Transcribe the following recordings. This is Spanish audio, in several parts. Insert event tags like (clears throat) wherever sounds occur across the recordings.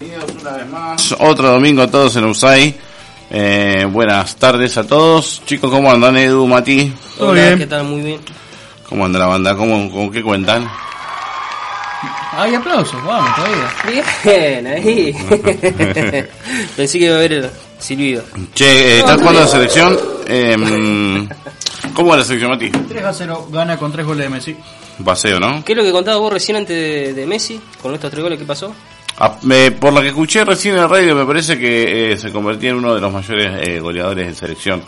Este vez más. Otro domingo todos en USAI. Eh, buenas tardes a todos. Chicos, ¿cómo andan? Edu, Mati. Todo Hola, bien. ¿qué tal? Muy bien. ¿Cómo anda la banda? ¿Cómo, ¿Con qué cuentan? Hay aplausos, vamos, todavía. Bien, ahí. (laughs) Pensé que iba a haber el silbido. Che, eh, ¿estás jugando la selección? Em, ¿Cómo va la selección, Mati? 3 a 0, gana con 3 goles de Messi. Paseo, ¿no? ¿Qué es lo que contabas vos recién antes de, de Messi? Con estos tres goles que pasó. A- eh, por lo que escuché recién en la radio, me parece que eh, se convertía en uno de los mayores eh, goleadores en selección,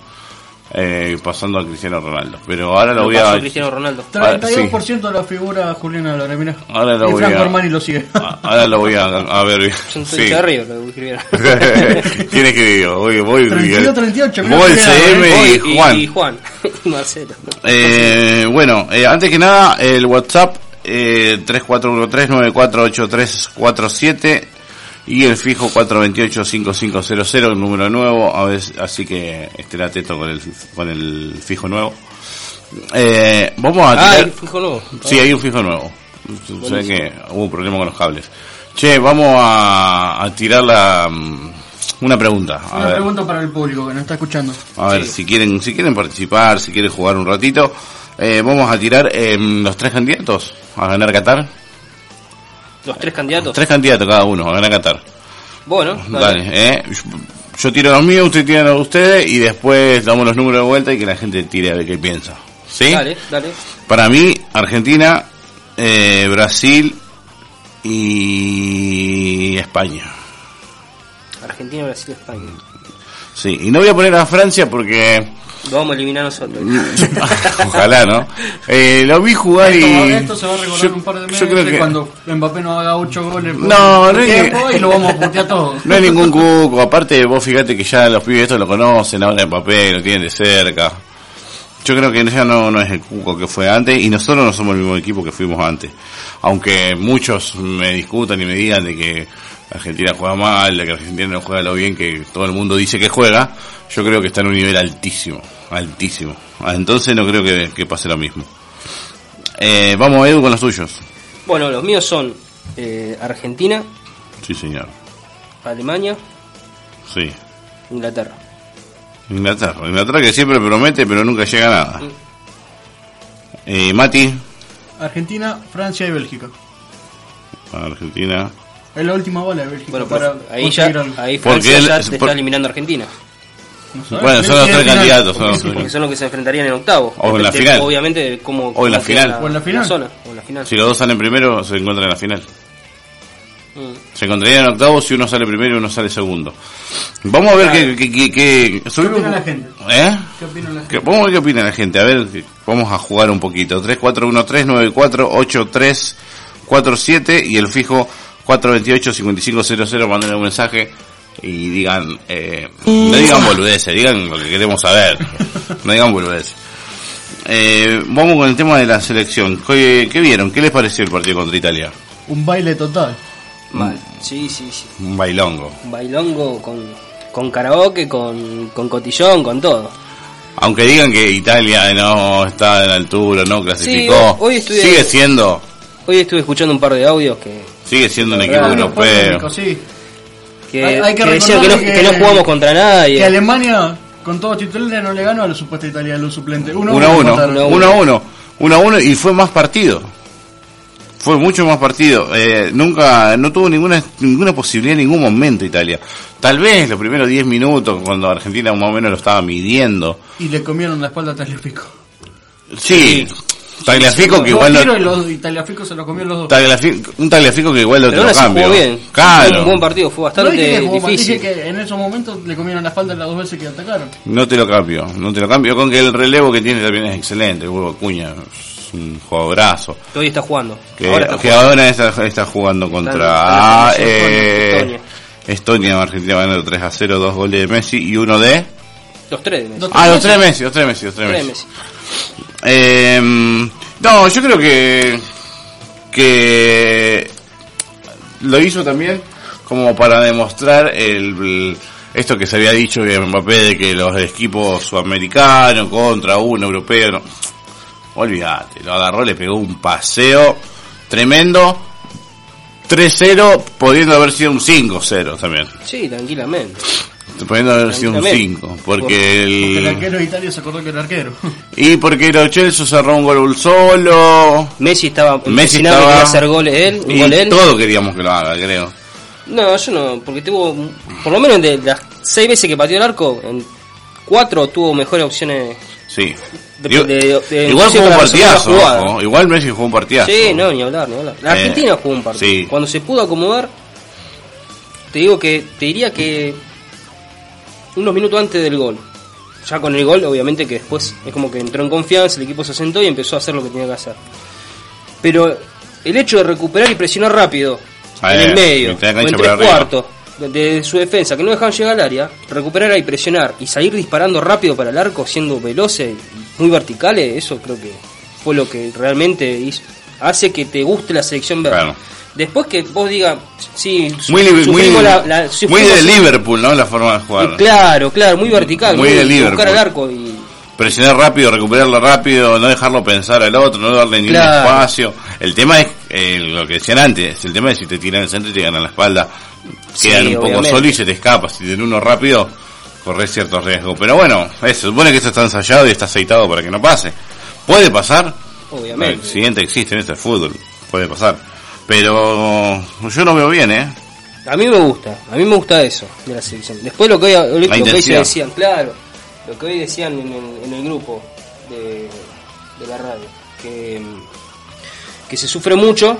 eh, pasando a Cristiano Ronaldo. Pero ahora lo Lo voy pasó a... Cristiano Ronaldo. Ah, 32% de la figura Juliana Lora, mirá. Ahora lo y voy Franco a- Ah, Armani lo sigue. a- (laughs) Ahora lo voy a, a ver bien. Son Sí. hincha de River, lo (laughs) que escribieron. ¿Quién escribió? Voy, voy, 32, 38, mira, Voy, mira, CM y, Hoy Juan. Y Juan. (laughs) Y Marcelo. Eh, bueno, eh, antes que nada, el WhatsApp eh, 3413-948347 y el fijo 428-5500, el número nuevo, a veces, así que esté atento con el, con el fijo nuevo. Eh, vamos a Ah, tirar... el fijo nuevo. Sí, hay un fijo nuevo. Sé que hubo un problema con los cables. Che, vamos a, a tirar la, mm, una pregunta. A Una ver. pregunta para el público que nos está escuchando. A ver, si quieren, si quieren participar, si quieren jugar un ratito, eh, vamos a tirar eh, los tres candidatos a ganar Qatar. Los tres candidatos. Tres candidatos cada uno a ganar Qatar. Bueno, Dale, eh. Yo, yo tiro los míos, ustedes tiran los de ustedes y después damos los números de vuelta y que la gente tire a ver qué piensa. ¿Sí? Dale, dale. Para mí, Argentina, eh, Brasil y España. Argentina, Brasil, España. Sí, y no voy a poner a Francia porque (laughs) Lo vamos a eliminar nosotros. Ojalá, ¿no? Eh, lo vi jugar y... Esto, va- esto se va a recordar yo- un par de meses Yo creo que cuando Mbappé no haga 8 goles por- No, por no es tiempo que- y lo vamos a (laughs) putear todos. no hay ningún cuco. Aparte, vos fíjate que ya los pibes estos lo conocen, ahora en papel, lo tienen de cerca. Yo creo que ya no, no es el cuco que fue antes y nosotros no somos el mismo equipo que fuimos antes. Aunque muchos me discutan y me digan de que Argentina juega mal, de que Argentina no juega lo bien que todo el mundo dice que juega, yo creo que está en un nivel altísimo, altísimo. Ah, Entonces no creo que, que pase lo mismo. Eh, vamos Edu con los tuyos. Bueno, los míos son eh, Argentina, Sí, señor. Alemania, Sí. Inglaterra. Inglaterra. Inglaterra que siempre promete, pero nunca llega a nada. Eh, Mati, Argentina, Francia y Bélgica. Argentina. Es la última bola de Bélgica. Bueno, para pero ahí ya, conseguir algo. ahí Porque Francia él- ya te por- está eliminando a Argentina. No sé, Bueno, son los Bélgica tres al final. candidatos. son los tres Porque candidatos. son los que se enfrentarían en octavo. O en la Depende, final. Obviamente, cómo. O en la cómo final. queda O en la final. zona, o en la final. Si los dos salen primero, se encuentran en la final. Mm. Se encontrarían en octavos si uno sale primero y uno sale segundo. Vamos a ver qué... qué, qué, qué- subimos- opina la gente? ¿Eh? ¿Qué opina la gente? Que- Vamos a ver qué opina la gente. A ver, que- vamos a jugar un poquito. 3413948347 y el fijo 428-5500. Manden un mensaje y digan, eh, no digan boludeces, digan lo que queremos saber. No digan boludeces. Eh, vamos con el tema de la selección. ¿Qué, qué vieron? ¿Qué les pareció el partido contra Italia? Un baile total. Mal. Mm. Sí, sí, sí. Un bailongo. Un bailongo con, con karaoke, con, con cotillón, con todo. Aunque digan que Italia eh, no está en altura, no clasificó, hoy estudié- sigue siendo, Hoy estuve escuchando un par de audios que, sigue siendo un La equipo verdad, Bueno, europeo. polémico, sí. que, Hay- hay que que decían que no, recordar que no que- jugamos contra nadie. Que Alemania, con todos titulares, no le ganó a los supuestos italianos, los suplentes. 1 1 a 1, 1 uno a a 1, 1 a 1 y fue más partido. Fue mucho más partido. Eh, nunca, no tuvo ninguna, ninguna posibilidad en ningún momento Italia. Tal vez los primeros 10 minutos cuando Argentina más o menos lo estaba midiendo. Y le comieron la espalda a Tagliafico. Sí, Tagliafico que Dos igual tiros no, y los Tagliafico se los comió los dos. Tagliafico- un Tagliafico que igual lo Pero otro aún así cambio. jugó bien. Fue Claro. Un buen partido, fue No bastante dije que jugó mal, difícil. dije que en esos momentos le comieron la espalda las dos veces que atacaron. No te lo cambio, no te lo cambio con que el relevo que tiene también es excelente, Hugo Cuña, es un jugadorazo. que hoy está jugando. Que Ahora ahora, está que jugando. ahora está, está jugando contra Está eh, en- está en la selección con Estonia, Argentina ganando 3 a 0, dos goles de Messi y uno de... Los tres de Messi. Dos- Ah, los tres Messi, los tres Messi, los tres Tres de Messi. Messi. Eh, no, yo creo que que lo hizo también como para demostrar el, el- esto que se había dicho de Mbappé de que los equipos sudamericanos contra uno europeo, no. olvídate, lo agarró, le pegó un paseo tremendo 3-0, pudiendo haber sido un 5-0 también. Sí, tranquilamente. Pudiendo haber sido un Tranquilamente. 5. Porque Porque el el. arquero de Italia se acordó que era arquero. (laughs) Y porque el Chelsea cerró un gol solo. Messi estaba Messi obsesionado que estaba- iba a hacer goles él, un gol Y él. todo queríamos que lo haga, creo. No, yo no, porque tuvo, por lo menos de las seis veces que pateó el arco, en cuatro tuvo mejores opciones. Sí. De- Digo, de- de- igual inclusive jugó un para resolver la partidazo. jugada. ojo. Igual Messi jugó un partidazo. Sí, no, ni hablar, ni hablar. La Eh, Argentina jugó un partido. sí. Cuando se pudo acomodar, te digo que, te diría que unos minutos antes del gol. Ya con el gol, obviamente que después es como que entró en confianza, el equipo se asentó y empezó a hacer lo que tenía que hacer. Pero el hecho de recuperar y presionar rápido, Ah, en eh, el medio, mitad de o cancha para en tres arriba. cuartos, de, de su defensa, que no dejaban llegar al área, recuperar y presionar y salir disparando rápido para el arco, siendo veloces, muy verticales, eso creo que fue lo que realmente hizo- hace que te guste la selección verde. Claro. Después que vos digas, sí, su- Muy, li- muy, sufrimos la- la- muy sufrimos- de Liverpool, ¿no? La forma de eh, jugar. Claro, claro, muy vertical, Muy muy, de Liverpool. buscar al arco y Presionar rápido, recuperarlo rápido, no dejarlo pensar al otro, no darle ningún Claro. espacio. El tema es eh, lo que decían antes, el tema es si te tiran el centro y te ganan la espalda. Sí, Quedan un poco obviamente. solo y se te escapa. Si tienen uno rápido, corres cierto riesgo. Pero bueno, eh, se supone que esto está ensayado y está aceitado para que no pase. Puede pasar, obviamente. El siguiente existe en este fútbol, puede pasar. Pero yo no veo bien, ¿eh? A mí me gusta, a mí me gusta eso de la selección. Después lo que hoy, lo que hoy se intensidad. decían, claro, lo que hoy decían en el, en el grupo de, de la radio, que, mm, que se sufre mucho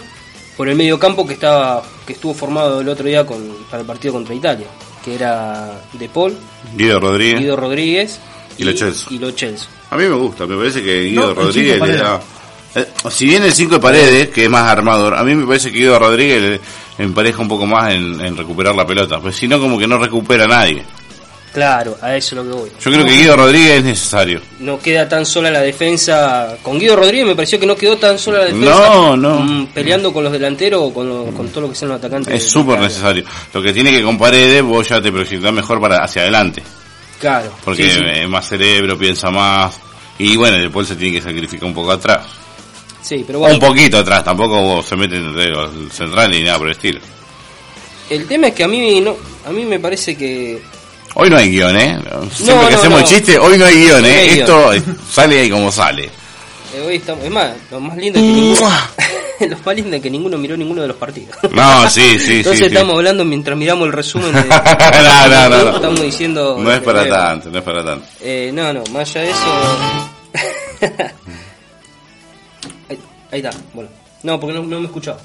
por el medio campo que estaba que estuvo formado el otro día con, para el partido contra Italia, que era De Paul, Guido Rodríguez. Guido Rodríguez Y Lo Celso. y Lo Celso. A mí me gusta, me parece que Guido No, el Rodríguez cinco de le da... Paredes. Eh, Si bien el 5 de paredes, que es más armador, a mí me parece que Guido Rodríguez le empareja un poco más en, en recuperar la pelota. Pues si no, como que no recupera a nadie. Claro, a eso es lo que voy. Yo creo que Guido Rodríguez es necesario. no queda tan sola la defensa. Con Guido Rodríguez me pareció que no quedó tan sola la defensa. No, no. mm, Peleando con los delanteros o con, los- con todo lo que sean los atacantes. Es de- súper de- necesario. Lo que tiene que con paredes, vos ya te proyectás mejor para hacia adelante. Claro. Porque sí, sí. es más cerebro, piensa más. Y bueno, después se tiene que sacrificar un poco atrás. Sí, pero Un bueno. poquito atrás, tampoco se meten entre los centrales ni nada por el estilo. El tema es que a mí no, a mí me parece que Hoy no hay guión, ¿eh? Siempre No, que no, hacemos el no. chiste, hoy no hay guión, ¿eh? hay guión. Esto sale ahí como sale. eh, hoy estamos, es más, lo más lindo es que ninguno, (laughs) lo más lindo es que ninguno miró ninguno de los partidos. (laughs) No, sí, sí, Entonces sí. sí. estamos hablando mientras miramos el resumen (laughs) de, no, no, no, no. estamos diciendo No es eh, para eh, tanto, no es para tanto. Eh, no, no, más allá de (laughs) eso. ahí, ahí está, bueno. No, porque no, no me he escuchado.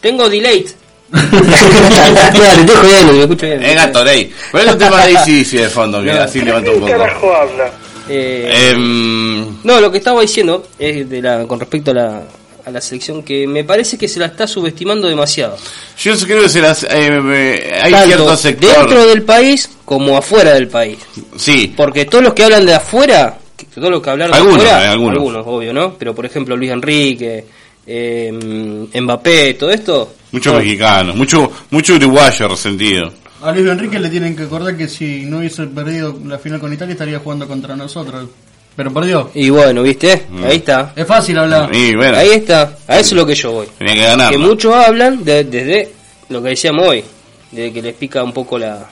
Tengo delay. (laughs) Dale, dejo bien, me escucho bien. Es Gatorade. ¿Cuál es el tema de sí, sí, de fondo? Que No. así levanta un poco. carajo habla? Eh, Em, no, lo que estaba diciendo es de la, con respecto a la, a la selección que me parece que se la está subestimando demasiado. yo creo que se las, eh, eh, hay Tanto cierto sector. dentro del país como afuera del país. Sí, Porque todos los que hablan de afuera, que- todos los que hablaron Algunos, de afuera, eh, algunos. obvio, ¿no? Pero por ejemplo Luis Enrique, eh, Mbappé, todo esto. muchos no. mexicanos, mucho, mucho uruguayo resentido. A Luis Enrique le tienen que acordar que si no hubiese perdido la final con Italia estaría jugando contra nosotros. Pero perdió. Y bueno, ¿viste? Ahí está. Es fácil hablar. Y Mm. bueno, Ah. Ahí está. A eso es lo que yo voy. tenía que ganar. Que ¿no? muchos hablan de- desde lo que decíamos hoy, desde que les pica un poco la,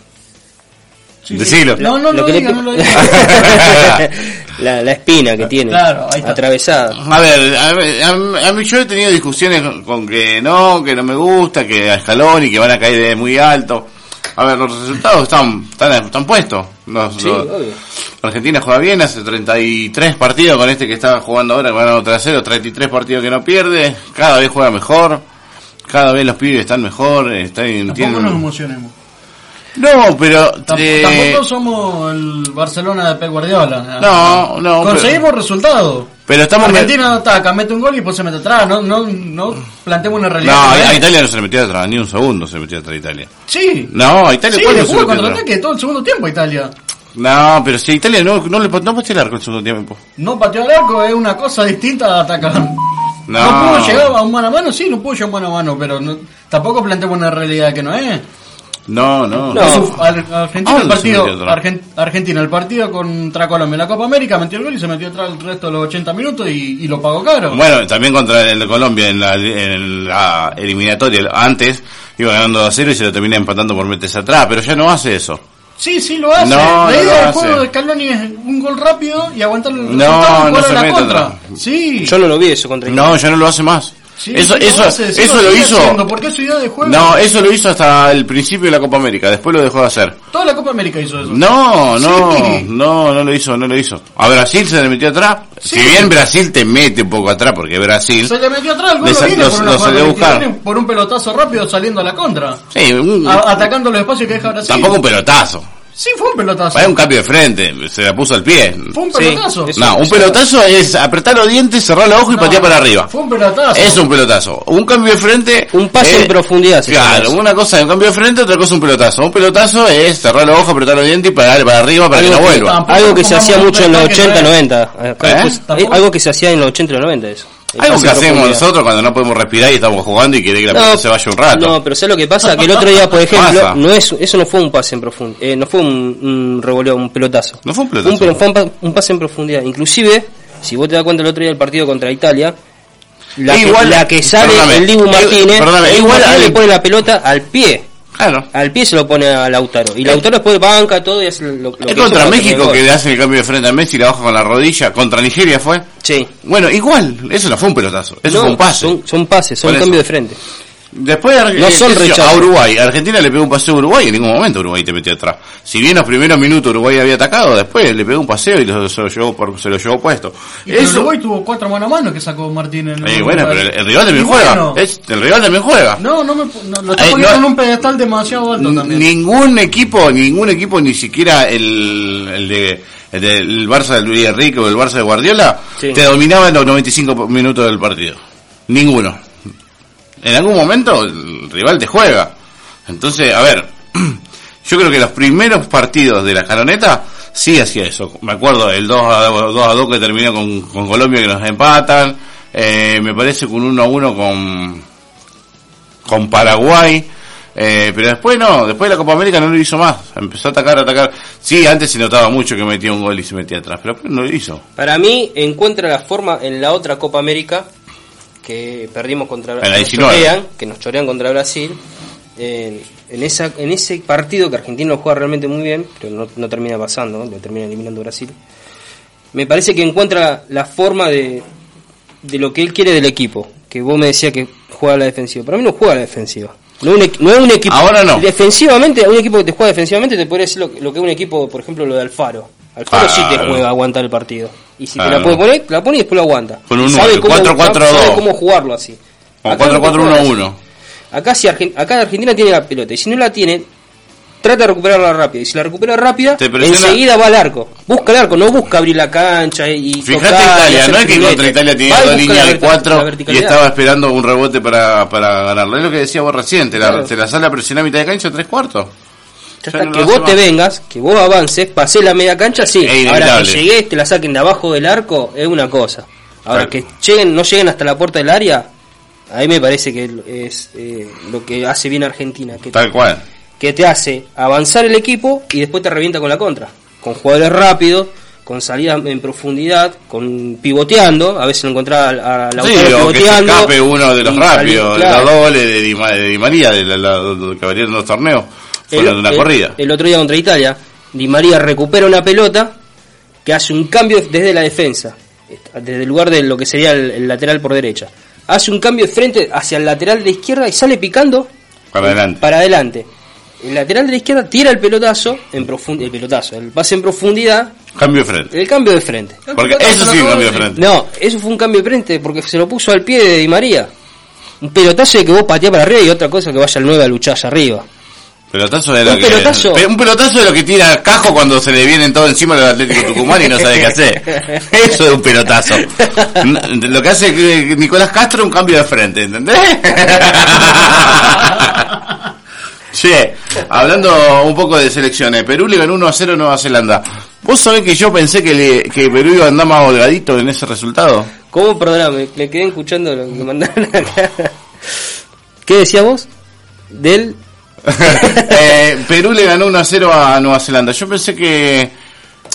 Sí, sí. Decilo. No, no lo lo, que le diga, pi- no lo diga. (laughs) la, la espina que tiene Claro, ahí está. atravesada. A ver, a, ver, a- a mí yo he tenido discusiones con- con que no, que no me gusta, que a escalón y que van a caer de muy alto. A ver, los resultados están, están, están puestos. Los- Sí, los- obvio. Argentina juega bien, hace 33 partidos con este que está jugando ahora, que van a 3-0, 33 partidos que no pierde, cada vez juega mejor, cada vez los pibes están mejor, están, Tampoco tienen- nos emocionemos. No, pero... Tamp- eh, Tampoco somos el Barcelona de Pep Guardiola. no, no, pero- Conseguimos resultados. pero estamos... Argentina no ataca, mete un gol y después se mete atrás. No, no, no planteemos una realidad. No, ¿eh? a, a Italia no se le metió atrás, ni un segundo se metió atrás Italia. Sí. No, a Italia Sí, ¿cuándo le se jugó metió contra atrás? ataque todo el segundo tiempo a Italia. No, pero si Italia no, no le no pateó el arco en segundo tiempo. No pateó al arco, es una cosa distinta a atacar. No. pudo llegar a un mano a mano, sí, no pudo llegar a un mano a mano, pero no- tampoco planteamos una realidad que no es. No, no. No. Su- Ar- Argentina, Ah, el no se partido, metió atrás. Argen- Argentina, el partido contra Colombia en la Copa América, metió el gol y se metió atrás el resto de los 80 minutos y, y lo pagó caro. Bueno, también contra el de Colombia en la, en la eliminatoria. Antes iba ganando 2 a 0 y se lo termina empatando por meterse atrás, pero ya no hace eso. Sí, sí, lo hace. No, no la idea lo del hace. juego de Scaloni es un gol rápido y aguantar el No, resultado y no jugar a se la mete contra. atrás. Sí. Yo no lo vi eso contra No, ya no lo hace más. Sí, eso sí, eso, hace, sí, eso lo sigue hizo. haciendo, pues, porque es su idea de juego. No, eso lo hizo hasta el principio de la Copa América, después lo dejó de hacer. Toda la Copa América hizo eso. No, no, Sí. no, no lo hizo, no lo hizo. A Brasil se le metió atrás. Sí. Si bien Brasil te mete un poco atrás, porque Brasil... Se le metió atrás, el gol Le lo sa- viene lo- por, lo una jugada salió a de buscar. Quiñones, por un pelotazo rápido saliendo a la contra. Sí, un- Ah, A- atacando los espacios que deja Brasil. tampoco un pelotazo. Sí, fue un pelotazo. Fue un cambio de frente, se la puso al pie. Fue un Sí, pelotazo. eso- No, un pelotazo es apretar los dientes, cerrar los ojos y No, patear para arriba. Fue un pelotazo. Es un pelotazo. Un cambio de frente... Un pase eh, en profundidad. se llama Claro, eso. una cosa es un cambio de frente, otra cosa es un pelotazo. Un pelotazo es cerrar los ojos, apretar los dientes y parar para arriba para que no Algo que- vuelva. Tampoco Algo que se pongamos hacía mucho en los un destaque 80, real. 90. Acá, ¿Eh? pues, Tampoco- eh, Algo que se hacía en los 80 y los 90 eso. El Algo pase que en hacemos profundidad. nosotros cuando no podemos respirar y estamos jugando y quiere que la pelota se vaya un rato. No, pero ¿sabes lo que pasa? Que el otro (laughs) día, por Pasa. ejemplo, no es, eso no fue un pase en profundidad, no fue un, un revoleo, un pelotazo. No fue un pelotazo. pero fue un, pa- un pase en profundidad. Inclusive, si vos te das cuenta el otro día del partido contra Italia, la, E igual- que, la que sale perdóname, el Dibu e- Martínez, perdóname, el Dibu igual Martínez al- le pone la pelota al pie. Claro. Al pie se lo pone a Lautaro. Y Lautaro después banca todo y hace lo, lo que Eh, Es hizo contra México el que gol. le hace el cambio de frente a Messi y la baja con la rodilla. Contra Nigeria fue. Sí. Bueno, igual, eso no fue un pelotazo, eso No, fue un pase. Son, son pases, Por son eso. cambios de frente. Después Ar- No eh, son qué sé yo, rechazo. a Uruguay. Argentina le pegó un paseo a Uruguay y en ningún momento Uruguay te metió atrás. Si bien los primeros minutos Uruguay había atacado, después le pegó un paseo y lo- se, lo llevó por- se lo llevó puesto. Y pero Uruguay tuvo cuatro mano a mano que sacó Martín en el Eh, bueno, pero el, el rival Y también juega. bueno, Es- el rival también juega. No, no me pu- no, lo está Eh, poniendo no- en un pedestal demasiado alto N- también. Ningún equipo, ningún equipo, ni siquiera el, el de el del Barça de Luis Enrique o el Barça de Guardiola, Sí. te dominaba en los 95 minutos del partido. Ninguno. En algún momento el rival te juega. Entonces, a ver, (clears throat) yo creo que los primeros partidos de la escaloneta sí hacía eso. Me acuerdo el 2 a 2, a 2 que terminó con, con Colombia que nos empatan. Eh, me parece con 1 a 1 con, con Paraguay. Eh, pero después no, después de la Copa América no lo hizo más. Empezó a atacar, a atacar. Sí, antes se notaba mucho que metía un gol y se metía atrás, pero después no lo hizo. Para mí, encuentra la forma en la otra Copa América que perdimos contra la nos 19. chorean, que nos chorean contra Brasil. En, en esa, en ese partido que Argentina lo juega realmente muy bien, pero no, no termina pasando, lo termina eliminando Brasil. Me parece que encuentra la forma de, de lo que él quiere del equipo. Que vos me decías que juega a la defensiva. Para mí no juega a la defensiva. No, es un equi- no es un equipo. Ahora no. Defensivamente, un equipo que te juega defensivamente te podría decir lo, que- lo que es un equipo, por ejemplo, lo de Alfaro. Alfaro sí te Claro. juega a aguantar el partido. Y si te Claro. la puede poner, te la pone y después lo aguanta. Con un sabe nueve, cómo, cuatro, cuatro, sabe dos. cómo jugarlo así. Como Acá no te juega así. 4-4-1-1. Acá, si Argen- acá Argentina tiene la pelota y si no la tiene, trata de recuperarla rápido. Y si la recupera rápida, Te presiona- enseguida va al arco. Busca el arco, no busca abrir la cancha y. y Fijate tocar, y Italia, hacer no es que triplete. contra Italia tenía Va y dos busca la líneas de verta- la 4 y verticalidad. estaba esperando un rebote para, para ganarlo. Es lo que decía vos recién, te la, Claro. te la sale a presionar a mitad de cancha tres cuartos. Ya Ya está, no que lo hace vos te más. vengas, que vos avances, pasé la media cancha, sí. Es Ahora inevitable. que llegues, te la saquen de abajo del arco, es una cosa. Ahora Claro. que lleguen, no lleguen hasta la puerta del área, ahí me parece que es eh, lo que hace bien Argentina, que, Tal cual. que te hace avanzar el equipo y después te revienta con la contra. Con jugadores rápidos, con salidas en profundidad, con pivoteando, a veces lo encontrás a, a Sí, o Lautaro que se pivoteando. escape uno de los y rápidos, salir, claro. de la doble, de Di, Ma- de Di María, de la, la- la- que valieron dos torneos. Fueron de una corrida. el otro día contra Italia, Di María recupera una pelota que hace un cambio desde la defensa, desde el lugar de lo que sería el, el lateral por derecha. Hace un cambio de frente hacia el lateral de izquierda y sale picando para adelante. para adelante. El lateral de la izquierda tira el pelotazo en profundidad, el pelotazo, el pase en profundidad, Cambio de frente. el cambio de frente. Porque eso sí es un cambio de frente. No, eso fue un cambio de frente porque se lo puso al pie de Di María. Un pelotazo de que vos pateás para arriba y otra cosa que vaya el 9 a luchar allá arriba. Pelotazo de lo Un que, pelotazo. pe- un pelotazo de lo que tira Cajo cuando se le vienen todo encima del Atlético Tucumán y no sabe qué (laughs) hacer. Eso es un pelotazo. N- Lo que hace eh, Nicolás Castro es un cambio de frente, ¿entendés? (laughs) Che, hablando un poco de selecciones, Perú le ganó 1 a 0 a Nueva Zelanda. ¿Vos sabés que yo pensé que, le- que Perú iba a andar más holgadito en ese resultado? (laughs) ¿Cómo? Perdóname, le quedé escuchando lo que mandaron acá. ¿Qué decía vos? Del... Eh, Perú le ganó 1 a 0 a Nueva Zelanda. Yo pensé que.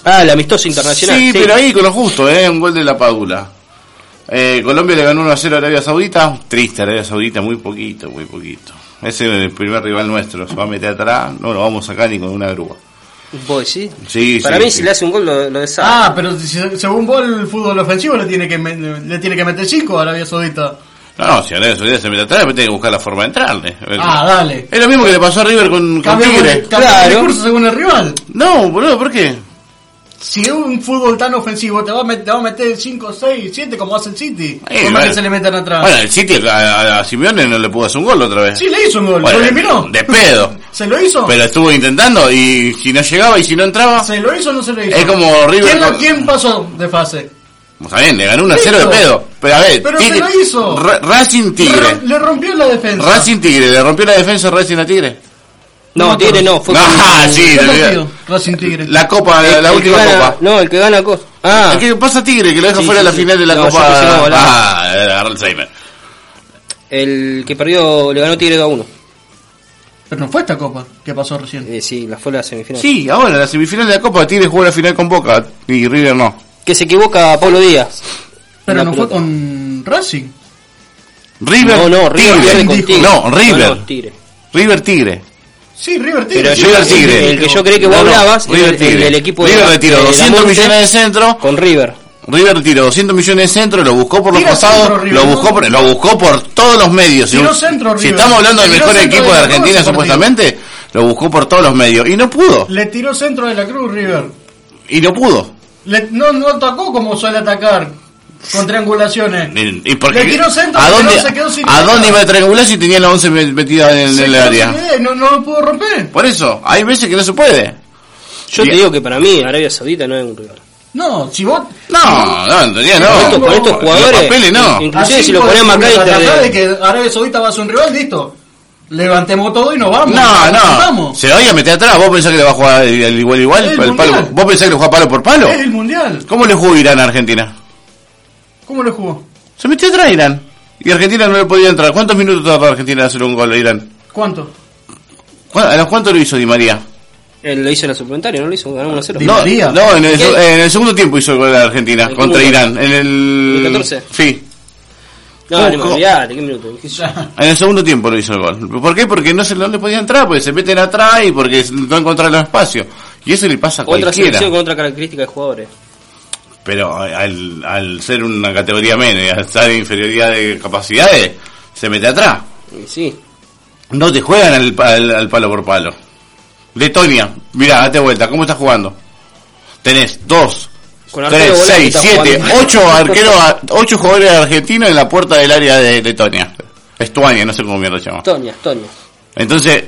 Ah, el amistoso internacional. Sí, pero ahí con lo justo, ¿eh? Un gol de la Padula. Eh, Colombia le ganó 1 a 0 a Arabia Saudita. Triste Arabia Saudita, muy poquito, muy poquito. Ese es el primer rival nuestro. Se va a meter atrás, no lo vamos a sacar ni con una grúa. Vos, ¿sí? Sí, Para sí, mí, sí. si le hace un gol, lo, lo deshace. Ah, pero si- según vos el fútbol ofensivo le tiene que, me- le tiene que meter 5 a Arabia Saudita. No, no, si Arabia Saudita se mete atrás, después tiene que buscar la forma de entrarle. Ah, dale. es lo mismo que le pasó a River con, con Cambiamos Tigre. el, cambiamos el claro. discurso según el rival. No, boludo, ¿por qué? Si es un fútbol tan ofensivo, te va a, met- te va a meter 5, 6, 7 como hace el City. Eh, Por más bueno. que se le metan atrás. Bueno, el City a, a- a Simeone no le pudo hacer un gol otra vez. sí, le hizo un gol. Bueno, lo eliminó. De pedo. ¿Se lo hizo? Pero estuvo intentando y si no llegaba y si no entraba. ¿Se lo hizo o no se lo hizo? Es como River ¿Quién, la- con- quién pasó de fase? Está bien, le ganó 1 a 0 de Listo. pedo. Pero a ver, Pero se lo hizo. Ra- Racing Tigre. Le, le rompió la defensa. Racing Tigre, le rompió la defensa Racing a Tigre. No, no, Tigre pero- no. Fue Ah, con- sí, ¿Qué te partido? olvidás. Racing Tigre. La copa, la, la el última que gana- copa. No, el que gana cosa. Ah, ¿Qué pasa a Tigre? Que lo deja Sí, fuera de sí, la sí. final de la No, yo copa. pensé que no, boludo. ah, agarra Alzheimer. el que perdió le ganó Tigre 2 a 1. Pero no fue esta copa que pasó recién. Eh, sí, la fue la semifinal. Sí, ahora en la semifinal de la copa Tigre jugó la final con Boca y River no. Que se equivoca Pablo Díaz. Pero Una no fue pelota. con Racing. River, No, no, River pierde con Tigre. Tigre. Ah, No, River. No, no, Tigre. River Tigre. Sí, River Tigre. Pero yo- River el- Tigre. El que yo creí que vos No, no, hablabas, eh, el- River el, Tigre. del equipo River de, retiró de 200 Monte millones de centro. Con River. River tiró 200 millones de centro, lo buscó por los Tira costados, centro, River, lo ¿no? buscó por, lo buscó por todos los medios. Si, Tiró un- centro, si River. estamos hablando del Tiró mejor centro equipo de de la Cruz, Argentina ese partido. supuestamente, lo buscó por todos los medios y no pudo. Le tiró centro de la cruz River. Y no pudo. Le- no, no atacó como suele atacar. Con triangulaciones. Y, y porque- Le tiró centro, ¿A pero dónde, se quedó sin ¿a idea. dónde iba a triangular si tenía la 11 met- metida en, en Se el quedó área? sin idea y No, no lo pudo romper. Por eso, hay veces que no se puede. Yo Bien. te digo que para mí Arabia Saudita no es un rival. No, si vos. No, no, en teoría Con no. estos- con estos Los jugadores. papeles no. in- así Inclusive si lo podés ponemos acá contratar, y te- acá de que Arabia Saudita va a ser un rival, listo. Levantemos todo y nos vamos. No, Nos no. juntamos. Se lo iba a meter atrás. ¿Vos pensás que le va a jugar el- el igual igual? El el palo- Mundial. ¿Vos pensás que le juega palo por palo? Es el mundial. ¿Cómo le jugó Irán a Argentina? ¿Cómo lo jugó? Se metió atrás Irán. Y Argentina no le podía entrar. ¿Cuántos minutos tardó Argentina en hacer un gol a Irán? ¿Cuánto? ¿Cu- ¿A los cuántos lo hizo Di María? Él lo hizo en la suplementaria, no lo hizo, ganó 1-0. Di no, María. no, en el, ¿Qué? en el segundo tiempo hizo el gol a Argentina ¿El contra cómo? Irán. En el... ¿El 14? Sí. No, no, ¿Cómo? no, olvidate, qué minuto. qué sé yo. (laughs) En el segundo tiempo lo hizo el gol. ¿Por qué? Porque no se no le podía entrar, porque se meten atrás y porque no encontraron espacio. Y eso le pasa a Otra cualquiera. selección con otra característica de jugadores. Pero al, al ser una categoría menos y al estar en inferioridad de capacidades, se mete atrás. Y sí. No te juegan al, al- al palo por palo. Letonia, mirá, date vuelta, ¿cómo estás jugando? Tenés dos, Con arquero tres, volante seis, estás siete, jugando. ocho arqueros, a- ocho jugadores argentinos en la puerta del área de Letonia. Estuania, no sé cómo mierda se llama. Toña, Toña. Entonces,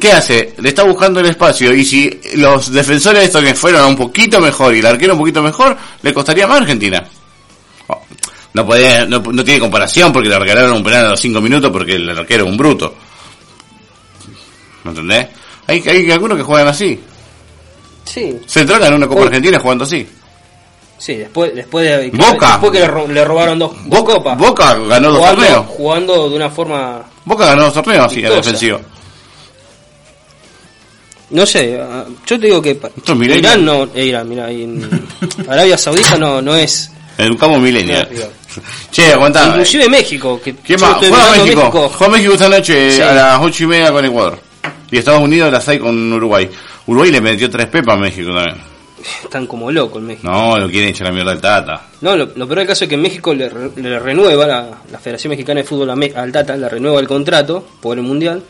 ¿qué hace? Le está buscando el espacio y si los defensores de Estonia fueron un poquito mejor y el arquero un poquito mejor, le costaría más a Argentina. Oh, No, podía- no, no tiene comparación porque le regalaron un penal a los 5 minutos porque el arquero es un bruto. ¿Me entendés? Hay, hay algunos que juegan así. Sí, Se tragan una Copa Uy. Argentina jugando así. sí, después, después de que, Boca. después que le, ro- le robaron dos, dos Boca, copas. Boca ganó dos jugando, torneos. jugando de una forma, Boca ganó dos torneos así, a la Vistosa. defensiva. no sé, ah, yo te digo que pa- Esto es Milenio. Irán no, eh, Irán, mira, (laughs) en Arabia Saudita no, no es. Educamos milenial. Che, aguantá. Inclusive México, que ¿Qué yo más? estoy Juega mirando México. Juega México esta noche Sí. a las 8 y media con Ecuador. Y Estados Unidos a las 6 con Uruguay. Uruguay le metió tres pepas a México también. Están como locos en México. No, lo quieren echar la mierda al Tata. No, lo, lo peor del caso es que en México le, re- le renueva la, la Federación Mexicana de Fútbol a Me- al Tata, le renueva el contrato por el Mundial.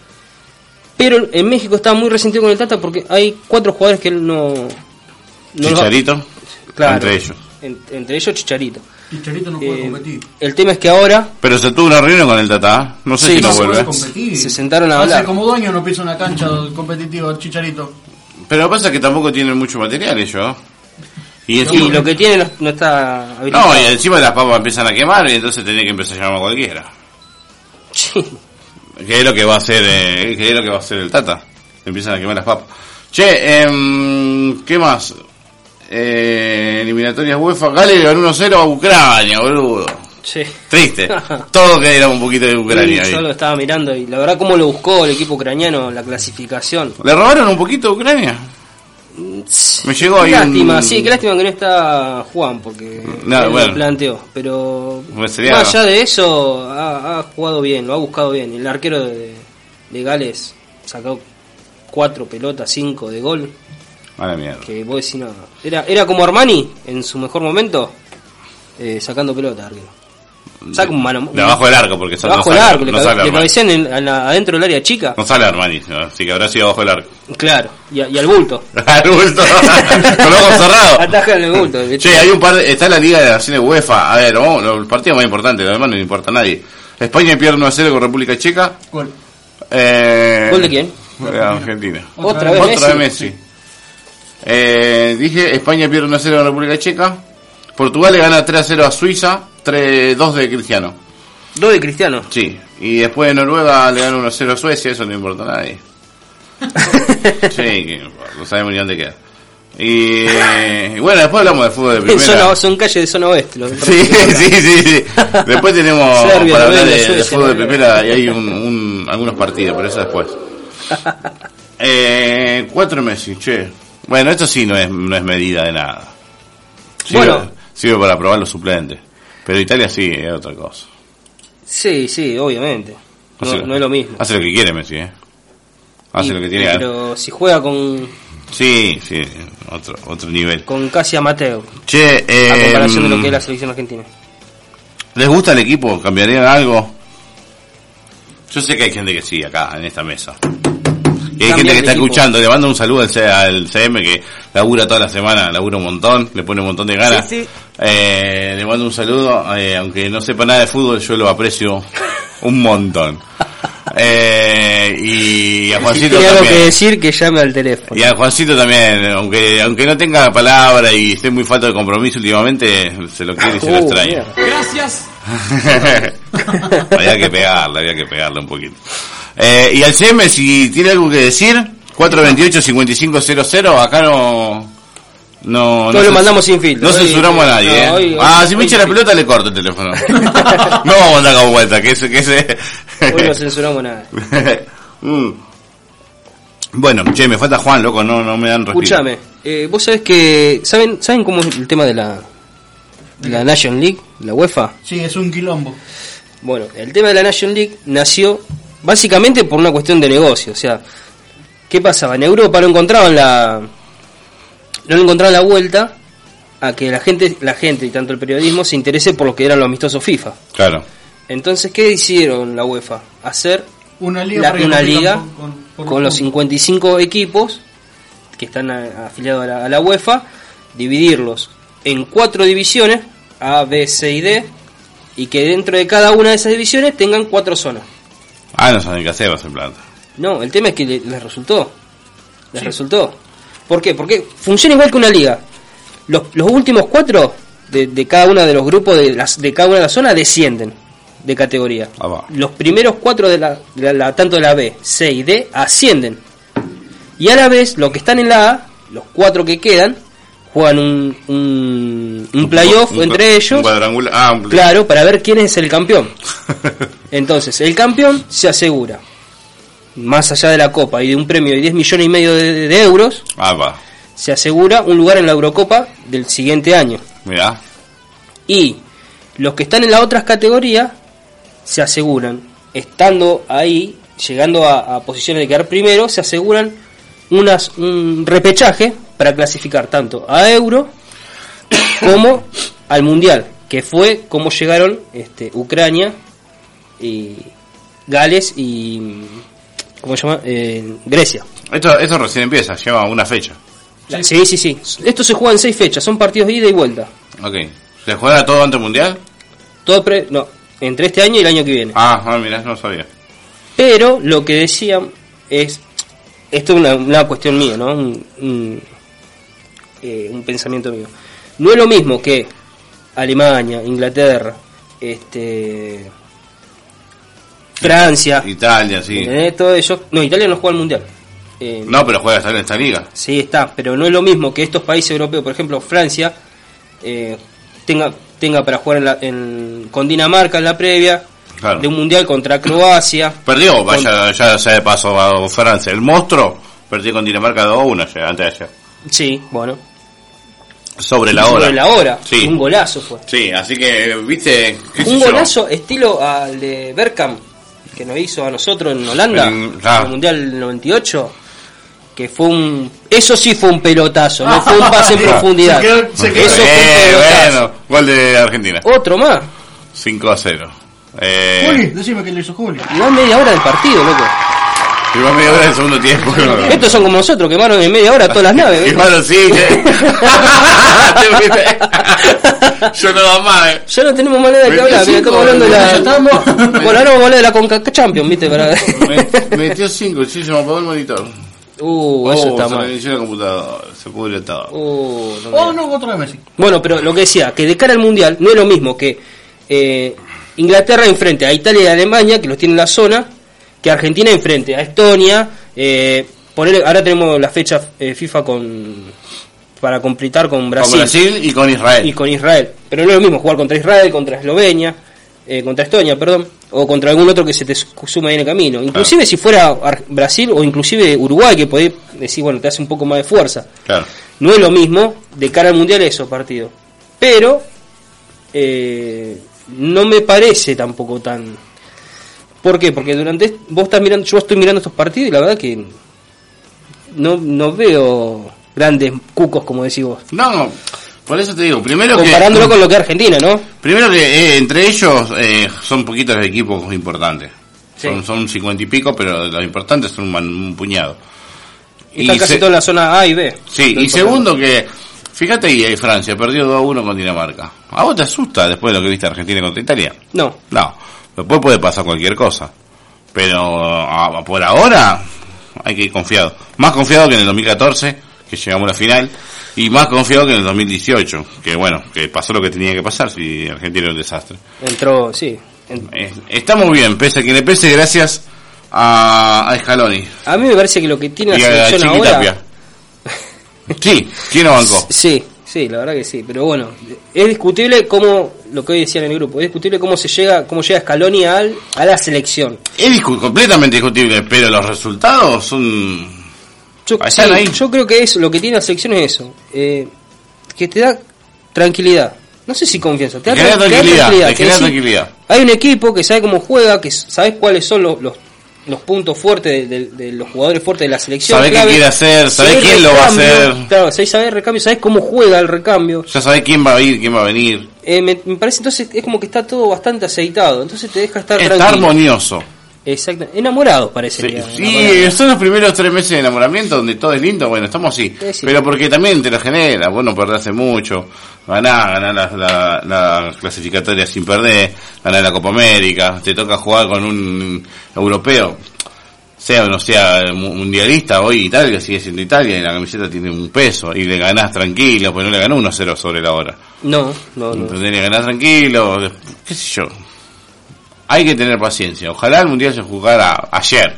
Pero en México está muy resentido con el Tata porque hay cuatro jugadores que él no... no los va- Chicharito, Claro. entre ellos. En- entre ellos Chicharito. Chicharito no Eh, el tema es que ahora Pero se tuvo una reunión con el Tata. ¿eh? No sé Sí, si no no se vuelve. puede competir. se sentaron a Hace hablar. como dos años no pisa una cancha competitiva el Chicharito. Pero lo que pasa es que tampoco tienen mucho material ellos. ¿eh? Y Y encima, lo que tiene no, no está habilitado. no, y encima las papas empiezan a quemar y entonces tenía que empezar a llamar a cualquiera. (laughs) Sí. Que es lo que va a hacer, eh, que es lo que va a hacer el Tata. Empiezan a quemar las papas. Che, em, ¿qué más? Eh, eliminatorias UEFA. Gales le ganó 1-0 a Ucrania, boludo. Sí. (laughs) Triste. Todo que era un poquito de Ucrania Sí, ahí. yo lo estaba mirando y la verdad cómo lo buscó el equipo ucraniano, la clasificación. ¿Le robaron un poquito a Ucrania? Me llegó ahí Lástima, un- sí, qué lástima que no está Juan porque No, él bueno. lo planteó. Pero Pues sería- más allá de eso, ha, ha jugado bien, lo ha buscado bien. El arquero de, de Gales sacó cuatro pelotas, cinco de gol. A la mierda. Que vos decís, no, era, era como Armani en su mejor momento, eh, sacando pelota, arquero. Saca un mano. De abajo del arco, porque son- Abajo no del sale- arco, le, no cabe- sale le Armani. cabecean en- a la- adentro del área chica. No sale Armani, ¿no? así que habrá sido abajo del arco. Claro, y, a- y al bulto. Al (laughs) bulto. Con los ojos cerrados. Atajan el bulto. ¿viste? Che, hay un par de- está la Liga de Naciones UEFA. A ver, vamos, los partidos más importantes, lo demás no le importa a nadie. España pierde 1 a 0 con República Checa. Gol. Eh, ¿Gol de quién? de Argentina. Otra, Otra vez Otra de Messi. Messi. Eh, dije, España pierde 1 a 0 a República Checa. Portugal le gana 3 a 0 a Suiza. 3 2 de Cristiano. Dos de Cristiano. Sí. Y después de Noruega le gana 1 a 0 a Suecia. Eso no importa a (laughs) nadie. sí, que no sabemos ni dónde queda. Y, y bueno, después hablamos de fútbol de En zona, primera. son calles de zona oeste. lo- (laughs) Sí, sí, sí, sí. Después tenemos Serbia, para hablar de, Eslovenia, de Suecia, fútbol de Noruega. primera y hay un, un- algunos partidos, pero eso (laughs) después. Eh, cuatro Messi, che. Bueno, esto sí no es, no es medida de nada. Sirve, Bueno. sirve para probar los suplentes. Pero Italia sí, es otra cosa. Sí, sí, obviamente. No, Hace no es lo mismo. Hace lo que quiere Messi, ¿eh? Hace Y- lo que tiene ganas. Pero si juega con, Sí, sí, otro, otro nivel. con casi a Mateo, Che, eh, a comparación de lo que es la selección argentina. ¿Les gusta el equipo? ¿Cambiarían algo? Yo sé que hay gente que sí acá, en esta mesa. Y hay Cambiar gente que de está equipo. escuchando. Le mando un saludo al, C- al CM que labura toda la semana, labura un montón, le pone un montón de ganas. Sí, sí. Eh, le mando un saludo, eh, aunque no sepa nada de fútbol, yo lo aprecio un (laughs) montón. Eh, y a Si Juancito tiene algo que también. decir, que llame al teléfono. Y a Juancito también, aunque aunque no tenga palabra y esté muy falta de compromiso últimamente, se lo quiere y se lo Uh, extraña. mierda. Gracias. (laughs) había que pegarla, había que pegarla un poquito. Eh, y al CM, si tiene algo que decir, 428-5500, acá no... No, Todo lo cens- mandamos sin filtro. No Hoy- censuramos a nadie, no, eh. hoy- ah, hoy- si me echa la hoy- pelota le corto el (laughs) teléfono. no vamos a andar con vuelta, que ese... Que ese (laughs) Hoy no censuramos nada. (laughs) Mm. Bueno, che, me falta Juan, loco, no, no me dan respiro. Escúchame, eh, vos sabés que. ¿saben, ¿Saben cómo es el tema de la. de la Nation League? ¿La UEFA? Sí, es un quilombo. Bueno, el tema de la Nation League nació básicamente por una cuestión de negocio. O sea, ¿qué pasaba? En Europa no encontraban la. No le encontraban la vuelta a que la gente, la gente y tanto el periodismo se interese por lo que eran los amistosos FIFA. Claro. Entonces, ¿qué hicieron la UEFA? Hacer Una liga la- para que una compitan liga por- con, por- los 55 equipos que están a- afiliados a la, a la UEFA, dividirlos en cuatro divisiones, A, B, C y D, y que dentro de cada una de esas divisiones tengan cuatro zonas. Ah, no saben qué hacer, va a ser plata. No, el tema es que le- les resultó. Les resultó. ¿Por qué? Porque funciona igual que una liga. Los, los últimos cuatro de, de cada uno de los grupos de, las, de cada una de las zonas descienden de categoría. Ah, va. Los primeros cuatro de la, de la- tanto de la B, C y D ascienden. Y a la vez, los que están en la A, los cuatro que quedan, juegan un, un, un playoff Un- un- entre ellos. Un cuadrangular. Ah, un play- Claro, para ver quién es el campeón. Entonces, el campeón se asegura, más allá de la Copa y de un premio de 10 millones y medio de, de- de euros, (laughs) ah, va. se asegura un lugar en la Eurocopa del siguiente año. Mirá. Y los que están en las otras categorías se aseguran, estando ahí, llegando a, a posiciones de quedar primero, se aseguran unas, un repechaje para clasificar tanto a Euro (coughs) como al Mundial, que fue como llegaron este, Ucrania y Gales y ¿cómo se llama? Eh, Grecia. Esto, esto recién empieza, lleva una fecha. Sí, sí, sí. Esto se juega en seis fechas, son partidos de ida y vuelta. Ok. ¿Se juega todo antes del mundial? Todo pre- no, entre este año y el año que viene. Ah, ah mirá, no sabía. Pero lo que decían es. Esto es una, una cuestión mía, ¿no? Un, un, eh, un pensamiento mío. No es lo mismo que Alemania, Inglaterra, este. Francia, Italia, sí. ¿entendés? Todo eso. No, Italia no juega al mundial. Eh, No, pero juega estar en esta liga. Sí, está, pero no es lo mismo que estos países europeos, por ejemplo, Francia, eh, tenga, tenga para jugar en la- en- con Dinamarca en la previa, Claro. de un mundial contra Croacia. Perdió, vaya, ya sea de paso a Francia. El monstruo perdió con Dinamarca 2-1 ayer, antes de ayer. Sí, bueno. Sobre la hora. Sobre la hora. Sí. Un golazo fue. Sí, así que, viste, qué sé Un yo. golazo estilo al de Berkham, que nos hizo a nosotros en Holanda, En- claro. en el Mundial del 98, que fue un... Eso sí fue un pelotazo, no fue (laughs) un pase en Se profundidad. quedó- se quedó- Eso Eh, fue un pelotazo. bueno, gol de Argentina. Otro más, 5 a 0. Juli, Eh, decime que le hizo Juli. no media hora del partido, loco. iba media hora del segundo tiempo. (laughs) Estos son como nosotros, quemaron en media hora todas las naves. Y ¿viste? bueno, (laughs) sí. (laughs) que- Te fuiste. Yo no va más, eh. Ya no tenemos manera de que hablar, mira, estamos hablando de Ya la... estamos. Bueno, ahora vamos a hablar de la Conca Champions, (laughs) viste, para... (laughs) Me- Metió 5, sí, se me apagó el monitor. Uh, eso Oh, está se me mal. inició la computadora, se pudre todo. Uh, no me- Oh, no, otra vez Messi. Bueno, pero lo que decía, que de cara al Mundial no es lo mismo que eh, Inglaterra enfrente a Italia y Alemania, que los tiene en la zona, que Argentina enfrente a Estonia. Eh, ponele- ahora tenemos la fecha eh, FIFA con para completar con Con Brasil, Brasil y con Israel. y con Israel. Pero no es lo mismo jugar contra Israel, contra Eslovenia, eh, contra Estonia, perdón, o contra algún otro que se te su- suma ahí en el camino. Inclusive si fuera Ar- Brasil o inclusive Uruguay, que podés decir, bueno, te hace un poco más de fuerza. Claro. No es lo mismo de cara al mundial esos partidos. Pero eh, no me parece tampoco tan. ¿Por qué? Porque durante. est- Vos estás mirando. Yo estoy mirando estos partidos y la verdad que. No, no veo grandes cucos, como decís vos. No, no, por eso te digo, primero Comparándolo que, con lo que es Argentina, ¿no? primero que eh, entre ellos eh, son poquitos los equipos importantes. Sí. Son, son 50 y pico, pero los importantes son un, man- un puñado. Están casi se- toda la zona A y B. Sí, y segundo que, fíjate y ahí eh, Francia perdió 2 a 1 con Dinamarca. ¿A vos te asusta después de lo que viste Argentina contra Italia? No. No, después puede pasar cualquier cosa. Pero ah, por ahora hay que ir confiado. Más confiado que en el 2014, que llegamos a la final, y más confiado que en el 2018, que bueno, que pasó lo que tenía que pasar si Argentina era un desastre. Entró, sí. En- Eh, estamos bien, pese a que le pese, gracias a, a Scaloni A mí me parece que lo que tiene la y a selección Chiqui ahora. Tapia. (laughs) Sí, ¿quién lo bancó? Sí, sí, la verdad que sí, pero bueno, es discutible cómo, lo que hoy decían en el grupo, es discutible cómo se llega, cómo llega Scaloni al, a la selección. Es discu- completamente discutible, pero los resultados son... Yo, Ah, están sí, ahí. yo creo que es lo que tiene la selección es eso, eh, que te da tranquilidad, no sé si confianza, te da, Te genera tran- te da tranquilidad, te que genera decís, tranquilidad. Hay un equipo que sabe cómo juega, que s- sabe cuáles son los, los, los puntos fuertes de, de- de los jugadores fuertes de la selección. Sabe qué clave. quiere hacer, sabe Sabe el quién lo va a recambio, hacer. Claro, sabés saber el recambio, sabés cómo juega el recambio. Ya sabés quién va a ir, quién va a venir. Eh, me, me parece entonces es como que está todo bastante aceitado, entonces te deja estar Está tranquilo. armonioso. Exacto, enamorado parece. Sí, digamos, sí, enamorado. son los primeros tres meses de enamoramiento donde todo es lindo, bueno, estamos así. Sí, sí. Pero porque también te lo genera, vos no perdés mucho, ganás, ganás la, la- la clasificatoria sin perder, ganás la Copa América, te toca jugar con un europeo, sea o no sea eh, mu- mundialista, hoy Italia sigue siendo Italia y la camiseta tiene un peso y le ganás tranquilo, pues no le ganó 1-0 sobre la hora. No, no, no. Entendés, le ganás tranquilo, de- qué sé yo. Hay que tener paciencia. Ojalá el mundial se jugara ayer.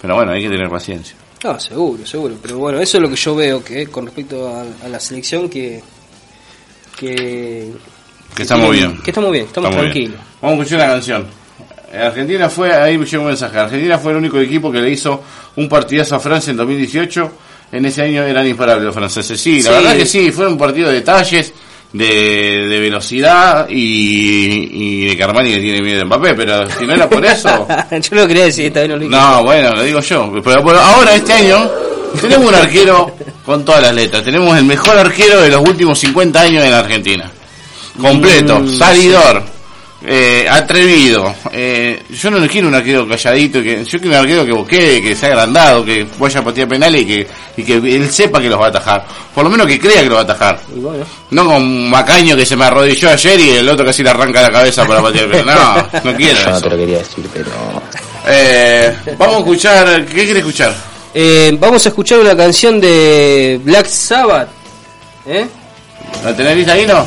Pero bueno, hay que tener paciencia. No, seguro, seguro. Pero bueno, eso es lo que yo veo que con respecto a, a la selección que que Que estamos tienen- bien. Que estamos bien, estamos, Estamos bien. tranquilos. Vamos a escuchar la canción. Argentina fue, ahí me llegó un mensaje. Argentina fue el único equipo que le hizo un partidazo a Francia en 2018. En ese año eran imparables los franceses. Sí, la Sí. verdad que sí, fue un partido de detalles, de, de velocidad y, y de Carmani que tiene miedo de Mbappé. Pero si no era por eso. (laughs) yo no quería decir, esta vez no lo dije. No, bueno, lo digo yo. Pero por ahora, este año, tenemos un arquero con todas las letras. Tenemos el mejor arquero de los últimos 50 años en la Argentina. Completo, Mm, salidor, eh, atrevido. Eh, yo no quiero un arquero calladito. Que, yo quiero un arquero que busque, que sea agrandado, que vaya a patear penales y que, y que él sepa que los va a atajar. Por lo menos que crea que lo va a atajar. Y bueno, No con Macaño que se me arrodilló ayer y el otro casi le arranca la cabeza para patear penales. No, no quiero Yo no eso. te lo quería decir, pero Eh, vamos a escuchar, ¿qué quiere escuchar? eh, vamos a escuchar una canción de Black Sabbath. ¿Eh? ¿La tenés lista ahí, no?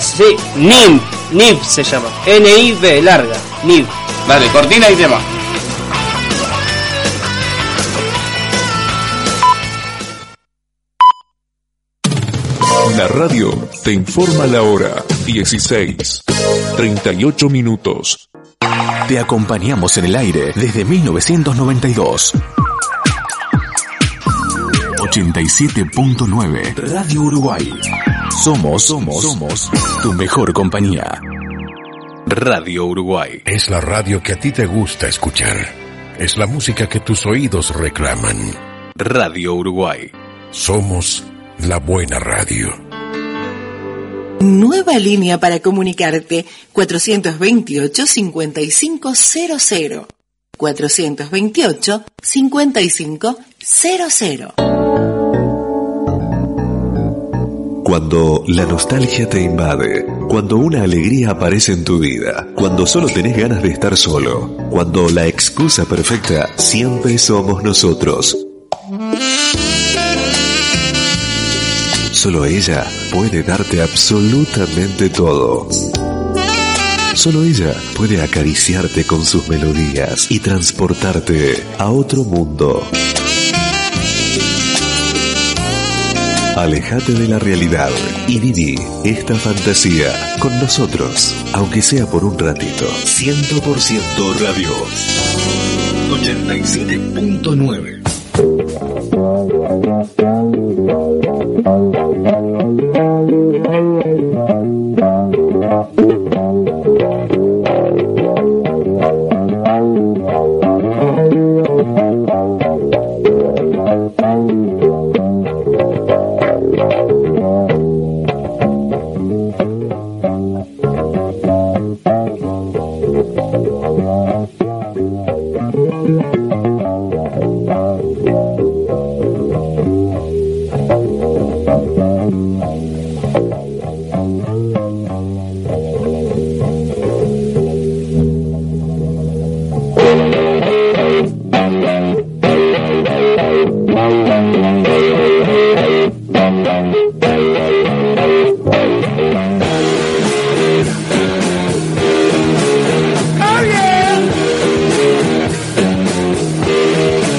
Sí, NIV, NIV se llama. N-I-V, larga, NIV. Dale, cortina y tema. Thank La radio te informa la hora 16, 38 minutos. Te acompañamos en el aire desde 1992. 87.9 Radio Uruguay. Somos, somos, somos tu mejor compañía. Radio Uruguay. Es la radio que a ti te gusta escuchar. Es la música que tus oídos reclaman. Radio Uruguay. Somos la buena radio. Nueva línea para comunicarte 428-5500. 428-5500. Cuando la nostalgia te invade, cuando una alegría aparece en tu vida, cuando solo tenés ganas de estar solo, cuando la excusa perfecta siempre somos nosotros. Solo ella puede darte absolutamente todo. Solo ella puede acariciarte con sus melodías y transportarte a otro mundo. Alejate de la realidad y viví esta fantasía con nosotros, aunque sea por un ratito. 100% Radio 87.9 Oh yeah!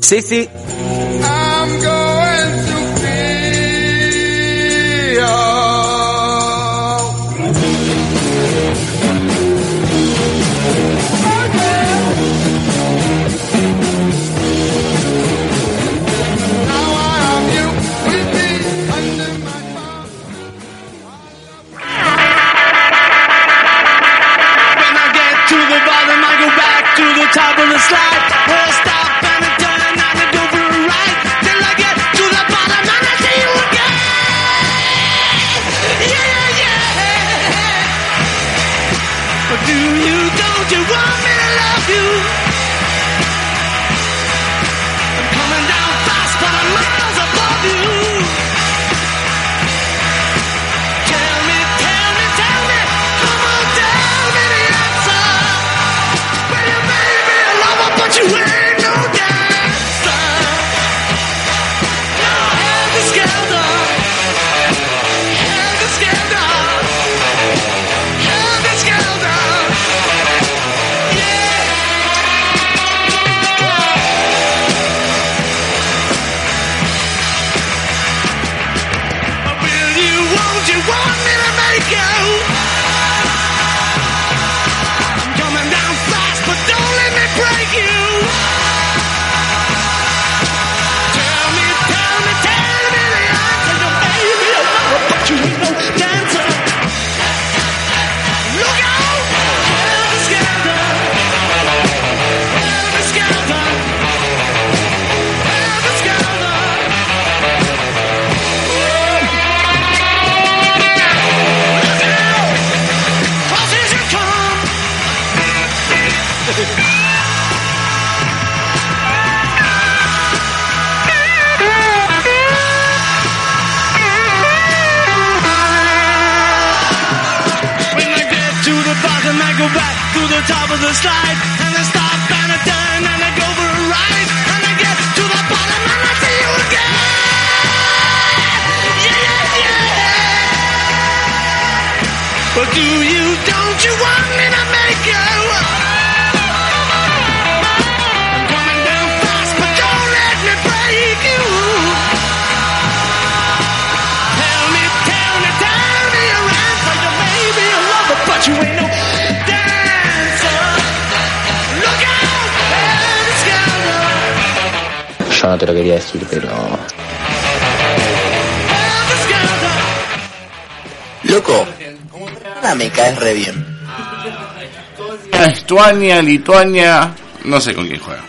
Sí, sí. Yo no te lo quería decir, pero. Loco, ah, me caes re bien. Estuania, Lituania, no sé con quién juega.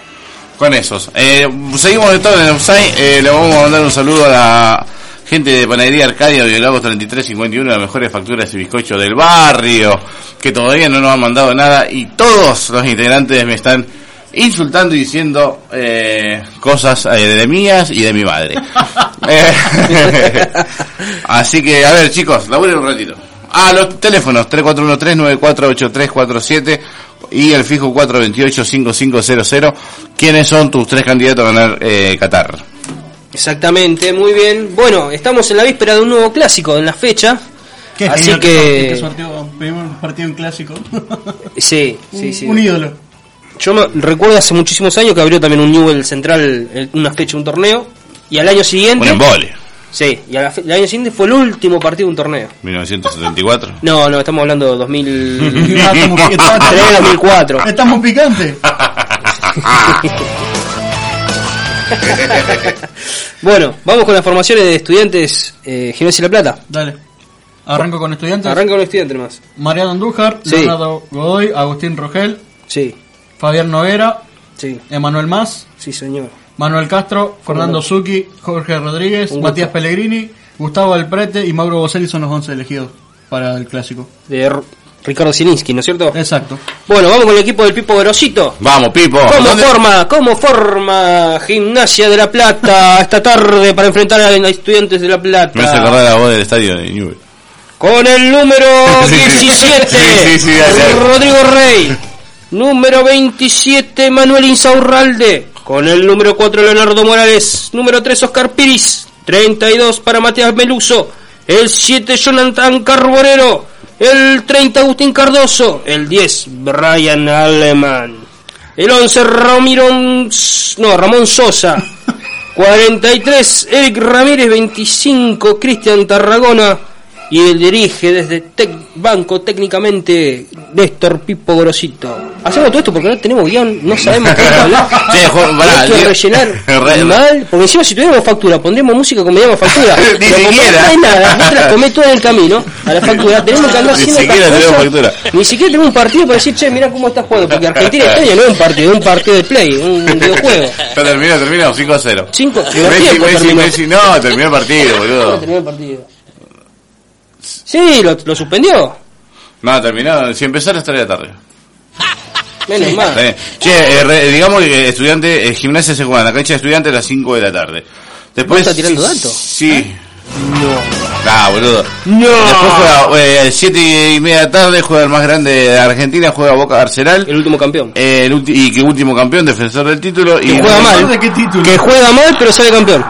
Con esos. Eh, seguimos de todo en el offside. Eh, le vamos a mandar un saludo a la gente de Panadería Arcadia, Biolagos 3351, las mejores facturas y bizcochos del barrio, que todavía no nos han mandado nada. Y todos los integrantes me están insultando y diciendo eh, cosas eh, de mías y de mi madre. Eh, (laughs) así que, a ver, chicos, laburen un ratito. Ah, los teléfonos 3413-948347 y el fijo 428-5500. ¿Quiénes son tus tres candidatos a ganar eh, Qatar? Exactamente, muy bien. Bueno, estamos en la víspera de un nuevo clásico en la fecha. Qué así genial, que. qué (laughs) sorteo, pedimos un partido en clásico. Sí, sí, sí. (laughs) Un ídolo. Yo me recuerdo hace muchísimos años que abrió también un Newell Central el- una fecha, un torneo. Y al año Un siguiente. embole. sí, y al, al año siguiente fue el último partido de un torneo. 1974. No, no, estamos hablando de 2003, Ah, estamos, picantes. 2004. (laughs) Estamos picantes. Bueno, vamos con las formaciones de estudiantes eh, Gimnasia y La Plata. Dale. Arranco con estudiantes. Arranca con estudiantes más. Mariano Andújar, Sí. Leonardo Godoy, Agustín Rogel, Sí, Fabián Noguera, sí, Emanuel Más, sí, señor. Manuel Castro, Fernando Zucchi, Jorge Rodríguez, Un gusto. Matías Pellegrini, Gustavo Alprete y Mauro Boselli son los 11 elegidos para el clásico. De R- Ricardo Zielinski, ¿no es cierto? Exacto. Bueno, vamos con el equipo del Pipo Grosito. Vamos, Pipo. ¿Cómo Oh, ¿Dónde- forma, cómo forma Gimnasia de La Plata esta tarde para enfrentar a los estudiantes de La Me hace Plata? acordar la voz del estadio de Newell. Con el número (laughs) Sí, sí. 17, Sí, sí, sí, dale. Rodrigo Rey. Número 27, Manuel Insaurralde. Con el número 4, Leonardo Morales. Número 3, Oscar Piris. 32 para Matías Meluso. El 7, Jonathan Carbonero. El 30, Agustín Cardoso. El 10, Brian Aleman. El 11, Ramiro. No, (laughs) Ramón Sosa. 43, Eric Ramírez. 25, Cristian Tarragona. Y el dirige desde Tec- Banco técnicamente Néstor Pipo Gorosito. Hacemos todo esto porque no tenemos guión, no sabemos qué hablar. (laughs) Che, Juan, Hay pará, que digo- rellenar (laughs) Re- mal, porque encima si tuviéramos factura, pondríamos música como mediamos factura. (laughs) Ni Pero como siquiera. No hay nada, no te la comés toda en el camino a la factura. Tenemos que andar Ni haciendo siquiera otras tenemos cosas. factura. Ni siquiera tenemos un partido para decir, che, mirá cómo está jugando, porque Argentina y España no es un partido, es un partido de play, un videojuego. (laughs) Ya terminó, terminó, 5 a 0. Cinco, primer Messi, tiempo Messi, terminó. Messi, no, terminó el partido, No boludo. terminó el partido. Sí, lo, lo suspendió. No, terminó, si empezó a las 3 de la tarde. Menos Está mal. bien. Che, eh, re- digamos que estudiante, eh, gimnasia se juega en la cancha de estudiante a las 5 de la tarde. Después, ¿Vos estás tirando datos? ¿Eh? Sí. No. Ah, boludo. No. Después juega, eh, a las 7 y media de la tarde juega el más grande de Argentina, juega Boca Arsenal. El último campeón. eh, el ulti- y que último campeón, defensor del título. Y Que juega mal. ¿De qué título? Que juega mal, pero sale campeón.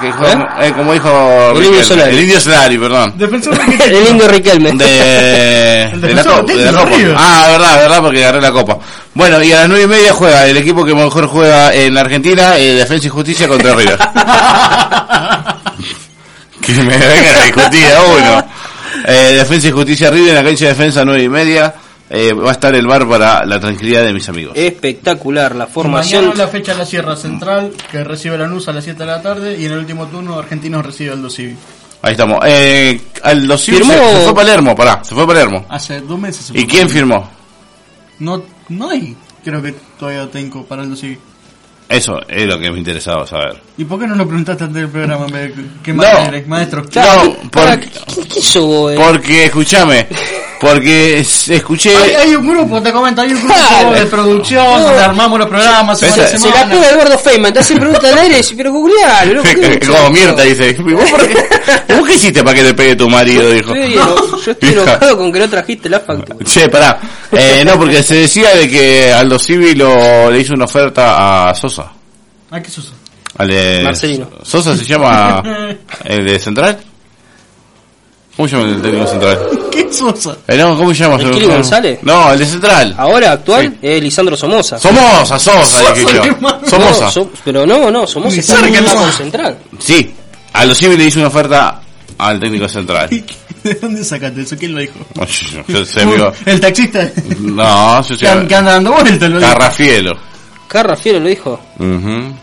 que juega- eh, como dijo El Indio Riquelme, Solari. el Indio Solari, perdón. Defensor de qué El lindo Riquelme. de, El de la, defensor copa, del de la Río. copa. Ah, verdad, verdad, porque agarré la copa. Bueno, y a las nueve y media juega el equipo que mejor juega en la Argentina, eh, Defensa y Justicia contra (laughs) River. que me vengan a discutir a uno. Eh, Defensa y Justicia River en la cancha de defensa nueve y media. Eh, va a estar el bar para la tranquilidad de mis Eh. amigos. Espectacular la formación. Mañana la fecha en la Sierra Central, que recibe la luz a las 7 de la tarde, y en el último turno Argentinos recibe al Dosivi. Ahí estamos. Eh, al los Civil Firmó- se, se fue a Palermo, pará, se fue a Palermo. Hace dos meses. se ¿Y fue. quién firmó? No, no hay, creo que todavía tengo para el Dosivi. Eso es lo que me interesaba saber. ¿Y por qué no lo preguntaste antes del programa? en vez de- ¿Qué No. madre eres, maestro? No, Pará, por- ¿qué, qué hizo vos, eh? Porque, escúchame, porque es- escuché... Hay, hay un grupo, te comento, hay un grupo Claro. de producción, donde armamos los programas, semana a Esa- Se la semana. pega el gordo Feynman, te hacen preguntas al aire, pero googlealo, loco, (laughs) ¿qué es Como eso? mierda, dice. ¿Y ¿Vos, por qué, ¿Vos qué hiciste para que te pegue tu marido? Dijo. Estoy eno- yo (laughs) estoy Hija. enojado con que no trajiste la factura. Che, pará. Eh, no, porque se decía de que Aldo Civi lo, le hizo una oferta a Sosa. Ah, ¿qué es eso? Al de- Marcelino. ¿Sosa se (laughs) llama el de Central? ¿Cómo se llama el técnico de Central? ¿Qué es eso? Eh, no, ¿Cómo se llama? ¿El Kili González? No, el de Central. Ahora, actual, Sí. es Lisandro Somoza. Somoza, Sosa, dije Sosa, yo. qué malo. Somoza. No, so- pero no, no, Somoza Ni está en cerca, el no. con Central. Sí, Aldo Civi le hizo una oferta al técnico de Central. ¿Y qué- ¿De dónde sacaste eso? ¿Quién lo dijo? Yo- yo- yo sé, amigo. El taxista No, yo que, an- que sé. anda dando vueltas. lo dijo. Carrafielo. Carra Fiero lo dijo. Ujú.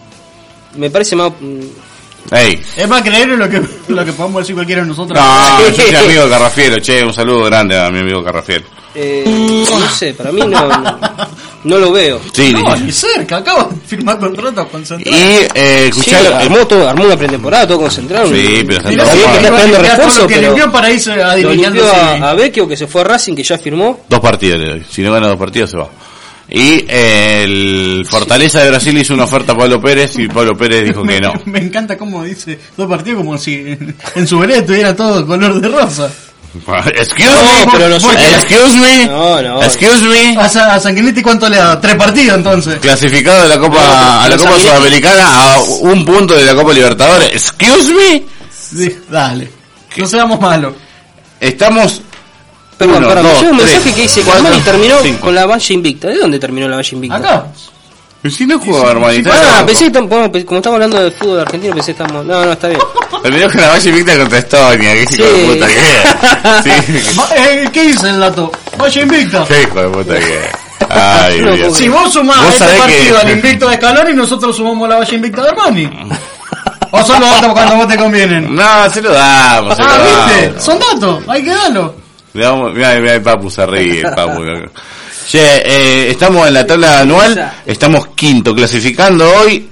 Me parece más. mm, Ey. Es más creer lo que, lo que podemos decir cualquiera de nosotros. No, yo (laughs) soy amigo de Carrafielo, che, un saludo grande a mi amigo Carrafielo. eh, no sé, para mí no, no, no lo veo. Sí, No, dije. ni cerca, acabo de firmar contrato con Central. Y, eh, Sí, escuchalo. armó, todo, armó una pretemporada, todo con Central. Sí, pero Y Santa Está lo bien Fe- que está esperando limpió a todo refuerzo, lo que pero- limpió para irse a Lo dirigir limpió al a, a Vecchio, que se fue a Racing, que ya firmó. Dos partidos le doy. Si no gana dos partidos se va. Y eh, el Fortaleza de Brasil hizo una oferta a Pablo Pérez y Pablo Pérez dijo que me, (laughs) no. (laughs) me encanta cómo dice dos partidos como si en su vereda estuviera todo color de rosa. Excuse No, me. pero nosotros- Excuse me. No, no. Excuse me. A, Sa- a Sanguinetti cuánto le da? Tres partidos entonces. Clasificado de la Copa a la Pero Copa Sanguinetti- Sudamericana a un punto de la Copa Libertadores. Excuse me. Sí, dale. No seamos malos. Estamos Perdón, Uno, dos, perdón, me llegó un tres, mensaje que dice que cuatro, Armani terminó cinco. con la valla invicta. ¿De dónde terminó la valla invicta? Acá. Si no jugaba hermanito. Ah, Tampoco. pensé que tam- bueno, pe- como estamos hablando de fútbol argentino, pensé que estamos. No, no, está bien. El video que la Valle Invicta contra Estonia, que hijo de puta que es. Sí, Va- eh, ¿Qué dice el dato? Vaya invicta. qué hijo de puta que es. Ay, No, Dios. Si vos sumás Vos este sabés partido (laughs) que- al invicto de Escalón y nosotros sumamos la valla invicta de Armani. O solo datos cuando vos (laughs) te convienen. No, se lo damos, se lo Ah, viste, damos. son datos, hay que darlo. Le damos, mirá, mirá, el Papu se ríe, el Papu. Che, eh, estamos en la tabla anual, estamos quinto, clasificando hoy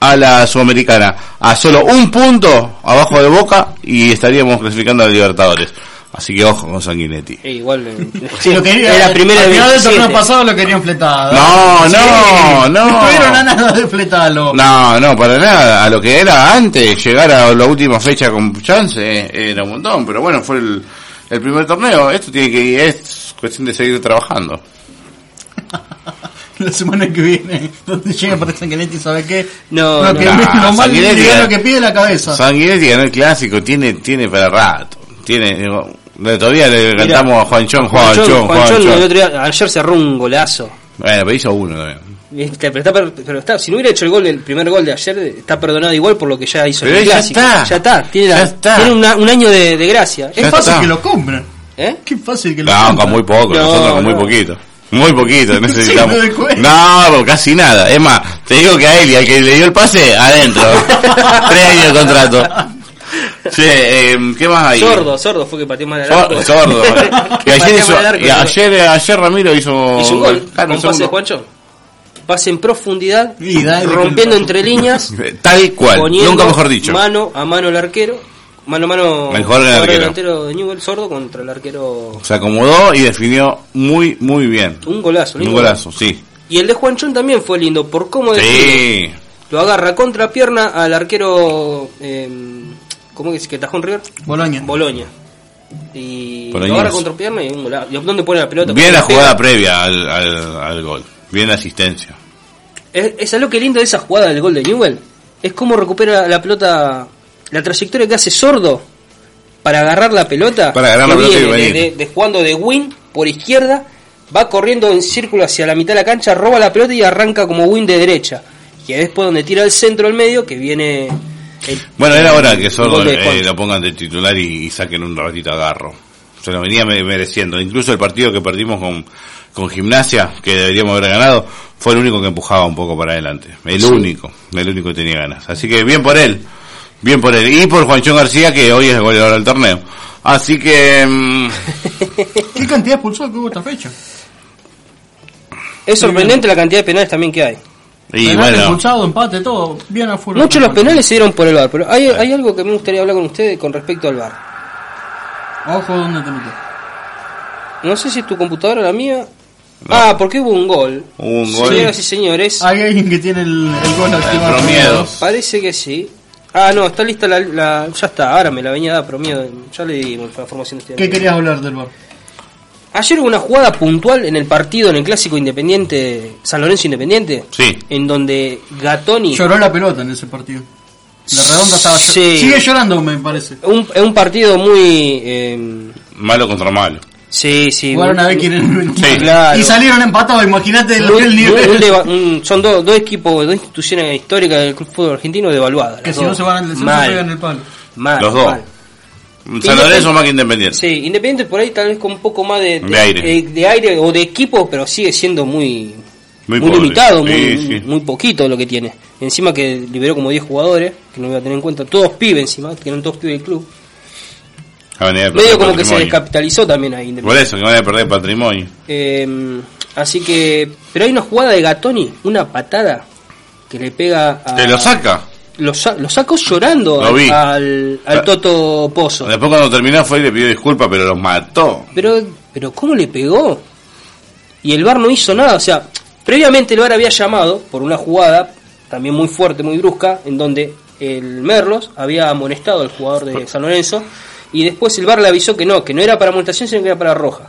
a la Sudamericana. A solo un punto abajo de Boca y estaríamos clasificando a Libertadores. Así que ojo con Sanguinetti. Eh, igual. eh, Si lo quería- era la primera al de final del 27. torneo pasado lo querían fletado. No, no, no. Estuvieron a nada de fletarlo. No, no, para nada. A lo que era antes, llegar a la última fecha con chance eh, era un montón. Pero bueno, fue el, el primer torneo. Esto tiene que es cuestión de seguir trabajando. La semana que viene, (laughs) donde llega para Sanguinetti, ¿sabe qué? No, lo no. que Ah, lo mal Sanguinetti, diga eh. lo que pide la cabeza. Sanguinetti ganó el clásico, tiene, tiene para rato. Tiene, digo, el otro día le Mirá. cantamos a Juanchón, Juanchón, Juanchón, Juanchón. Juanchón el otro día- ayer cerró un golazo. Bueno, pero hizo uno también. Este, pero, está, per- pero está, si no hubiera hecho el gol el primer gol de ayer, está perdonado igual por lo que ya hizo en Pero el ya clásico. está. Ya está, tiene, la- Ya está. tiene una- un año de, de gracia. Qué Es fácil está. que lo compren. ¿Eh? Qué fácil que lo No, compren. con muy poco, No, nosotros con muy no. poquito. Muy (laughs) poquito, necesitamos. Sí, me doy cuenta. No, pero casi nada. Es más, te digo que a él y al que le dio el pase, (laughs) adentro. Tres años de contrato. Sí, eh, ¿qué más hay? Sordo, sordo fue que pateó mal al arco. Sor- (laughs) Sordo. eh. Y Que pateó ayer, hizo- mal al arco, y sordo. ayer, ayer Ramiro hizo, Hizo un gol. Claro, con el pase de segundo. Juancho. Pase en profundidad, Y dale, rompiendo (laughs) entre líneas, Eh, Tal cual, poniendo nunca mejor dicho. mano a mano el arquero. Mano a mano Mejor el arquero. delantero de Newell sordo contra el arquero. Se acomodó y definió muy, muy bien. Un golazo, Un lindo. golazo, sí. Y el de Juanchón también fue lindo, por cómo define. Sí. Lo agarra contra pierna al arquero. eh, ¿Cómo que es que tajó en River? Boloña. Boloña. Y Boloña lo agarra es- contra pierna y un golazo. ¿Y dónde pone la pelota? Bien Pone la pega. jugada previa al, al, al gol. Bien la asistencia. Es, es algo que lindo de esa jugada del gol de Newell. Es como recupera la pelota, la trayectoria que hace Sordo para agarrar la pelota. Para agarrar que la pelota y viene de, venir. de- de jugando de win por izquierda, va corriendo en círculo hacia la mitad de la cancha, roba la pelota y arranca como win de derecha. Y es después donde tira el centro al medio que viene. el- Bueno, era hora que el Sordo gol de eh, Juan. lo pongan de titular y, y saquen un ratito a Garro. Se lo venía me- mereciendo. Incluso el partido que perdimos con, con Gimnasia, que deberíamos haber ganado, fue el único que empujaba un poco para adelante. El único, el único que tenía ganas. Así que bien por él, bien por él. Y por Juanchón García, que hoy es el goleador del torneo. Así que... mm, ¿Qué cantidad expulsó que hubo esta fecha? Es sorprendente la cantidad de penales también que hay. y Penal, bueno, Expulsado, empate, todo. Bien a full. Muchos de los penales se dieron por el bar, pero hay, hay algo que me gustaría hablar con ustedes con respecto al bar. Ojo donde te metes. No sé si es tu computadora o la mía. Ah, porque hubo un gol. Hubo un gol. Señoras y señores, Hay alguien que tiene el, el gol activado. Promiedo. parece que sí. Ah, no, está lista la, la- Ya está, ahora me la venía a dar, pero miedo. Ya le dimos la formación de este ¿Qué año. querías hablar del bar? Ayer hubo una jugada puntual en el partido, en el clásico independiente, San Lorenzo Independiente. Sí. En donde Gatoni. Lloró la pelota en ese partido. La redonda estaba llo- Sí. Sigue llorando, me parece. Un, es un partido muy. eh, malo contra malo. sí, sí. Jugaron muy- a ver quién era el Sí, claro. Y salieron empatados, imagínate el, muy- el nivel. muy deva- un- son dos, dos equipos, dos instituciones históricas del club fútbol argentino devaluadas. (laughs) que las si no dos. se van al se Mal, pegan el palo. mal, Los dos. mal. San Lorenzo más que Independiente. Sí, Independiente por ahí tal vez con un poco más de, De aire. eh, de aire o de equipo, pero sigue siendo muy, Muy muy, pobre. limitado, Sí, muy, sí. muy poquito lo que tiene. Encima que liberó como 10 jugadores, que no voy a tener en cuenta, todos pibes encima, que eran todos pibes del club. Avenida de Medio como que se Patrimonio. descapitalizó también ahí Por Independiente. eso, que van a perder patrimonio. Eh, así que, pero hay una jugada de Gatoni, una patada que le pega a... ¿Te Eh, lo saca? Lo, sa- lo sacó llorando Lo al- vi. al, al Toto Pozo. Después cuando terminó fue y le pidió disculpas, pero los mató. Pero, pero ¿cómo le pegó? Y el VAR no hizo nada, o sea, previamente el VAR había llamado por una jugada también muy fuerte, muy brusca, en donde el Merlos había amonestado al jugador de San Lorenzo y después el VAR le avisó que no, que no era para amonestación, sino que era para roja.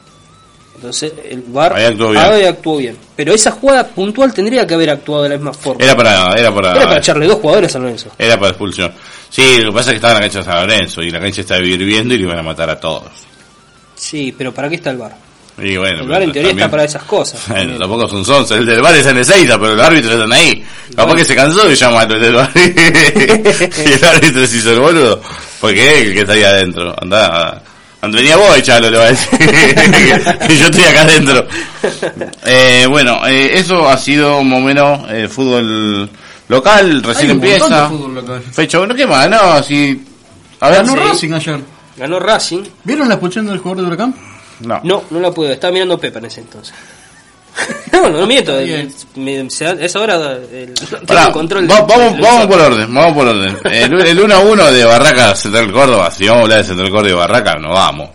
Entonces el VAR Ahí actuó bien. ahí actuó bien. Pero esa jugada puntual tendría que haber actuado de la misma forma. Era para... Era para, Era para echarle dos jugadores a San Lorenzo. era para expulsión. Sí, lo que pasa es que estaba en la cancha de San Lorenzo y la cancha está hirviendo y le iban a matar a todos. Sí, pero ¿para qué está el VAR? Y bueno, El VAR en pero teoría está también- para esas cosas. Eh, Bueno, tampoco son once. El del bar es en Ezeiza, pero los árbitros están ahí. Capaz que se cansó y llamó al del bar. (laughs) y el árbitro se hizo el boludo. Porque él el que está ahí adentro. Andá. Andá, venía vos, Chalo, le va a decir. (laughs) Que yo estoy acá adentro. Eh, bueno, eh, eso ha sido más o menos eh, fútbol local. Recién Hay un montón empieza. de fútbol local. Fecha, bueno, ¿qué más? No, si... A ver, Ganó sí. Racing ayer. Ganó Racing. ¿Vieron la expulsión del jugador de Huracán? No. No, no la puedo, estaba mirando Pepa en ese entonces. (laughs) no, no miento, Está el- me- se da- es ahora el, tengo Pará, el control. va- del- vamos, del- vamos por orden, vamos por orden. El, el 1 a 1 de Barraca Central Córdoba, si vamos a hablar de Central Córdoba y Barraca, no vamos.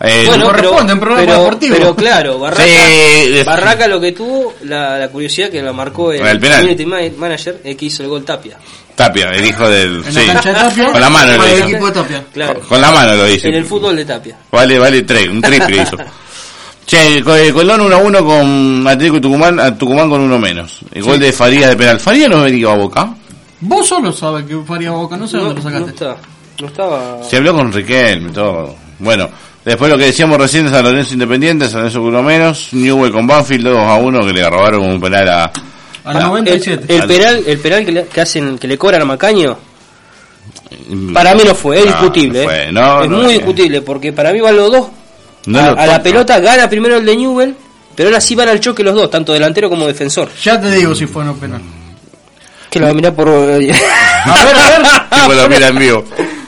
El- Bueno, pero, No corresponde, un programa pero, deportivo. pero claro, Barraca, Sí, es- Barraca lo que tuvo, la, la curiosidad que la marcó el, El penal. community ma- manager eh, que hizo el gol Tapia. Tapia, el hijo del... En sí. la cancha de Tapia. Con la mano lo Para el hizo. equipo de Tapia. Claro, Con la mano lo dice. en el fútbol de Tapia. Vale, vale, tres, un triple hizo. Che, el Col- el Colón 1 a 1 con Atlético y Tucumán, a Tucumán con uno menos. El gol de Farías de penal. Farías no venía a Boca. Vos solo sabes que Faría Boca, no sé No, dónde lo no sacaste. está, no estaba. Se habló con Riquelme y todo. Bueno, después lo que decíamos recién de San Lorenzo Independiente, San Lorenzo con uno menos, Newell con Banfield 2 a 1 que le robaron un penal a, Al 97. El, el penal, el penal que, le, que hacen, que le cobran a Macaño, para mí no fue, es No, discutible. no fue, eh. no, es no, muy eh. discutible, porque para mí van los dos. No a, lo a la toco. (laughs) pelota gana primero el de Newell, pero ahora sí van al choque los dos, tanto delantero como defensor. Ya te digo si fue o no penal. Que lo va a mirar por. eh, a (laughs) ver, (laughs) a Tipo lo mira en vivo.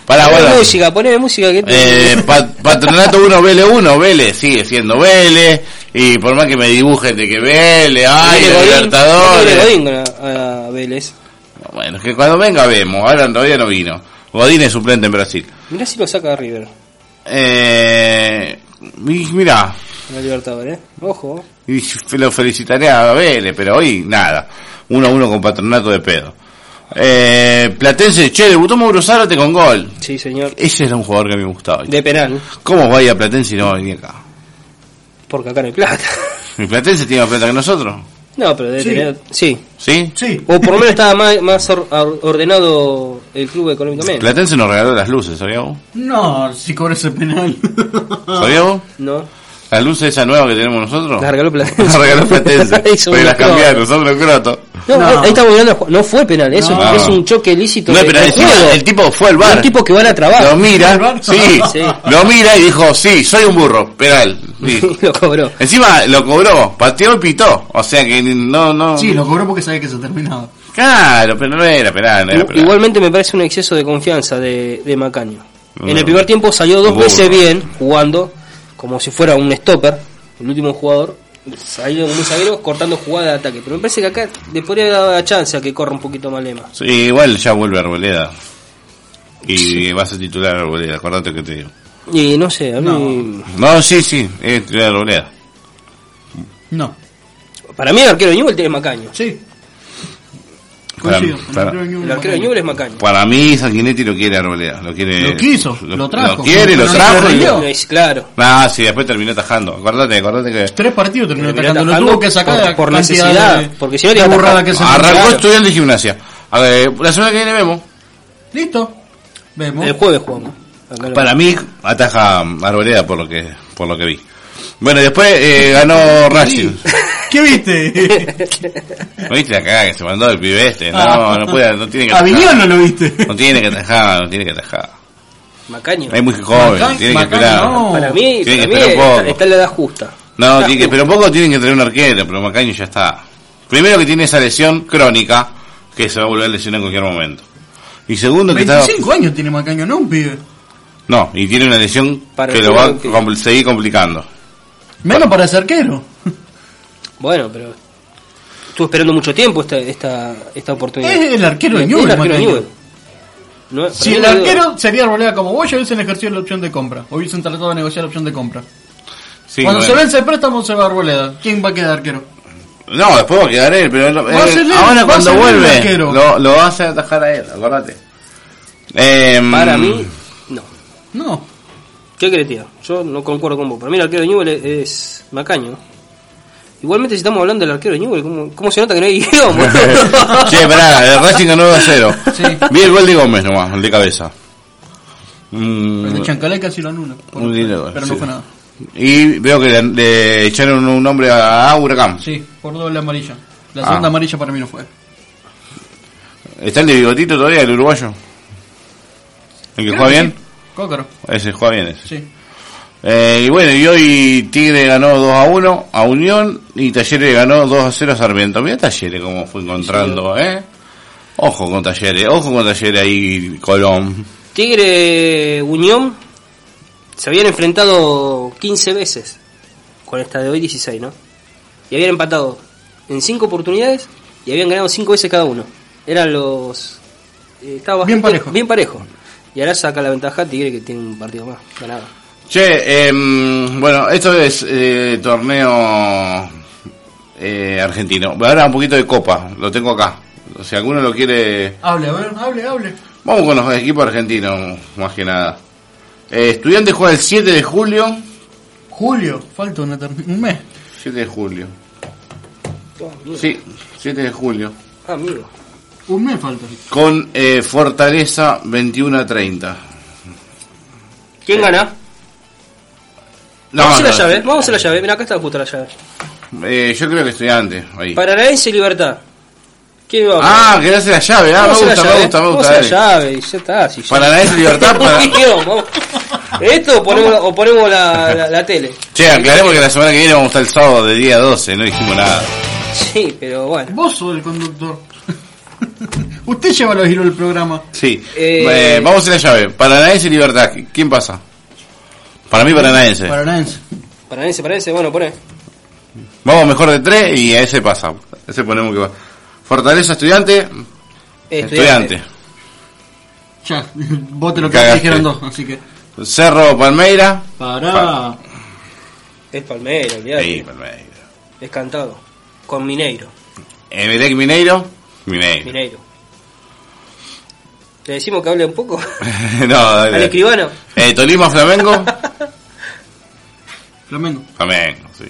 Para, Poneme bueno. música, poneme música (laughs) que te- Eh, pa- patronato 1, Vélez 1, Vélez sigue siendo Vélez. Y por más que me dibujen de que Vélez, ay, Viene los Godín, Libertadores. viene Godín con a- a Vélez. Bueno, que cuando venga vemos. Ahora todavía no vino. Godín es suplente en Brasil. Mirá si lo saca a River, Eh, y mirá, en la Libertadores. eh. Ojo. y lo felicitaré a Vélez, pero hoy nada. 1 a 1 con patronato de pedo. Eh, Platense, che, debutó Mauro Zárate con gol. Sí, señor. Ese era un jugador que a mí me gustaba. De penal, ¿Cómo vaya a Platense y no va a venir acá? porque acá no hay plata. (laughs) ¿El Platense tiene más plata que nosotros? No, pero debe Sí. tener. Sí. ¿Sí? Sí. O por lo menos estaba más, más or- or- ordenado el club económicamente. Platense nos regaló las luces, ¿sabías vos? No, si cobra (laughs) ese penal. ¿Sabías vos? No. Las luces esas nuevas que tenemos nosotros. Las regaló Platense. (laughs) Las regaló Platense. (laughs) Hizo pero un las croto. cambiaron, nosotros croto. No, No. ahí- ahí estamos mirando. el ju- No fue penal, eso No. es un choque ilícito. No, de- pero de encima juego. el tipo fue al bar. Un tipo que van a Lo (laughs) trabajar. mira, sí, Sí. lo mira y dijo, sí, soy un burro, penal. Sí. lo cobró. Encima lo cobró, pateó y pitó. O sea que no, no. Sí, lo cobró porque sabía que se terminaba. Claro, pero no era penal, no era penal. Igualmente me parece un exceso de confianza de, de Macaño. No. En el primer tiempo salió dos Burro. veces bien jugando, como si fuera un stopper, el último jugador. Salió como un zaguero cortando jugada de ataque. Pero me parece que acá le podría dar la chance a que corra un poquito más Lema. Sí, igual ya vuelve Arboleda. Y vas a titular Arboleda, acordate que te digo. Y no sé, a mí. No, sí, sí, es titular Arboleda. No. Para mí el arquero de Newell es Macaño. Sí. Para- Coincido. para- No creo en El un- arquero de Newell es Macaño. Para mí Sanguinetti lo quiere Arboleda, lo quiere... Lo quiso, lo trajo. Lo quiere, lo No, no, trajo. no, y- no, no. Es claro. Ah, sí, después terminó tajando. Acordate, acordate que... Tres partidos terminó Terminó atacando. Lo atajando tuvo que sacar por- de la por cantidad necesidad, de- porque si no de le iba a burrada atacar. que se Arrancó mandó. estudiante de gimnasia. A ver, la semana que viene vemos. Listo. Vemos. El jueves jugamos. Acá no. Para mí ataja Arboleda por lo que por lo que vi. Bueno, después eh, ganó Racing. (laughs) ¿Qué viste? ¿No viste la cagada que se mandó el pibe este? No, Ah. no puede, no tiene que A Viñón no atajar. lo viste. No tiene que atajar, no tiene que atajar. Macaño. Es muy joven, Macan- tiene que Macan, esperar. no. Para mí, Tiene para que mí esperar un está, poco. está en la edad justa. No, tiene que, pero poco tienen que tener un arquero, pero Macaño ya está. Primero que tiene esa lesión crónica, que se va a volver a lesionar en cualquier momento. Y segundo que está... 25 años tiene Macaño, ¿no? Un pibe. No, y tiene una lesión Para que el lo va a fútbol que- compl- seguir complicando. Menos para ser arquero. Bueno, pero estuve esperando mucho tiempo esta esta, esta oportunidad. Es el arquero de Es Newell's, el arquero de Macaño. Newell's. No, Si el para mí no- arquero sería arboleda como vos, ya hubiesen ejercido la opción de compra. O hubiesen tratado de negociar la opción de compra. Sí, Cuando bueno. se vence el préstamo, se va arboleda. ¿Quién va a quedar arquero? No, después va a quedar él, pero Va a eh, ser él, va ahora a cuando ser él el vuelve arquero. lo, lo vas a atajar a él, acordate. Eh, Para mí, Mm. no. No. ¿Qué crees, tío? Yo no concuerdo con vos. Para mí el arquero de Newell es, es Macaño. Igualmente, si estamos hablando del arquero de Newell, ¿cómo, cómo se nota que no hay (laughs) (laughs) guión? boludo? (laughs) Che, pará, el Racing ganó 9 a 0. Sí. Vi el gol de Gómez nomás, el de cabeza. Mm, El de Chancalay casi lo anula. Por- Un lindo gol, Pero no sí. fue nada. y veo que le, le echaron un nombre a Huracán. Sí, por doble amarilla. La Ah. segunda amarilla para mí no fue. ¿Está el de bigotito todavía, el uruguayo? ¿El que Creo juega que bien? sí. Cócaro, Ese juega bien ese. sí. Eh, y bueno, y hoy Tigre ganó 2 a 1 a Unión y Talleres ganó 2 a 0 a Sarmiento. Mira Talleres cómo fue encontrando, ¿eh? Ojo con Talleres, ojo con Talleres ahí, Colón. Tigre Unión se habían enfrentado 15 veces con esta de hoy 16, ¿no? Y habían empatado en 5 oportunidades y habían ganado 5 veces cada uno. Eran los... eh, estaba Bien bastante- parejo. Bien parejo. Y ahora saca la ventaja Tigre que tiene un partido más ganado. Che, em, bueno, esto es eh, torneo eh, argentino. Ahora un poquito de copa, lo tengo acá. Si alguno lo quiere... Hable, a ver, hable, hable. Vamos con los equipos argentinos, más que nada. Eh, Estudiantes juega el 7 de julio. Julio, falta una etern- un mes. 7 de julio. Sí, 7 de julio. Ah, amigo. Un mes falta. Con eh, Fortaleza 21 a 30. ¿Quién gana? Vamos a Ah, la llave, vamos a la llave. Mira, acá está justo la llave. Eh, yo creo que estudiante. Ahí. Paranaense y Libertad. ¿Qué va? Ah, querés hacer la llave. Ah, me Vamos a hacer gusta, la me llave, gusta, me vamos gusta. a dale. hacer la llave y ya está. si ya- Para la es (laughs) libertad, para- Bien, vamos. Esto o ponemos, o ponemos la, la- la tele. Che, aclaremos que la semana que viene vamos a estar el sábado de día 12, no dijimos nada. Sí, pero bueno. Vos sos el conductor. (laughs) Usted lleva los hilos del programa. Sí. Eh, Eh, vamos a hacer la llave. Paranaense y libertad. ¿Quién pasa? Para mí, paranaense. Paranaense. Paranaense, paranaense, bueno, poné. Eh, Vamos mejor de tres y a ese pasa. Ese ponemos que va. Fortaleza estudiante. Estudiante. Ya, (laughs) vos te lo que Cagaste. dijeron dos, así que. Cerro Palmeira. Pará. Es Palmeira, olvidate. Sí, Palmeira. Es cantado. Con Mineiro. Emelec Mineiro. Mineiro. (laughs) Mineiro. ¿Le decimos que hable un poco? no, dale, Al dale. escribano. Eh, Tolima (laughs) Flamengo. Flamengo. Flamengo, sí.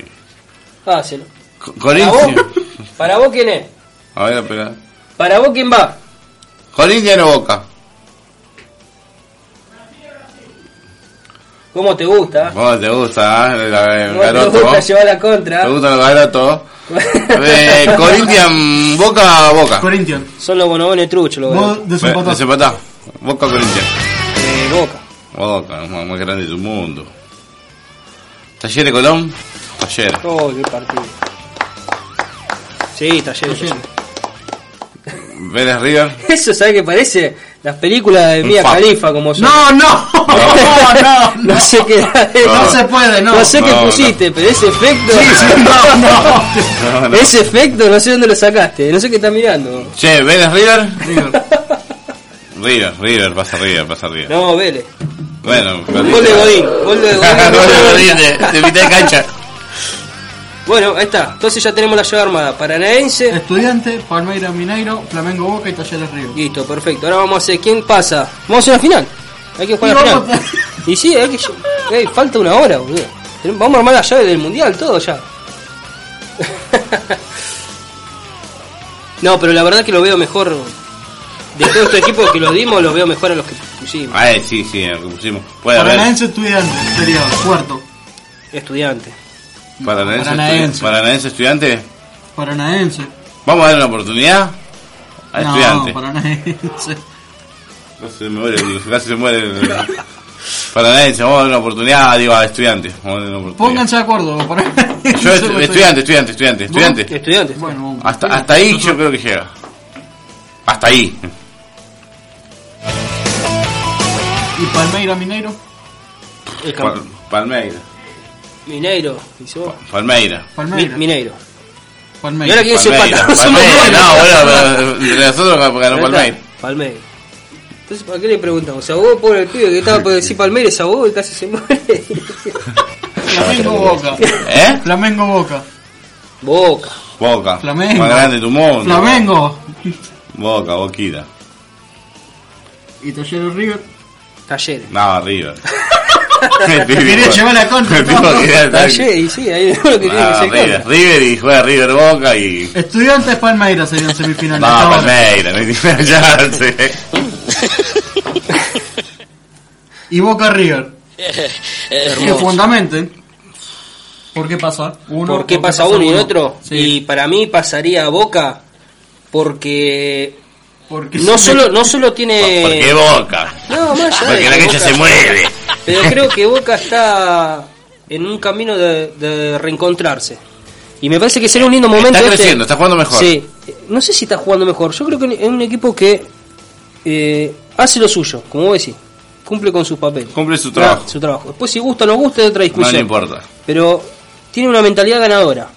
Páselo. Co- Ah, ¿Para vos? Corinthians. ¿Para vos quién es? A ver, espera. ¿Para vos quién va? Corinthians o Boca. ¿Cómo te gusta? ¿Cómo te gusta? eh? La- el ¿Cómo te garoto. gusta llevar la contra? Te gustan los garotos. (laughs) Eh, Corinthians, Boca, Boca. Corinthians. Son los bonobones truchos, los garotos. Eh, desempatá. Boca, Corinthians. Eh, Boca. Boca, el más más grande del mundo. Taller de Colón, Taller. Oh, qué partido. Sí, talleres. Vélez River. (laughs) Eso, ¿sabes qué parece? Las películas de Un Mia fap. Khalifa, como son. No, (laughs) no, (laughs) no, no, sé qué. No se puede, no. sé qué No, no. pusiste, pero ese efecto. no, no. No, no. Ese efecto, no sé dónde lo sacaste. No sé qué estás mirando. Che, Vélez (laughs) River. River, River, pasa River, pasa River. No, Vélez. Bueno, Gol de (laughs) Godín. Gol de Godín. Gol de Godín de, de mitad de cancha. Bueno, ahí está. Entonces ya tenemos la llave armada. (laughs) Paranaense. Estudiante, Palmeira Mineiro, Flamengo Boca y Talleres Río. Listo, perfecto. Ahora vamos a hacer quién pasa. Vamos a hacer la final. Hay que jugar Y la vamos final. Y sí, hay que. Ey, falta una hora, boludo. Tenemos- Vamos a armar la llave del mundial, todo ya. (laughs) no, pero la verdad que lo veo mejor. De todos estos equipos que los dimos, los veo mejor a los que pusimos. Ah, eh, sí, sí, lo que pusimos. Puede haber. Paranaense estudiante, sería cuarto. Estudiante. Paranaense, Paranaense. estu- Paranaense estudiante. Paranaense. Vamos a dar una oportunidad a no, Ah, estudiante. paranaense. Casi se muere, el- casi se muere. (laughs) el- Paranaense, vamos a dar una oportunidad, digo, a estudiante. Vamos a dar una oportunidad. Pónganse de acuerdo. paranaense. Yo, estu- estudiante, estudiante, estudiante, estudiante. Estudiante. Bueno, Hasta, hasta ahí yo creo que llega. Hasta ahí. y Palmeira Mineiro, El Pal- campo. Palmeira. Mineiro. dice vos. Palmeira. Mi- Palmeira. Mineiro. Y ahora Palmeira. quién se Palmeira. empata. Somos Palmeira. dos. No, bueno, pero de nosotros ganó Ahí está, Palmeira. Palmeira. Entonces, ¿para qué le preguntamos? O sea, vos, pobre el pibe que estaba por decir Palmeira, es a vos y casi se muere. (laughs) Flamengo Boca. ¿Eh? Flamengo Boca. Boca. Boca. Flamengo. Más grande tu mundo. Flamengo. Boca, Boquita. Y Talleres River. Talleres. No, (laughs) River. (laughs) El tipo- Quería llevar la (laughs) contra, El tipo no. quería estar- Talleres, y sí, ahí (laughs) es lo que Ah, tiene que River, ser. River y juega River Boca y. Estudiantes Palmeira serían semifinales. No, Hasta ahora. Palmeira, no hay (laughs) ninguna chance. Y Boca River. que fundamente. ¿Por qué pasa uno? ¿Por qué pasa uno y el otro? Y para mí pasaría a Boca porque Porque no siempre- (laughs) solo, no solo ¿Por qué tiene... Boca? No, más allá de Porque que la cancha Boca- se mueve. Pero creo que Boca está en un camino de, de reencontrarse. Y me parece que sería un lindo momento. Está este. creciendo, está jugando mejor. Sí. No sé si está jugando mejor. Yo creo que es un equipo que eh, hace lo suyo, como vos decís. Cumple con sus papeles. Cumple su trabajo. Su trabajo. Después, si gusta o no gusta, es otra No discusión. le importa. Pero tiene una mentalidad ganadora.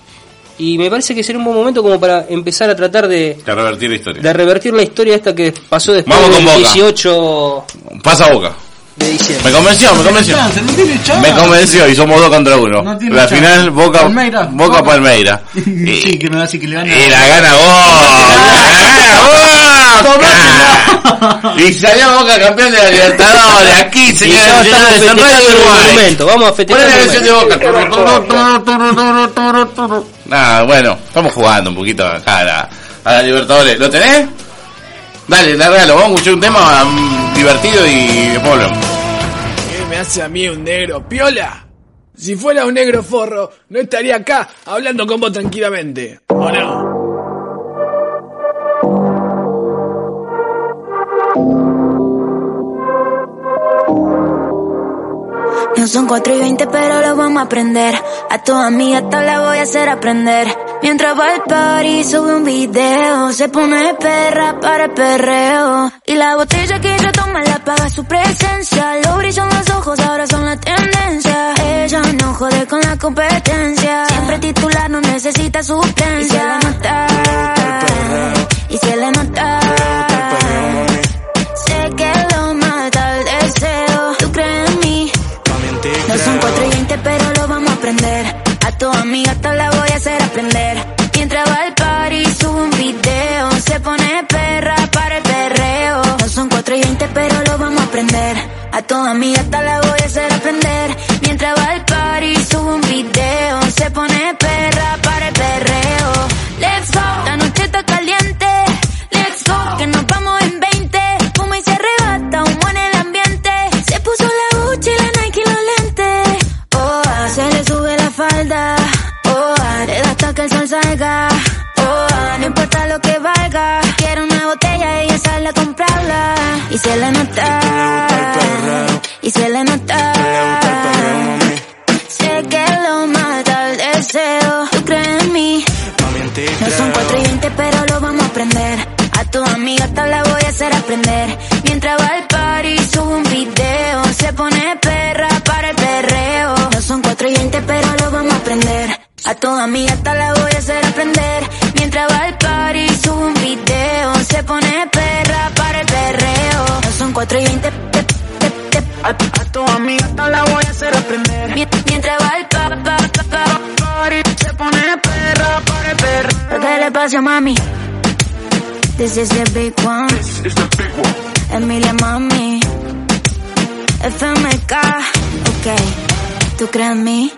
Y me parece que sería un buen momento como para empezar a tratar de, Te revertir la historia. de revertir la historia esta que pasó después Vamos con del Boca. 18 Pasa Boca. de diciembre. Me convenció, me No tiene convenció. chance, no tiene chance. Me convenció y somos dos contra uno. Ah. No tiene la chance. final Boca Palmeira. Palmeira. Boca (laughs) Palmeira. Y, sí, que no así que le gana. y la gana vos. La gana Boca. Y salió Boca campeón de la Libertadores. Aquí, Y ya señores, estamos señores, en festejando Radio el Uruguay. monumento. Vamos a festejar Poné la el canción de monumento. Boca. Nada, bueno, estamos jugando un poquito acá a la, a la Libertadores. ¿Lo tenés? Dale, largalo. Vamos a escuchar un tema mm, divertido y después hablamos. ¿Qué me hace a mí un negro piola? Si fuera un negro forro, no estaría acá hablando con vos tranquilamente, ¿o no? No son 4 y 20, pero lo vamos a aprender. A tu amiga hasta la voy a hacer aprender. Mientras va al party, sube un video. Se pone perra para el perreo. Y la botella que ella toma la paga su presencia. Lo brillan los ojos, ahora son la tendencia. Ella no jode con la competencia. Siempre titular, no necesita sustancia. Y se le nota. Y se le nota. Sé que lo mata el deseo. Tú crees en mí. No son 4 y 20, pero lo vamos a aprender. A tu amiga hasta la voy a hacer aprender. Mientras va al party, sube un video. Se pone perra para el perreo. No son 4 y 20, pero lo vamos a aprender. A tu amiga hasta la voy a hacer aprender. Mientras va al party, sube un video. Se pone perra para el perreo. Let's go. La noche está caliente. Let's go. Que nos vamos en 20. Fuma y se arrebata, humo en el ambiente. Se puso la Gucci, la Nike y los lentes. Oh, ah, se le sube la falda. Oh, ah, le da hasta que el sol salga. Oh, ah, no importa lo que valga. Quiero una botella y ella sale a comprarla. Y se le nota. Y se le nota. Sé que lo mata el deseo. ¿Tú crees en mí? No son 4 y 20, pero lo vamos a aprender. A tu amiga hasta la voy a hacer aprender. Mientras va al party, sube un video. Se pone perra para el perreo. No son 4 y 20, pero lo vamos a aprender. A tu amiga hasta la voy a hacer aprender. Mientras va al party, sube un video. Se pone perra para el perreo. No son 4 y 20, a, a tu amiga hasta la voy a hacer aprender. Mien- Mientras va el pa, pa, pa, pa- party, se pone perra para el perro. ¿Qué le pasa, mami? This is the big one. This is the big one. Emilia, mami. FMK. Ok. ¿Tú crees en mí?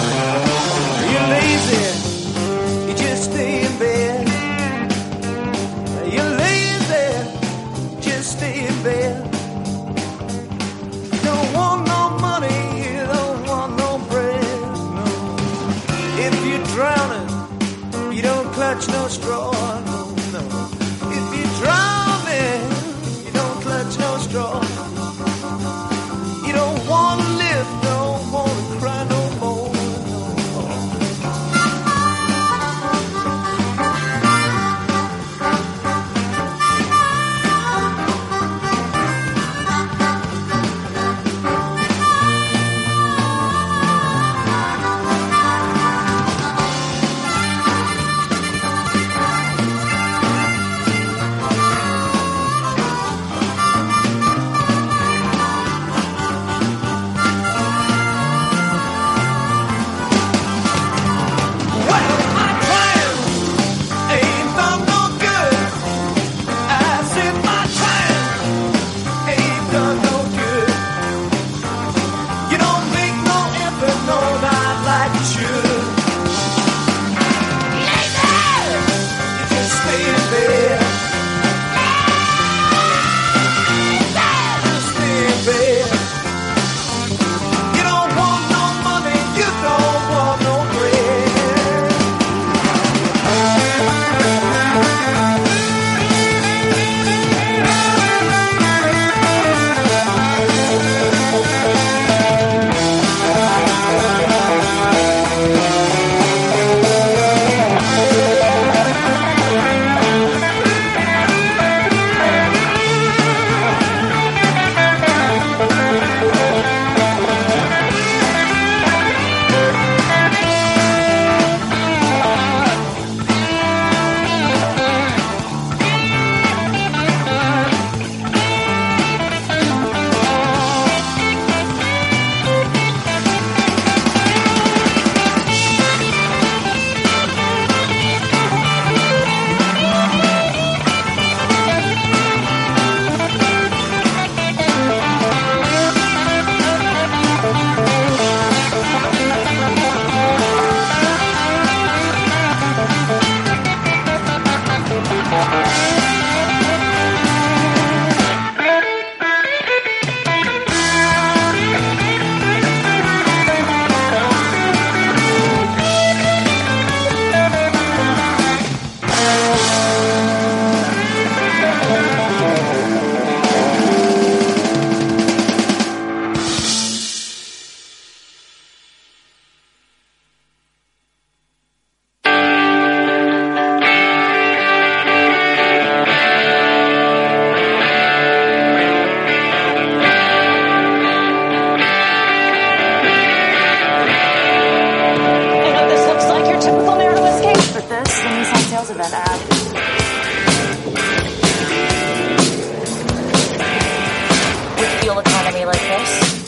You're lazy. You just stay in bed. You're lazy. Just stay in bed. You don't want no money. You don't want no bread. No. If you're drowning, you don't clutch no straw. No, no. If you're drowning, you don't clutch no straw. You don't want to live. Don't want to cry no more.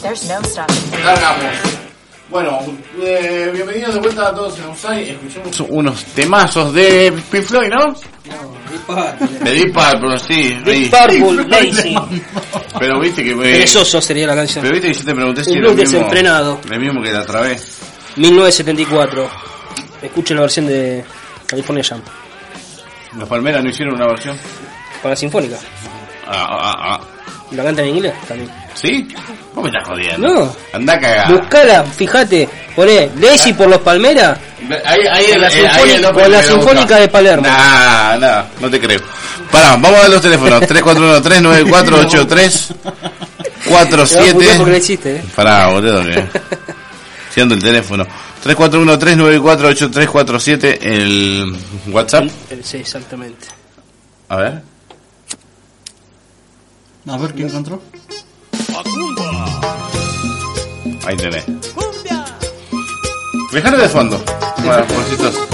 There's no stopping. Largamos. Bueno, eh, bienvenidos de vuelta a todos en Usai. Escuchemos unos temazos de Pink Floyd, ¿no? De Deep Purple, sí. ahí. Deep Purple, Lazy. Pero viste que... eh, Perezoso sería la canción. Pero viste que yo te pregunté si Un era lo blues mismo, desenfrenado. lo mismo que la otra vez. 1974. Escuchen la versión de California Jam. Los Palmeras no hicieron una versión. Con la sinfónica. Ah, ah, ah. ¿La cantan en inglés? También. ¿Sí? ¿Cómo me estás jodiendo? No. Andá a cagar. Buscala, fíjate. Poné Lazy por los Palmeras. Ahí, ahí con el- la, eh, ahí el sinfónica, López con la me gusta. sinfónica de Palermo. Nah, nah, no te creo. Pará, vamos a ver los (laughs) teléfonos. 3413-9483. Te va a putear porque 47. la hiciste, eh. Pará, boludo. que- Siendo el teléfono. 3413-948347. El WhatsApp. Eh, Sí, exactamente. A ver. A ver, ¿qué encontró? Ahí tenés. Dejalo de fondo. Bueno, por chistoso.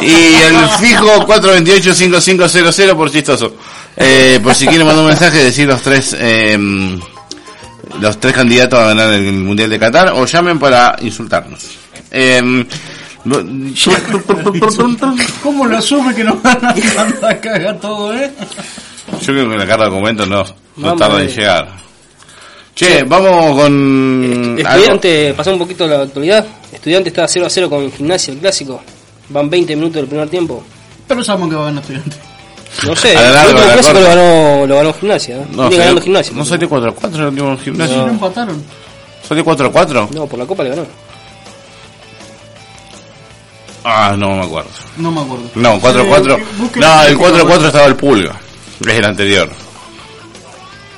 Y el fijo 428-5500 por chistoso. Eh, por si quieren mandar un mensaje, decir los tres eh, los tres candidatos a ganar el Mundial de Qatar o llamen para insultarnos. Eh, ¿Cómo lo asume que nos (laughs) van a mandar a cagar todo, eh? Yo creo que la carta de documentos no, no Vamos tarda en ahí. llegar. Che, vamos con... algo. Este, Estudiante, pasamos un poquito a la actualidad. Estudiante está 0 a 0 con Gimnasia, el clásico. Van 20 minutos del primer tiempo. Pero sabemos que va a ganar estudiante. No sé, A la el larga, último a la clásico lo corta. ganó, lo ganó Gimnasia. ¿eh? No, Viene ganando salió, Gimnasia. no salió 4 a 4 el último Si gimnasio. no empataron. ¿Salió 4 a 4? No, por la Copa le ganó. Ah, no me acuerdo. No me acuerdo. No, 4 a Eh, 4. busquen- No, el 4 a 4 estaba el Pulga. Es el anterior.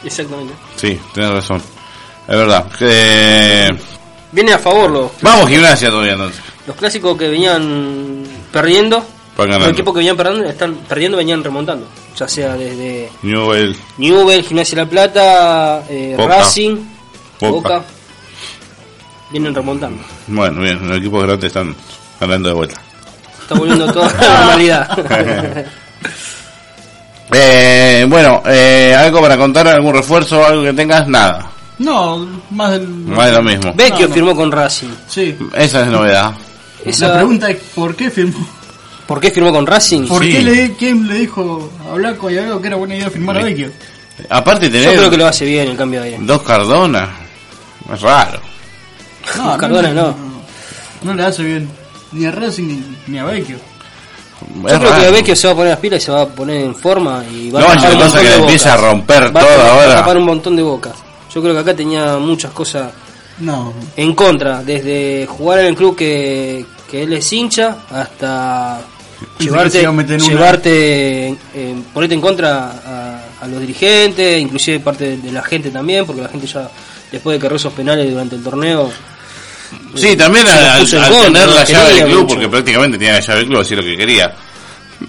Exactamente. Sí, tenés razón. Es verdad. Eh, Viene a favor los, vamos, gimnasia todavía entonces. los clásicos que venían perdiendo. Van Los ganando. equipos que venían perdiendo, están perdiendo venían remontando. Ya sea desde Newell, Newell, Gimnasia La Plata, eh, Boca. Racing, Boca. Boca. Vienen remontando. Bueno, bien, los equipos grandes están ganando de (laughs) vuelta. Está volviendo toda la (laughs) normalidad. Eh, bueno, eh, algo para contar, algún refuerzo, algo que tengas, nada. No, más del. Más de lo mismo. Vecchio No, no. firmó con Racing. Sí. Esa es novedad. Esa- La pregunta es: ¿por qué firmó? ¿Por qué firmó con Racing? ¿Por qué le, quién le dijo a Blanco y algo que era buena idea firmar a Vecchio? Aparte Yo creo que tener lo hace bien el cambio de aire. dos Cardona. Es raro. No, Cardona le- no. No le hace bien ni a Racing ni, ni a Vecchio. Yo Es creo que raro. Vecchio se va a poner las pilas y se va a poner en forma y va No, a lo que un pasa montón es que de le empieza bocas. a romper Va a todo tapar- va a ahora. tapar un montón de bocas. Yo creo que acá tenía muchas cosas No, en contra, desde jugar en el club que, que él es hincha hasta Pensé que se llevarte, iba a meter una. llevarte eh, ponerte en contra a, a los dirigentes, inclusive parte de, de la gente también, porque la gente ya después de que erró esos penales durante el torneo. Sí, también se al, los puso al- en al contra, tener la quería llave del club, mucho. porque prácticamente tenía la llave del club, así lo que quería.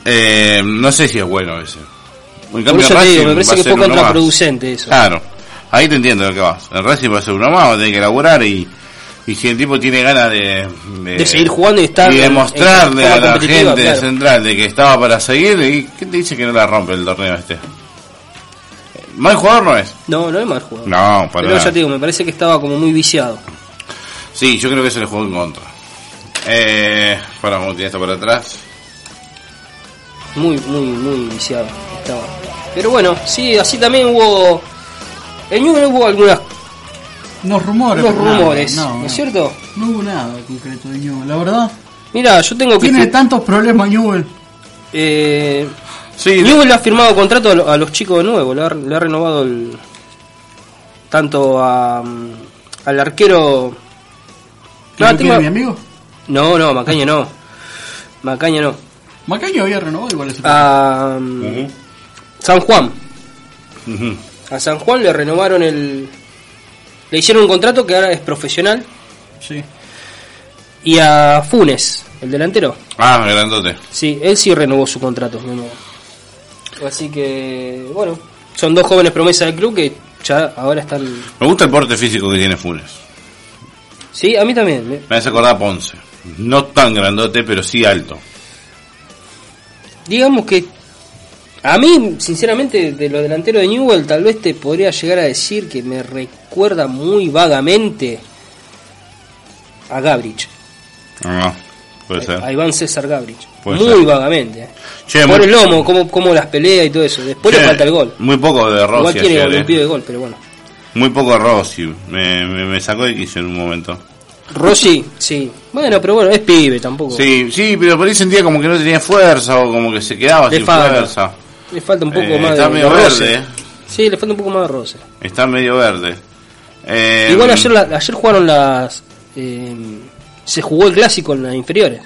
Eh, no sé si es bueno ese. En Por cambio, eso te Racing digo, me va a parece que ser fue uno más. Ah. contraproducente eso. Claro, ahí te entiendo lo que vas. El Racing va a ser uno más, va a tener que laburar y, y si el tipo tiene ganas de, De seguir jugando y estar en- en demostrarle forma a la competitiva, gente de claro. central de que estaba para seguir, ¿y ¿qué te dice que no la rompe el torneo este? Mal jugador no es. No, no es mal jugador. No, para Pero nada. ya te digo, me parece que estaba como muy viciado. Sí, yo creo que se le jugó en contra. Eh, para, vamos a tirar esto para atrás. Muy, muy, muy viciado estaba. Pero bueno, sí, así también hubo. En Newell's hubo algunas unos rumores. Unos pero nada, rumores, no, ¿no es no. cierto? No hubo nada de concreto de Newell, la verdad. Mira, yo tengo que. Tiene tantos problemas Newell. Eh, Newell ha firmado contrato a, lo- a los chicos de nuevo, le ha, le ha renovado el, tanto a, mm, al arquero. ¿Que No, no tengo- quiere mi amigo? no, no, Macaña no. Macaña no. Macaño había renovado igual ese A, mm, San Juan. A San Juan le renovaron el. Le hicieron un contrato que ahora es profesional. Sí. Y a Funes, el delantero. Ah, grandote. Sí, él sí renovó su contrato. de nuevo. Así que, bueno, son dos jóvenes promesas del club que ya ahora están... Me gusta el porte físico que tiene Funes. Sí, a mí también. eh. me- Me hace acordar a Ponce. No tan grandote, pero sí alto. Digamos que A mí, sinceramente, de los delanteros de Newell, tal vez te podría llegar a decir que me recuerda muy vagamente a Gabrich, Ah, puede ser. a Iván César Gabrich. Puede Muy ser. vagamente. eh. Che, Por muy- el lomo, cómo, cómo las pelea y todo eso. Después Che, le falta el gol. Muy poco de Igual Rossi tiene ayer, un eh. pibe de gol, pero bueno. Muy poco Rossi. Me, me, me sacó de quicio en un momento. Rossi, sí. Bueno, pero bueno, es pibe tampoco. Sí, sí, pero por ahí sentía como que no tenía fuerza o como que se quedaba Le sin falta. fuerza. Le falta un poco Eh, más está de, medio de roce. verde, eh. Sí, le falta un poco más de roce. Está medio verde. Eh, Igual ayer, la- ayer jugaron las... eh, se jugó el clásico en las inferiores.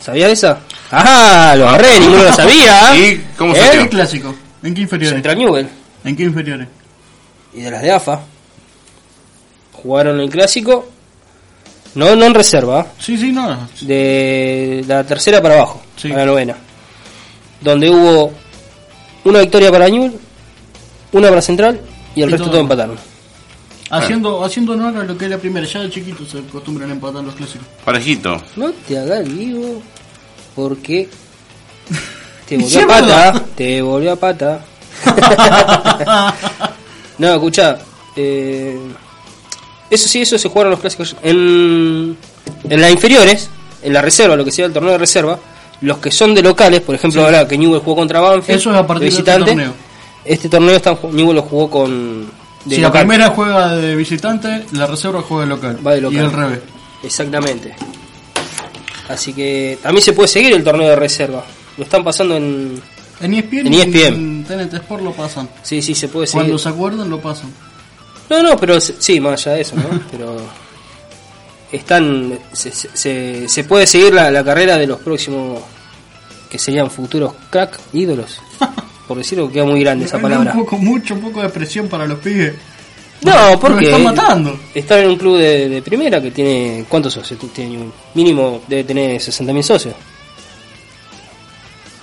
¿Sabías esa? ¡Ajá! Lo agarré, ninguno lo (laughs) sabía. ¿Y Ah. cómo ¿En ¿Eh? qué clásico? ¿En qué inferiores? Central Newell. ¿En qué inferiores? Y de las de AFA. Jugaron el clásico. No, no en reserva. Sí, sí, no. De la tercera para abajo. A la novena. Donde hubo una victoria para Newell, una para Central y el Y resto todo. todo empataron. Haciendo, haciendo honor a lo que es la primera, ya de chiquitos se acostumbran a empatar los (laughs) clásicos. Parejito. No te hagas vivo (laughs) porque te volvió a Siempre pata, lo- te volvió a pata. (laughs) no, escucha, eso sí, eso se jugaron los clásicos en en las inferiores, en la reserva, lo que sea el torneo de reserva, los que son de locales, por ejemplo, Sí. ahora que Newell jugó contra Banfield, Eso es a de partir de este visitante, torneo. este torneo está, Newell lo jugó con de si la local. primera juega de visitante, la reserva juega de local. Va de local. Y al revés. Exactamente. Así que también se puede seguir el torneo de reserva. Lo están pasando en. En E ESPN, En E y ESPN. en TNT Sport lo pasan. Sí, sí, se puede seguir. Cuando se acuerdan lo pasan. No, no, pero se- sí, más allá de eso, ¿no? (laughs) pero. Están. Se, se- se- se puede seguir la, la carrera de los próximos. que serían futuros crack, ídolos. (laughs) Por decirlo, queda muy grande esa Me da palabra. Un poco, mucho, un poco de presión para los pibes. No, porque. Lo están matando. Están en un club de, de primera que tiene. ¿Cuántos socios? Tiene un mínimo debe tener 60.000 socios.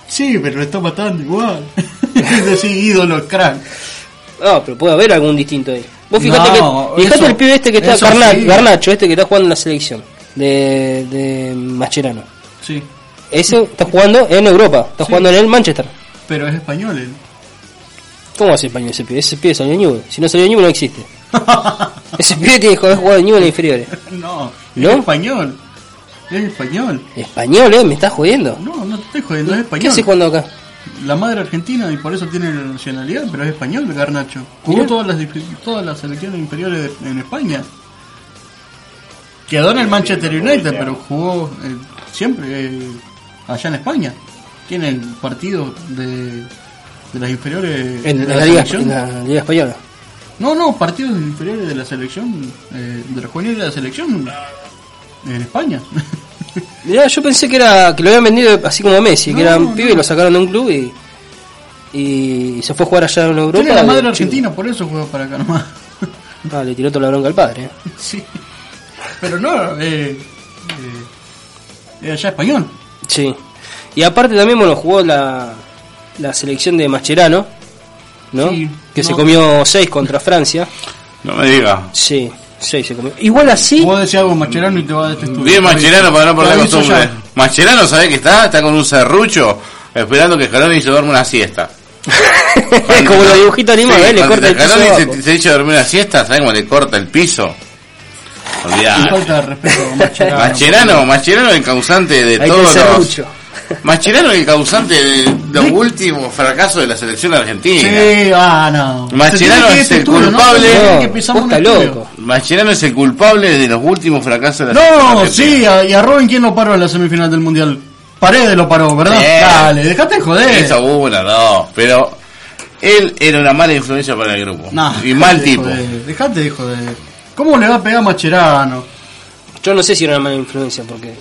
Sí, pero lo está matando igual. (laughs) es decir, ídolo, crack. No, pero puede haber algún distinto ahí. Vos fijate No, que. Fijate eso- el pibe este que está, eso Garna- sí. Garnacho, este que está jugando en la selección de, de Mascherano. Sí. Ese está jugando en Europa, está jugando en el Manchester. Pero es español él. ¿Cómo hace español ese pibe? Ese pibe salió de Newell. Si no salió de Newell, no existe. (laughs) ese pibe tiene que haber jugado en Newell en inferiores. No, ¿No? es español. Es español. Español, eh, me estás jodiendo. No, no te estoy jodiendo, es español. ¿Qué hace jugando acá? La madre argentina y por eso tiene la nacionalidad, pero es español el Garnacho. Jugó Mirá. todas las dif- todas las selecciones inferiores de- en España. Quedó en el Manchester United, pero jugó eh, siempre eh, allá en España. Tiene el partido de, de las inferiores En, de en la, liga, selección. en la liga española. No, no, partidos inferiores de la selección, eh, de los juveniles de la selección en España. (laughs) Mirá, yo pensé que era que lo habían vendido así como Messi, que No, era un no. pibe, lo sacaron de un club y, y se fue a jugar allá en Europa. Tiene la de madre chico. argentina, por eso juega para acá nomás. (laughs) Ah, le tiró toda la bronca al padre. eh. Sí. Pero no, eh, eh, eh, allá español. Sí. Y aparte también, bueno, jugó la, la selección de Mascherano, ¿no? que se no. comió 6 contra Francia. No me diga. Sí, 6 se comió. Igual así... Vos decís algo Mascherano y te va de este estudio. Bien Mascherano para no perder la Te aviso costumbre. ya. Mascherano, ¿sabés que está? Está con un serrucho esperando que Scaloni se duerma una siesta. (laughs) (laughs) Es como los dibujitos animados, eh, le Cuando corta el piso Scaloni abajo. se, se echa a dormir una siesta, ¿sabés cómo le corta el piso? Qué Olvidá. falta de respeto, Mascherano. Mascherano, Mascherano es el causante de Hay que todos ser los... mucho. Mascherano es el causante de los últimos fracasos de la selección argentina. Sí, ah, no. Mascherano Se tiene que ir es este el estudio, ¿no? culpable. Se tiene que pisamos vos un estás estudio. loco. Mascherano es el culpable de los últimos fracasos de la selección No, argentina. sí, a- y a Robin, ¿quién lo paró en la semifinal del mundial? Paredes lo paró, ¿verdad? Eh. Dale, dejate de joder. Eso una, dos, pero él era una mala influencia para el grupo. Nah, y dejate mal de tipo. joder, dejate de joder. ¿Cómo le va a pegar Mascherano? Yo no sé si era una mala influencia porque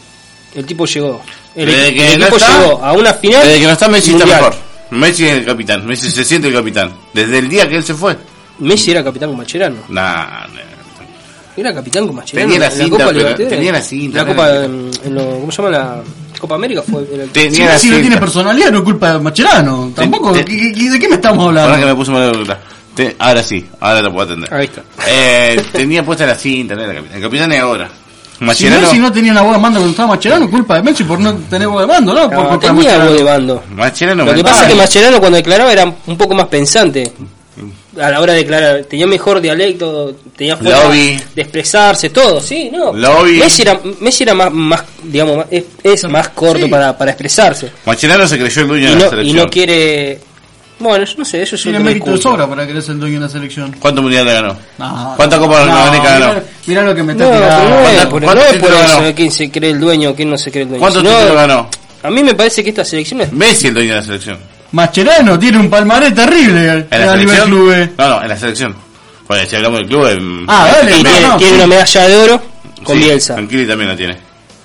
el tipo llegó. El, Desde equi- que el no equipo está- llegó a una final. Desde que no está Messi está mundial. mejor. Messi es el capitán, Messi se siente el capitán. Desde el día que él se fue. Messi era capitán con Mascherano. Nah, nah. Era capitán con Mascherano. Tenía la en cinta, pero- Libertadores. tenía la cinta, La era Copa, el en, en lo, ¿Cómo se llama la Copa América? Fue, era el- Tenía Si la Messi no cinta. tiene personalidad, no es culpa de Mascherano. Tampoco, te- ¿qué- qué- qué- ¿de qué me estamos hablando? Ahora que me puse mal de verdad. Te- ahora sí, ahora lo puedo atender. Ahí está. Eh, tenía puesta la cinta, no era capitán. El capitán es ahora. Si Mascherano, Messi no tenía una voz de mando cuando estaba Mascherano, culpa de Messi por no tener voz de mando, ¿no? por No, culpa de tenía Mascherano. voz de bando. Mascherano Lo que mentaba. pasa es que Mascherano cuando declaraba era un poco más pensante a la hora de declarar. Tenía mejor dialecto, tenía forma Lobby. de expresarse, todo, sí, ¿no? Lobby. Messi era, Messi era más, más, digamos, más- es, es más corto para, para expresarse. Mascherano se creyó el dueño Y de la no, y selección. no quiere... Bueno, yo no sé, eso es Tiene otro mérito de discurso. sobra para querer ser dueño de una selección. ¿Cuántos mundiales ganó? No, ¿Cuántas Copas no, América ganó? mirá- Mirá lo que me No, está pero tirando. no es ¿Cuánto- por, cuánto no es título por ganó? eso de quién se cree el dueño, quién no se cree el dueño. ¿Cuántos sino- títulos ganó? A mí me parece que esta selección es... Messi el dueño de la selección. Mascherano tiene un palmarés terrible al- ¿En la a nivel selección? clubes. No, no, en la selección. Porque si hablamos del club... em, Ah, dale, em, no, Messi- no, Tiene una medalla de oro con sí, Bielsa. Anquili también la tiene.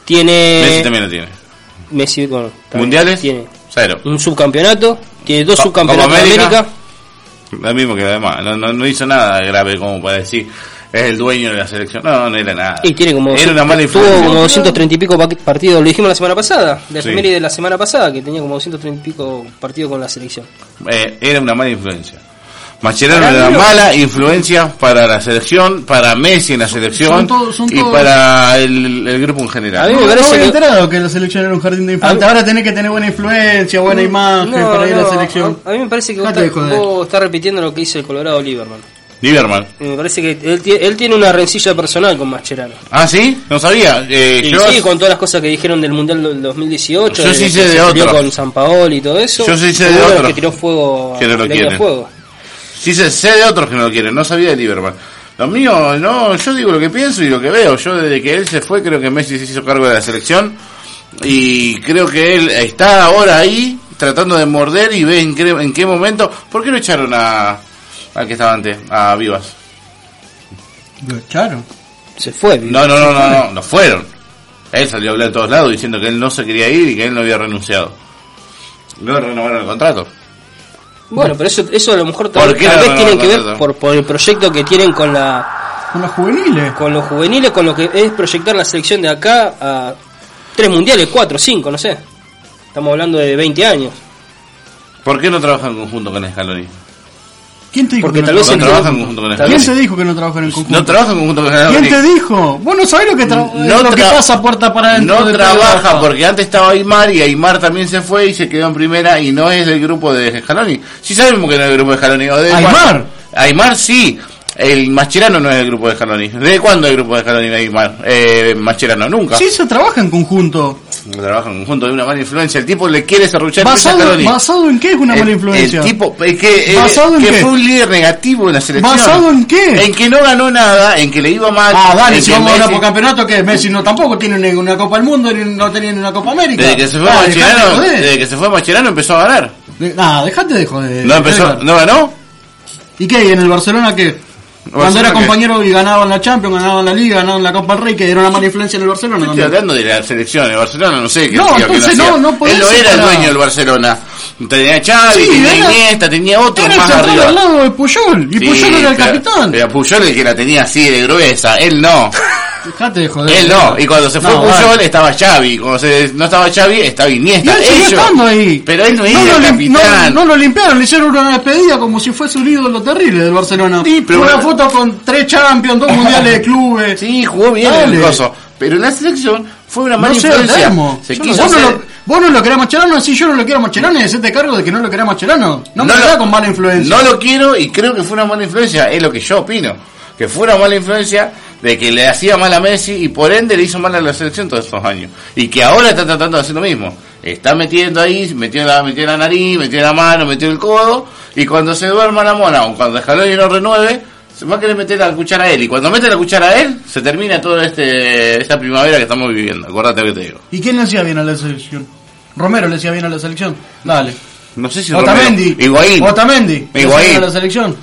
Tiene... Messi también la tiene. Messi, bueno, también ¿Mundiales? Tiene Cero. un subcampeonato, tiene dos Co- subcampeonatos Copa América. de América. Lo mismo que además. No, no, no hizo nada grave como para decir... Es el dueño de la selección. No, no era nada. Y tiene como, Era una mala tuvo influencia. como 230 y pico pa- partidos, lo dijimos la semana pasada, la Sí. efeméride de la semana pasada, que tenía como 230 y pico partidos con la selección. Eh, era una mala influencia. Mascherano Para era mí una no. mala influencia para la selección, para Messi en la selección todos- son y todos- para el, el grupo en general. A mí me No, no parece había que- enterado que la selección era un jardín de infantes. A mí- Ahora tenés que tener buena influencia, buena imagen Mm, No, para ir a no, la selección. A, a mí me parece que vos, Date de estás- joder. vos estás repitiendo lo que hizo el Colorado Lieberman. Lieberman. Y Me parece que él, tie- él tiene una rencilla personal con Mascherano. Ah, sí, no sabía. Eh, Y yo, sí, con todas las cosas que dijeron del Mundial del 2018. Yo de sí que sé de se peleó otro. con San Paolo y todo eso. Yo sí sé de Fue uno los otro. que tiró fuego a Que no lo leña quieren. fuego. sí sé, sé de otros que no lo quieren, no sabía de Lieberman. Lo mío, no, yo digo lo que pienso y lo que veo. Yo desde que él se fue creo que Messi se hizo cargo de la selección y creo que él está ahora ahí tratando de morder y ve en qué, en qué momento. ¿Por qué no echaron a al que estaba antes, a Vivas? Lo echaron. Se fue. No, no, no, no, no, no fueron. Él salió a hablar de todos lados diciendo que él no se quería ir y que él no había renunciado. No le renovaron el contrato. Bueno, pero eso, eso a lo mejor ¿Por tal, qué tal no vez lo tienen que ver contratan? por, por el proyecto que tienen con la Con los juveniles. con los juveniles, con lo que es proyectar la selección de acá a tres mundiales, cuatro, cinco, no sé. Estamos hablando de 20 años. ¿Por qué no trabajan en conjunto con Scaloni? ¿Quién te dijo Porque que tal no vez No entre- trabajan en conjunto con tra- ¿Quién Scaloni. te dijo que no trabajan en conjunto? No trabajan en conjunto con Scaloni. ¿Quién te dijo? Vos no sabés lo que, tra- No lo que tra- pasa puerta para adentro. No de trabaja Pedrosa. porque antes estaba Aymar y Aymar también se fue y se quedó en primera y no es del grupo de Scaloni. Sí sabemos que no es del grupo de Scaloni. ¿o desde Aymar. cuándo? Aymar sí. El Mascherano no es del grupo de Scaloni. ¿Desde cuándo el grupo de Scaloni y Aymar? Eh, Mascherano nunca. Sí, se trabaja en conjunto. trabajan juntos, hay una mala influencia. El tipo le quiere desarrollar ¿Basado, ¿Basado en qué es una mala influencia? El tipo eh, que, eh, ¿Basado en que qué? fue un líder negativo en la selección. ¿Basado en qué? En que no ganó nada, en que le iba mal. Ah, dale, en si que vamos a hablar Messi- por campeonato, que Messi no tampoco tiene ni una Copa del Mundo, ni no tenía ni una Copa América. Desde que se fue Ah, dejate de Mascherano, joder. desde que se fue Mascherano empezó a ganar. De- nah, dejate de joder. No empezó, Edgar. no ganó. ¿Y qué? ¿Y en el Barcelona qué? Cuando Barcelona era qué? compañero y ganaban la Champions, ganaban la Liga, ganaban la Copa del Rey, que era una mala influencia en el Barcelona. Estoy también. hablando de la selección, el Barcelona no sé qué No, hacía, qué entonces hacía. no, no podés Él no era el separar. dueño del Barcelona. Tenía a Xavi, Sí, tenía era- Iniesta, tenía otro Era el más central arriba. al lado de Puyol, y Sí, Puyol era el pero- capitán. Pero Puyol el que la tenía así de gruesa, él (laughs) no. Dejate de joder. Él no, y cuando se fue No, Puyol vale. estaba Xavi, cuando se- no estaba Xavi estaba Y Iniesta. él siguió Ellos- estando ahí. Pero él no, No era lo, el lim- no, capitán. no lo limpiaron, le hicieron una despedida como si fuese un ídolo terrible del Barcelona. Sí, pero una bueno. foto con tres Champions, dos (laughs) mundiales de clubes. Sí, jugó bien Dale. el coso. Pero en la selección fue una mala No sé, influencia. Telmo. Se Yo quiso no- vos, no hacer- lo, vos no lo querés a Mascherano, decís yo no lo quiero a Mascherano y hacete cargo de que no lo querés a Mascherano. No, me No lo- da con mala influencia. No lo quiero y creo que fue una mala influencia, es lo que yo opino. Que fue una mala influencia de que le hacía mal a Messi y por ende le hizo mal a la selección todos estos años. Y que ahora está tratando de hacer lo mismo. Está metiendo ahí, metió la, metió la nariz, metió la mano, metió el codo. Y cuando se duerma la mona o cuando Scaloni no renueve, se va a querer meter la cuchara a él. Y cuando mete la cuchara a él, se termina toda este, esta primavera que estamos viviendo. Acordate lo que te digo. ¿Y quién le hacía bien a la selección? Romero le hacía bien a la selección. Dale. No sé si Otamendi. Romero- Higuaín. Otamendi. ¿Le hacía Higuaín. bien a la selección.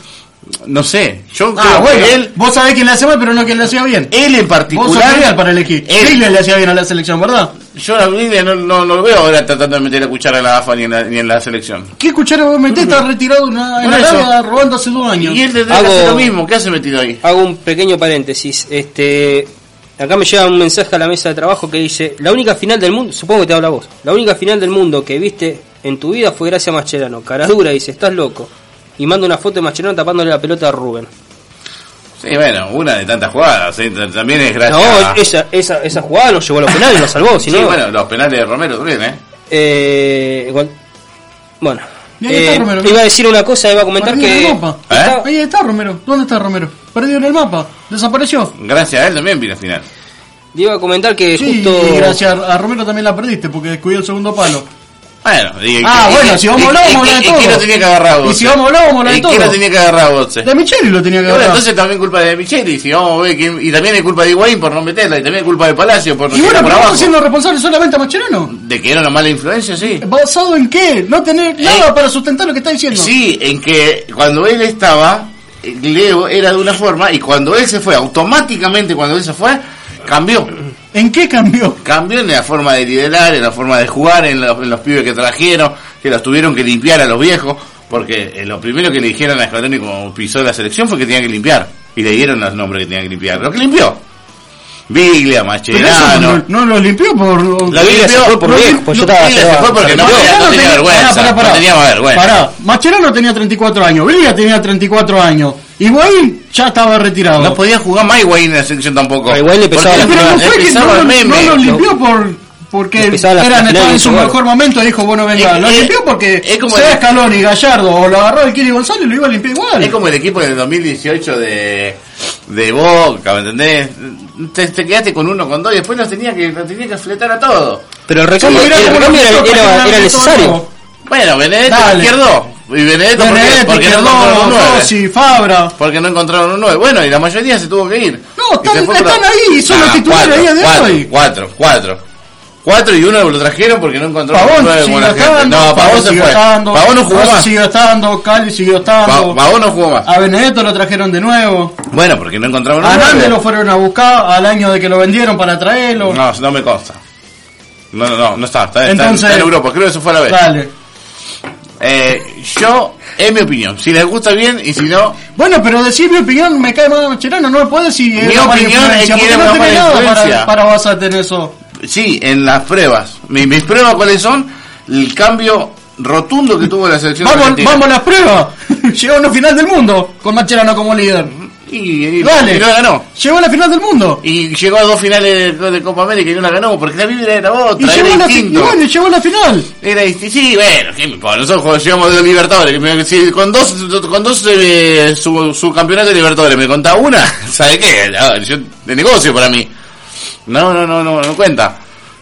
No sé. Yo Ah, creo que bueno. él, Vos sabés quién le hacía mal, pero no quién le hacía bien. él en Vos particular. sos real para elegir. Él. Taylor le hacía bien a la selección, ¿verdad? Yo la Biblia no, no, no lo veo ahora tratando de meter la cuchara en la AFA ni en la, ni en la selección. ¿Qué cuchara vos metés? Está retirado una, Por en la eso. Arabia robando hace dos años. Y él tendrá que Hago- hacer lo mismo. ¿Qué hace metido ahí? Hago un pequeño paréntesis. Este, acá me llega un mensaje a la mesa de trabajo que dice: La única final del mundo, supongo que te habla vos, la única final del mundo que viste en tu vida fue gracias a Mascherano. Cara dura, dice: Estás loco. Y manda una foto de Mascherano tapándole la pelota a Rubén. Sí, bueno, una de tantas jugadas. ¿eh? T- También es (laughs) gracias No, a- esa, esa, esa jugada nos llevó a los penales, nos salvó, si no. Ah. Sí, bueno, los penales de Romero también, ¿eh? Eh, igual- Bueno. Mira, ahí está Eh, Romero. iba a decir una cosa, iba a comentar Perdido en que. el mapa. ¿Eh? Ahí está Romero. ¿Dónde está Romero? Perdido en el mapa. Desapareció. Gracias a él también vino al final. Iba a comentar que Sí, justo. y gracias a Romero también la perdiste porque descubrió el segundo palo. Bueno, y, Ah, y- bueno, y- si vamos a y- hablar, y- vamos a hablar de ¿Y quién todo. lo tenía que agarrar Y vos? si vamos a hablar, vamos a hablar de ¿Y quién todo. lo tenía que agarrar vos? De Micheli lo tenía que Bueno, agarrar. entonces también culpa de Micheli, si vamos a ver quién- y también es culpa de Higuaín por no meterla, y también es culpa de Palacio por no y bueno, por pero abajo. vamos siendo responsable solamente a Mascherano. De que era una mala influencia, sí. ¿Basado en qué? No tener nada para sustentar lo que está diciendo. Eh. Sí, en que cuando él estaba, Leo era de una forma, y cuando él se fue, automáticamente cuando él se fue, cambió. ¿En qué cambió? Cambió en la forma de liderar, en la forma de jugar, en los, en los pibes que trajeron, que los tuvieron que limpiar a los viejos, porque eh, lo primero que le dijeron a Scaloni como pisó la selección fue que tenía que limpiar, y le dieron los nombres que tenía que limpiar, lo que limpió. Viglia, Pero eso Mascherano. no, no lo limpió por. ah, La Biblia se fue por viejo, pues yo estaba- Biblia estaba- Mascherano no tenía vergüenza, pará, pará, no tenía pará. vergüenza. Pará, Mascherano tenía 34 años, Biblia tenía 34 años, Higuaín ya estaba retirado. No podía jugar más Higuaín en la selección tampoco. Porque- Porque- Pero le no fue que no, pesaba el lo- meme. no lo limpió por, porque Le pesaba la eran, final estaban en su igual. mejor momento, dijo, bueno, venga, Es- lo es- limpió porque es como sea el- Scaloni, Gallardo, o lo agarró el Kiri González, lo iba a limpiar igual. Es como el equipo del 2018 de, de Boca, ¿me entendés? Te, te quedaste con uno, con dos, y después los tenía que, los tenía que fletar a todos. Pero el recambio- el recambio era- era- era necesario. Bueno, Benedetto Dale. izquierdo. Y Benedetto, ¿por qué? Benedetti, porque, no Izquierdo, encontraron un nueve. Rossi, Fabra. Porque no encontraron un nueve. Bueno, y la mayoría se tuvo que ir. No, Y se están, fue por- están ahí, son Ah, los titulares cuatro, a día de cuatro, hoy. Cuatro, cuatro. Cuatro y uno lo trajeron porque no encontró Pavón un nueve siguió con la gente. estando, No, Pavón se siguió fue. estando, Pavón no jugó Rossi más. siguió estando, Cali siguió Pa- estando. Pavón no jugó más. A Benedetto lo trajeron de nuevo. Bueno, porque no encontraron A un nueve. Ah, Hernández lo fueron a buscar al año de que lo vendieron para traerlo. No, no me consta. No, no, no, no está. Está, está- Entonces- está en Europa. Creo que eso fue a la vez. Dale. Eh, yo, es mi opinión. Si les gusta bien y si no, Bueno, pero decir mi opinión me cae más Cherano, no me puedes decir. eh, Mi opinión es que era una no tenés mala nada para, influencia. para basarte en eso. sí, en las pruebas. Mi- mis pruebas, ¿cuáles son? El cambio rotundo que tuvo la selección Vamos, argentina. vamos a las pruebas. (laughs) Llegó a una final del mundo con Macherano como líder. Y, y- Dale. y no ganó. Llegó a la final del mundo. Y llegó a dos finales de, de Copa América y no la ganó porque la Biblia era Y otra. llegó, a era la, fi- y distinto. bueno, y llegó a la final. Era distinto. Sí, bueno, ¿qué me importa? Nosotros llegamos de Libertadores. Me- si con dos, con dos eh, su, su campeonato de Libertadores me contaba una, (laughs) ¿sabe qué? La- yo- de negocio para mí. No, no, no, no, no cuenta.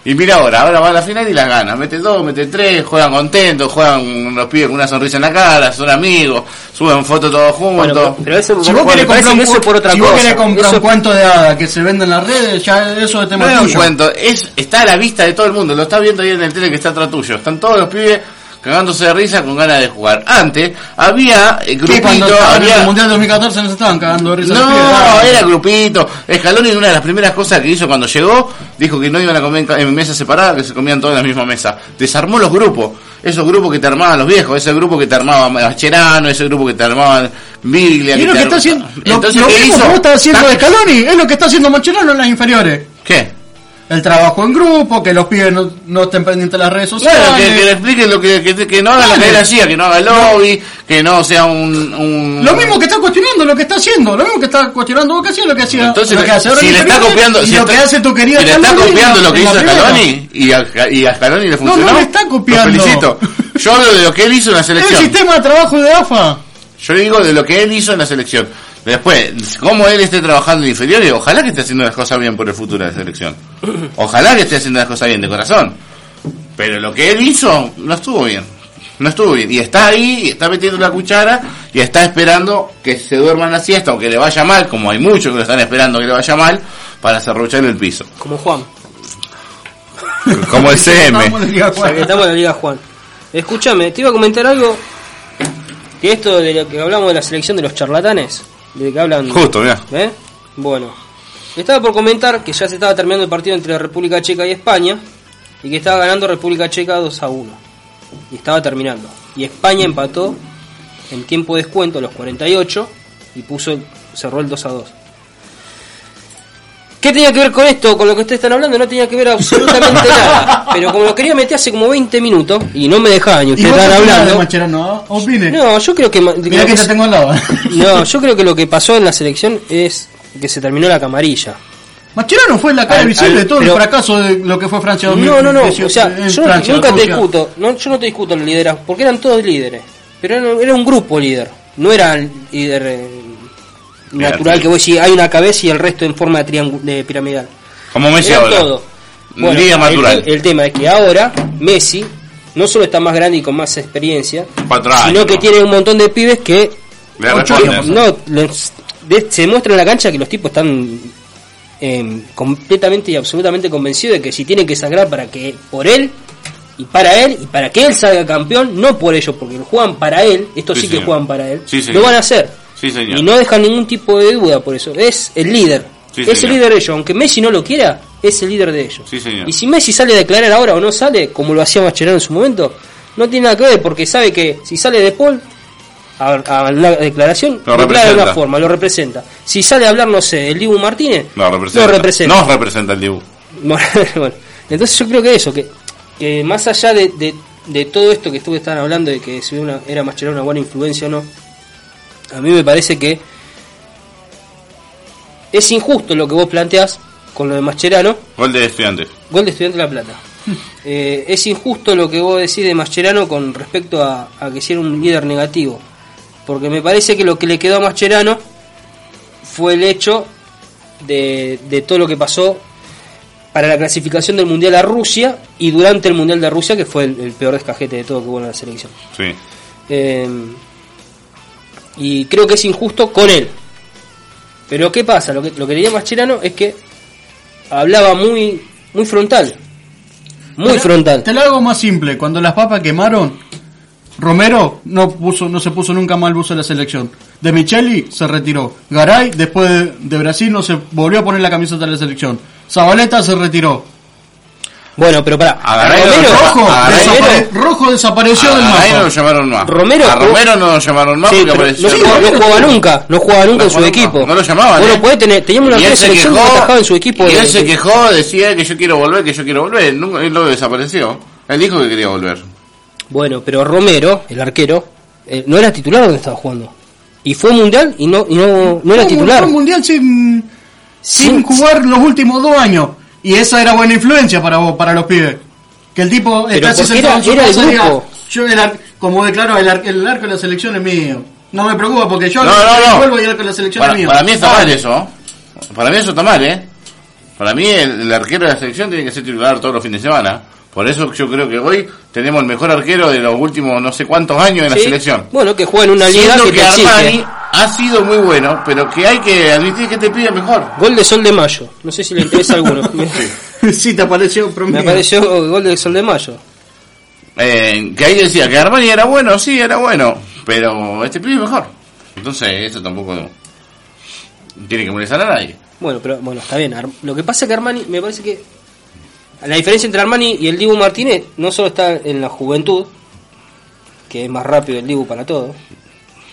Y mira ahora, ahora va a la final y las gana. Mete dos, mete tres, juegan contentos, juegan los pibes con una sonrisa en la cara, son amigos, suben fotos todos juntos. pero eso Si vos querés comprar un, cu- si vos querés comprar un cuento de hada que se vende en las redes, ya eso es tema No es un tuyo. cuento, es, está a la vista de todo el mundo, lo está viendo ahí en el tele que está atrás tuyo. Están todos los pibes cagándose de risa con ganas de jugar. Antes había eh, Que grupito, cuando estaban en Ah, el había... Mundial 2014 nos estaban cagando de risa. los pibes, No, eh, dale. era grupito. Escaloni una de las primeras cosas que hizo cuando llegó, dijo que no iban a comer en ca- en mesas separadas, que se comían todos en la misma mesa. Desarmó los grupos, esos grupos que te armaban los viejos, ese grupo que te armaba Mascherano, ese grupo que te armaban Biglia. Y es lo te que está arm- haciendo. Lo, Entonces, lo ¿qué mismo hizo? que vos estás haciendo de Scaloni es lo que está haciendo Mascherano en las inferiores. ¿Qué? El trabajo en grupo, que los pibes no, no estén pendientes de las redes sociales. Bueno, Pues, que, que le expliquen lo que, que, que no haga lo que él Dale. hacía, que no haga lobby, que no sea un... un- Lo mismo que está cuestionando lo que está haciendo, lo mismo que está cuestionando vos que hacía lo que hacía. Entonces, lo que hace ahora si en le está inferiores copiando... y Si lo está- que hace tu querido si le está Scaloni copiando lo que en la hizo primera. Scaloni y a, y a Scaloni le No, funcionó. no le está copiando. Lo felicito. Yo hablo de lo que él hizo en la El selección. sistema de trabajo de AFA. Yo digo de lo que él hizo en la selección. Después, cómo él esté trabajando en inferiores, ojalá que esté haciendo las cosas bien por el futuro de la selección. Ojalá que esté haciendo las cosas bien de corazón. Pero lo que él hizo no estuvo bien. No estuvo bien. Y está ahí, y está metiendo la cuchara, y está esperando que se duerma en la siesta o que le vaya mal, como hay muchos que lo están esperando que le vaya mal, para cerruchar el piso. Como Juan. Como el CM. O sea, que estamos en la Liga Juan. Escúchame, te iba a comentar algo. Que esto de lo que hablamos de la selección de los charlatanes. De que hablan. Justo, mirá. ¿Eh? Bueno. Estaba por comentar que ya se estaba terminando el partido entre la República Checa y España. Y que estaba ganando República Checa 2 a 1. Y estaba terminando. Y España empató en tiempo de descuento a los 48. Y puso, cerró el 2 a 2. ¿Qué tenía que ver con esto? Con lo que ustedes están hablando, no tenía que ver absolutamente (laughs) nada. Pero como lo quería meter hace como 20 minutos y no me dejaban y ¿Y ustedes vos estaban qué opinás de hablando. Mascherano? Opine. No, yo creo que. ma- Mirá lo que que te se- tengo (laughs) al lado. No, yo creo que lo que pasó en la selección es que se terminó la camarilla. Mascherano fue la cara Al- visible al- de todo pero- el fracaso de lo que fue Francia No, no, no. O 2018, sea, en yo no- Francia, nunca te Rusia. discuto. No, yo no te discuto el liderazgo, porque eran todos líderes. Pero era, era un grupo líder. No era el líder eh, natural Liderativo. que vos decís, hay una cabeza y el resto en forma de, triangu- de piramidal. Como Messi Eran ahora. todos. Bueno, Liga el- natural. El, tema es que ahora Messi no solo está más grande y con más experiencia, Cuatro años, sino que ¿no? tiene un montón de pibes que Le Ocho responden. años, no, los- de- se muestra en la cancha que los tipos están eh, completamente y absolutamente convencidos de que si tienen que sangrar para que por él y para él y para que él salga campeón, no por ellos, porque juegan para él, estos Sí, sí, que señor. juegan para él, Sí, señor. lo van a hacer Sí, señor. y no dejan ningún tipo de duda por eso, es el líder, Sí, es señor. el líder de ellos, aunque Messi no lo quiera, es el líder de ellos. Sí, señor. Y si Messi sale a declarar ahora o no sale, como lo hacía Mascherano en su momento, no tiene nada que ver porque sabe que si sale de Paul a, a la declaración, Lo lo declara de representa. una forma, lo representa. Si sale a hablar, no sé, el Dibu Martínez, No representa. No representa. Nos representa el Dibu. (laughs) bueno, bueno. entonces yo creo que eso, que, que más allá de, de- de todo esto que estuve estaban hablando de que si una, era Mascherano una buena influencia o no, a mí me parece que es injusto lo que vos planteás con lo de Mascherano, Gol de estudiantes. gol de Estudiante de La Plata. Eh, es injusto lo que vos decís de Mascherano con respecto a, a que si era un líder negativo, porque me parece que lo que le quedó a Mascherano fue el hecho de, de todo lo que pasó para la clasificación del Mundial a Rusia y durante el Mundial de Rusia, que fue el, el peor descajete de todo que hubo en la selección. Sí. Eh, y creo que es injusto con él. Pero ¿qué pasa? Lo que, lo que diría Mascherano es que hablaba muy, muy frontal. Muy Te- frontal. Te lo hago más simple. Cuando las papas quemaron, Romero no puso, no se puso nunca mal buzo de la selección. De Micheli se retiró. Garay, después de, de Brasil, no se volvió a poner la camiseta de la selección. Zabaleta se retiró. Bueno, pero para Garay lo Romero, llama- rojo, a Ah, Garay- desapare- rojo desapareció del A Garay no mapa. lo llamaron más. Romero- a Romero no lo llamaron más Sí, porque pero apareció. no el- jugó- No jugaba nunca, no jugaba nunca No en su jugaba equipo. No lo llamaban, Vos ¿eh? no podés tener- teníamos una Y él se selección que quejó- atajaba en su equipo. ¿eh? Y de- él se quejó, decía que yo quiero volver, que yo quiero volver. Nunca, él lo desapareció. Él dijo que quería volver. Bueno, pero Romero, el arquero, eh, no era titular donde estaba jugando. Y fue mundial y no, y no, no era Fue un- titular. fue un mundial sin, sin jugar los últimos dos años. Y esa era buena influencia para vos, para los pibes. Que el tipo Pero está así porque era- sentado en su era el casa y diga, grupo. yo el ar- como declaró, el, ar- el arco de la selección es mío. No me preocupa porque yo No, al- no, no. vuelvo y el arco de la selección Para, es mío. para mí está Ah, mal eso. Para mí eso está mal, ¿eh? Para mí el, el arquero de la selección tiene que ser titular todos los fines de semana. Por eso yo creo que hoy tenemos el mejor arquero de los últimos no sé cuántos años en Sí. la selección. Bueno, que juega en una liga Siendo que, que, te exige. Armani ha sido muy bueno, pero que hay que admitir que te pide mejor. Gol de Sol de Mayo. No sé si le interesa a (laughs) alguno. Me- Ah, (laughs) sí, te apareció Me promedio. apareció el gol de Sol de Mayo. Eh, que ahí decía que Armani era bueno, sí, era bueno, pero este pibe es mejor. Entonces, eso tampoco tiene que molestar a nadie. Bueno, pero bueno, está bien. Ar- Lo que pasa es que Armani, me parece que la diferencia entre Armani y el Dibu Martínez no solo está en la juventud, que es más rápido el Dibu para todo,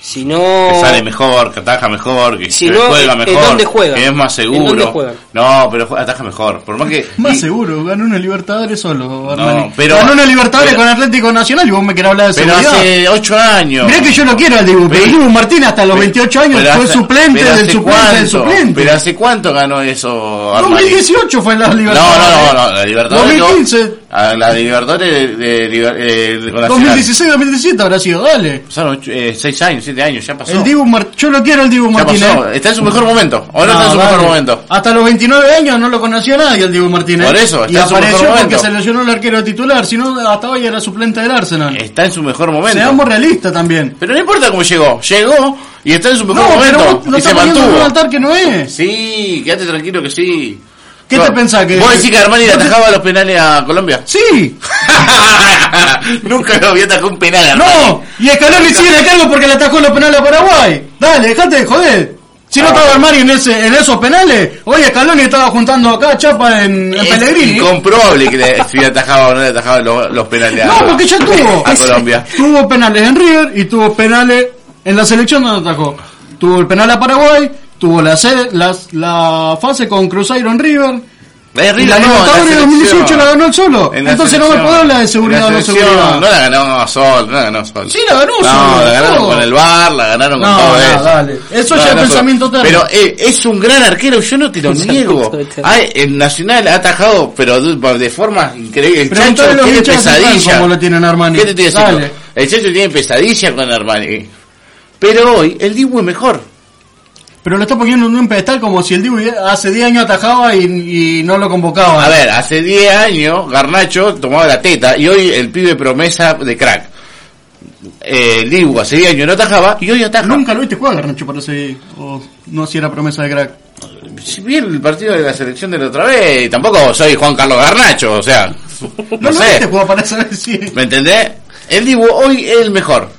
sino Que sale mejor, que ataja mejor, que Si que no, juega ¿en- en mejor, dónde juega? que es más ¿En dónde juega? seguro. No, pero ju- ataja mejor. Por más que (laughs) Más seguro, ganó una Libertadores solo, Armani. pero- ganó una Libertadores pero- con Atlético Nacional y vos me querés hablar de Pero seguridad. hace 8 años. Mirá que yo lo quiero al Dibu, pero el Dibu Martín hasta los Pero- 28 años pero fue hace- suplente pero del hace suplente del cuánto, suplente. Pero hace cuánto ganó eso Armani? 2018 fue la No, Libertadores. no, no, no, la Libertadores. 2015. no. A la Libertadores de, de, de- de- con Nacional. 2016, 2017 habrá sido, dale. Pasaron 6 años, 7 años, ya pasó. El Dibu Mar- yo lo quiero el Dibu Ya Martínez. pasó, está en su mejor momento. O no está en su dale. mejor momento. Hasta los 29 años no lo conocía nadie el Dibu Martínez. Por eso, está y en su mejor apareció porque momento. se lesionó el arquero titular, si no hasta hoy era suplente del Arsenal. Está en su mejor momento. Seamos realistas también. Pero no importa cómo llegó, llegó y está en su mejor No, pero momento. vos lo y se estás poniendo en un mantuvo. altar que no es. Sí, quédate tranquilo que sí. ¿Qué te pensás que- ¿Vos decís que Armani le ¿Vos te- atajaba los penales a Colombia? (laughs) Sí. Nunca lo había atajado un penal a Armani. No, y Escaloni sigue en el cargo porque le atajó los penales a Paraguay. Dale, dejate de joder. Si no Ah. estaba Armani en, ese, en esos penales, hoy Escaloni estaba juntando acá a Chapa en, en Es Pellegrini. incomprobable que le, si le atajaba o no le atajaba los, los penales a, No, porque ya tuvo. a Colombia. Tuvo penales en River y tuvo penales en la selección donde atajó. Tuvo el penal a Paraguay, tuvo la, se- las- la fase con Cruzeiro en River. Eh, y River la no, Libertadores la de 2018 selección. la ganó el solo. En la Entonces no me selección. puedo hablar de seguridad En o la no selección, No seguridad. la ganó Sol, no la ganó Sol. Sí, la ganó No, Sol, la ganaron todo. con el bar, la ganaron con No, todo no, eso. dale. Eso La ya es ganó Sol. pensamiento terno. Pero eh, es un gran arquero, yo no te lo niego. Ay, el Nacional ha atajado, pero de, de forma increíble. El Preguntale Chancho a los tiene hinchas de Central pesadilla. cómo lo tienen Armani. ¿Qué te estoy diciendo? Dale. El Chancho tiene pesadilla con Armani. Pero hoy, el Dibu es mejor. Pero lo está poniendo en un pedestal como si el Dibu hace 10 años atajaba y, y no lo convocaba. A ver, hace 10 años Garnacho tomaba la teta y hoy el pibe promesa de crack. Eh, el Dibu hace 10 años no atajaba y hoy ataja. Nunca lo viste jugar, Garnacho, parece. O no si era promesa de crack. Si vi el partido de la selección de la otra vez, tampoco soy Juan Carlos Garnacho, o sea, (laughs) no, este No lo sé, viste jugar para saber si. ¿me entendés? El Dibu hoy es el mejor.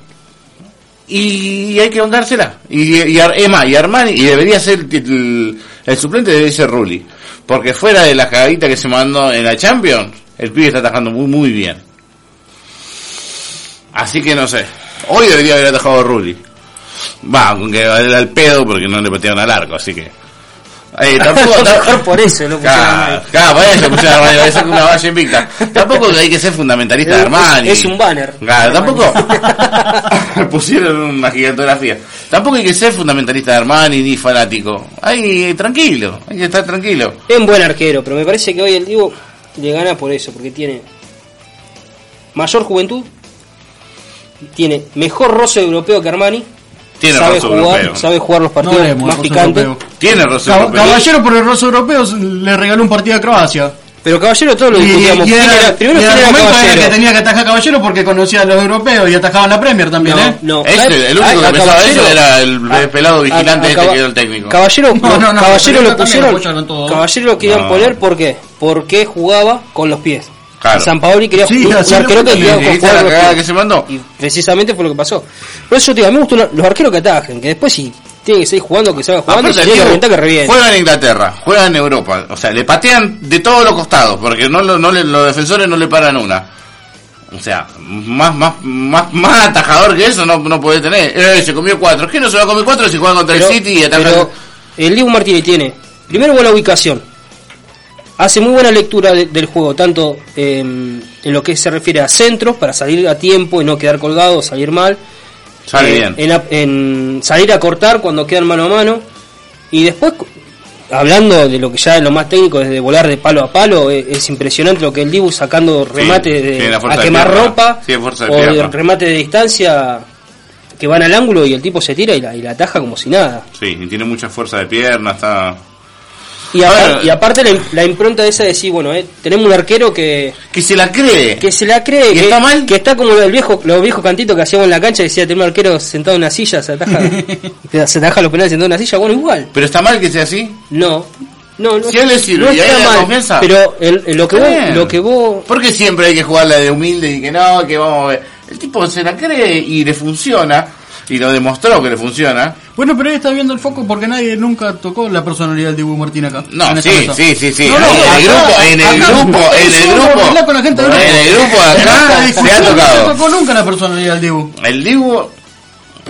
Y hay que hondársela. Y, y, Ar- es más, y Armani, y debería ser el, el- el suplente, debería ser Rulli. Porque fuera de la cagadita que se mandó en la Champions, el pibe está atajando muy, muy bien. Así que no sé. Hoy debería haber atajado a Rulli. Va, aunque era el pedo porque no le patearon al arco, así que. (laughs) Eh, tampoco, (laughs) Mejor por eso lo pusieron Claro, claro, por eso pusieron a Armani, parece que una valla invicta. Tampoco hay que ser fundamentalista de Armani. Es un banner. Claro, tampoco. (laughs) pusieron una gigantografía. Tampoco hay que ser fundamentalista de Armani ni fanático. Hay tranquilo, hay que estar tranquilo. Es un buen arquero, pero me parece que hoy el Divo le gana por eso, porque tiene mayor juventud, tiene mejor roce europeo que Armani, Tiene sabe roce jugar, europeo. sabe jugar los partidos No hablemos, más roce picantes. europeo. Tiene roce Cab- europeo. Caballero por el roce europeo le regaló un partido a Croacia. Pero Caballero todo lo Y, discutíamos. y ¿Quién era, era- primero y quién el era momento era Caballero? que tenía que atajar Caballero porque conocía a los europeos y atajaban la Premier también, No, ¿eh? no. Ah, Este, el único A- a que pensaba Caballero- eso era el a- pelado vigilante a- a este Ah, Caba- que era el técnico. Caballero, No, no, no, caballero pero lo también lo pusieron. apoyaron todos. Caballero lo querían No. poner ¿por qué? Porque jugaba con los pies. Claro. San Paoli quería Sí, un- un así lo arquero que fue quería jugar también. ¿Viste la con los cagada pies. que se mandó? Y precisamente fue lo que pasó. Por eso yo te digo, a mí me gustan los- los arqueros que atajen, que después si tiene que seguir jugando, que salga jugando, y si Aparte, tiene que digo, reventar, que reviente. juega en Inglaterra, juega en Europa, o sea, le patean de todos los costados, porque no, lo- no le- los defensores no le paran una. O sea, más, más, más, más atajador que eso no, no puede tener. Eh, se comió cuatro. ¿Qué no se va a comer cuatro si juega contra Pero- el City y ataca? pero el Diego Martínez tiene, primero buena ubicación, hace muy buena lectura de- del juego, tanto eh, en lo que se refiere a centros, para salir a tiempo y no quedar colgado, salir mal, Sale Eh, bien. En, ap- en salir a cortar cuando quedan mano a mano, y después, cu- hablando de lo que ya es lo más técnico, es de volar de palo a palo, eh, es, impresionante lo que el Dibu sacando remate Sí, de, la fuerza a de quemar pierna. ropa, Sí, fuerza de o de pierna. remate de distancia que van al ángulo y el tipo se tira y la, y la ataja como si nada. Sí, y tiene mucha fuerza de pierna, está... Y, A apar- ver. y aparte la, im- la impronta esa de decir, bueno, eh, tenemos un arquero que, Que se la cree. que se la cree, ¿Y que está mal? que está como el viejo, los viejos cantitos que hacíamos en la cancha, decía, tenemos un arquero sentado en una silla, (laughs) se ataja, se ataja los penales sentado en una silla, bueno, igual. Pero está mal que sea así. No, no, no. Si a él le sirve no y a está él le da mal, confianza. Pero el- el- lo, que Está vos, bien. lo que vos... Porque siempre hay que jugarla de humilde y que no, que vamos a ver. El tipo se la cree y le funciona, y lo demostró que le funciona. Bueno, pero ahí está viendo el foco porque nadie nunca tocó la personalidad del Dibu Martín acá. No, en esta sí, mesa. sí, sí, sí. No, no, en el acá- grupo, en el acá- grupo, en el Solo hablar grupo. con la gente de En el grupo de En acá esta se ha discusión No se tocado. tocó nunca la personalidad del Dibu. El Dibu,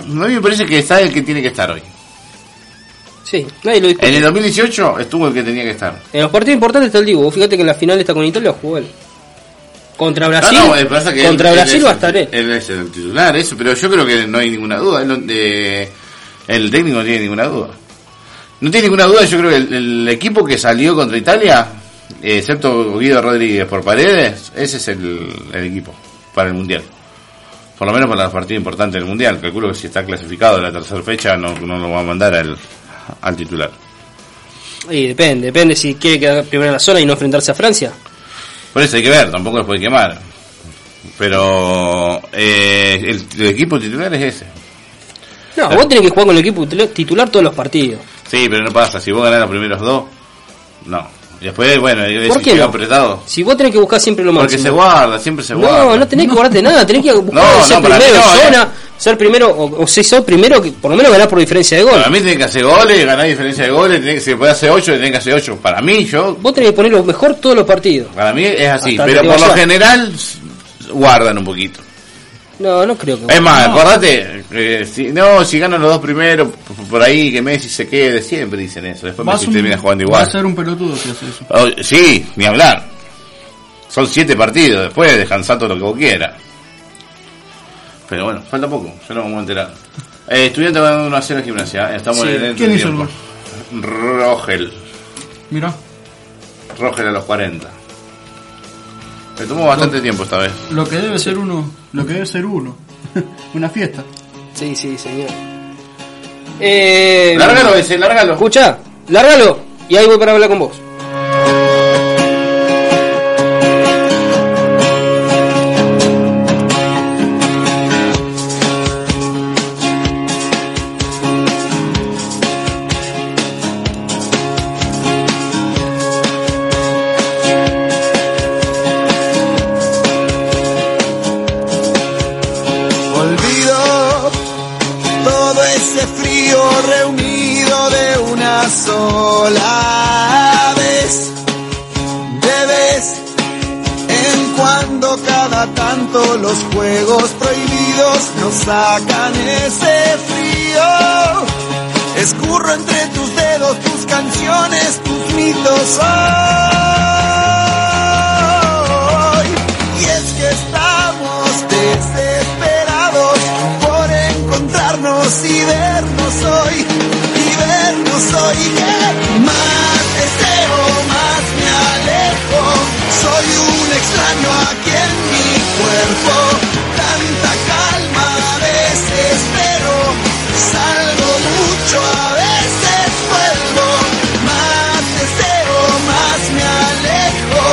no me parece que está el que tiene que estar hoy. Sí, nadie lo discute. En el En, 2018 estuvo el que tenía que estar. los partidos importantes está el Dibu. Vos Fíjate que en la final está con Italia jugó él. Contra Brasil. No, no, eh, pasa que contra él- él Brasil es- va a estar eh. él. Él es el titular, eso, pero yo creo que no hay ninguna duda. él no- eh, el técnico no tiene ninguna duda. No tiene ninguna duda, yo creo que el, el equipo que salió contra Italia, eh, excepto Guido Rodríguez por paredes, ese es el, el equipo para el Mundial. Por lo menos para los partidos importantes del Mundial. Calculo que si está clasificado a la tercera fecha no, no lo va a mandar al, al titular. Y depende, depende si quiere quedar primero en la zona y no enfrentarse a Francia. Por eso hay que ver, tampoco lo puede quemar. Pero eh, el, el equipo titular es ese. No, Claro. vos tenés que jugar con el equipo titula- titular todos los partidos. Sí, pero no pasa. Si vos ganás los primeros dos, no. Y después, bueno, ¿Por si qué queda no? apretado. Si vos tenés que buscar siempre lo Porque máximo. se guarda, siempre se guarda. No, no tenés que guardarte nada, tenés que buscar No, ser no, para mí primero en no, eh. zona, ser primero, o, o si sos primero, que por lo menos ganás por diferencia de gol. Para mí tenés que hacer goles, ganar diferencia de goles, tenés que, si podés hacer 8, tenés que hacer 8. Para mí, yo, Vos tenés que poner lo mejor todos los partidos. para mí es así. Hasta pero que por vaya. lo general, s- guardan un poquito. No, no creo que. Es más, No. acordate, eh, si, no, si ganan los dos primeros, p- p- por ahí que Messi se quede, siempre dicen eso. Después Vas Messi un- termina jugando Va igual. a ser un pelotudo si hace eso. Oh, sí, ni hablar. Son siete partidos, después descansá todo lo que vos quieras. Pero bueno, falta poco, ya nos vamos a enterar. Eh, estudiante va dando una cena gimnasia, eh, estamos Sí, en el ¿Quién hizo el entretiempo. Rogel, Mira, Rogel a los 40. Me tomó bastante tiempo esta vez. lo que debe ser uno, lo que debe ser uno. (laughs) Una fiesta. Sí, sí, señor. Eh, Lárgalo ese, lárgalo. Escucha, lárgalo. Y ahí voy para hablar con vos. Olvido todo ese frío reunido de una sola vez. De vez en cuando cada tanto los juegos prohibidos nos sacan ese frío. Escurro entre tus dedos tus canciones, tus mitos Oh. hoy. Y es que estamos desesperados por encontrarnos y vernos hoy, y vernos hoy. Que más deseo, más me alejo. Soy un extraño aquí en mi cuerpo. Tanta calma a veces, pero salgo mucho, a veces vuelvo. Más deseo, más me alejo.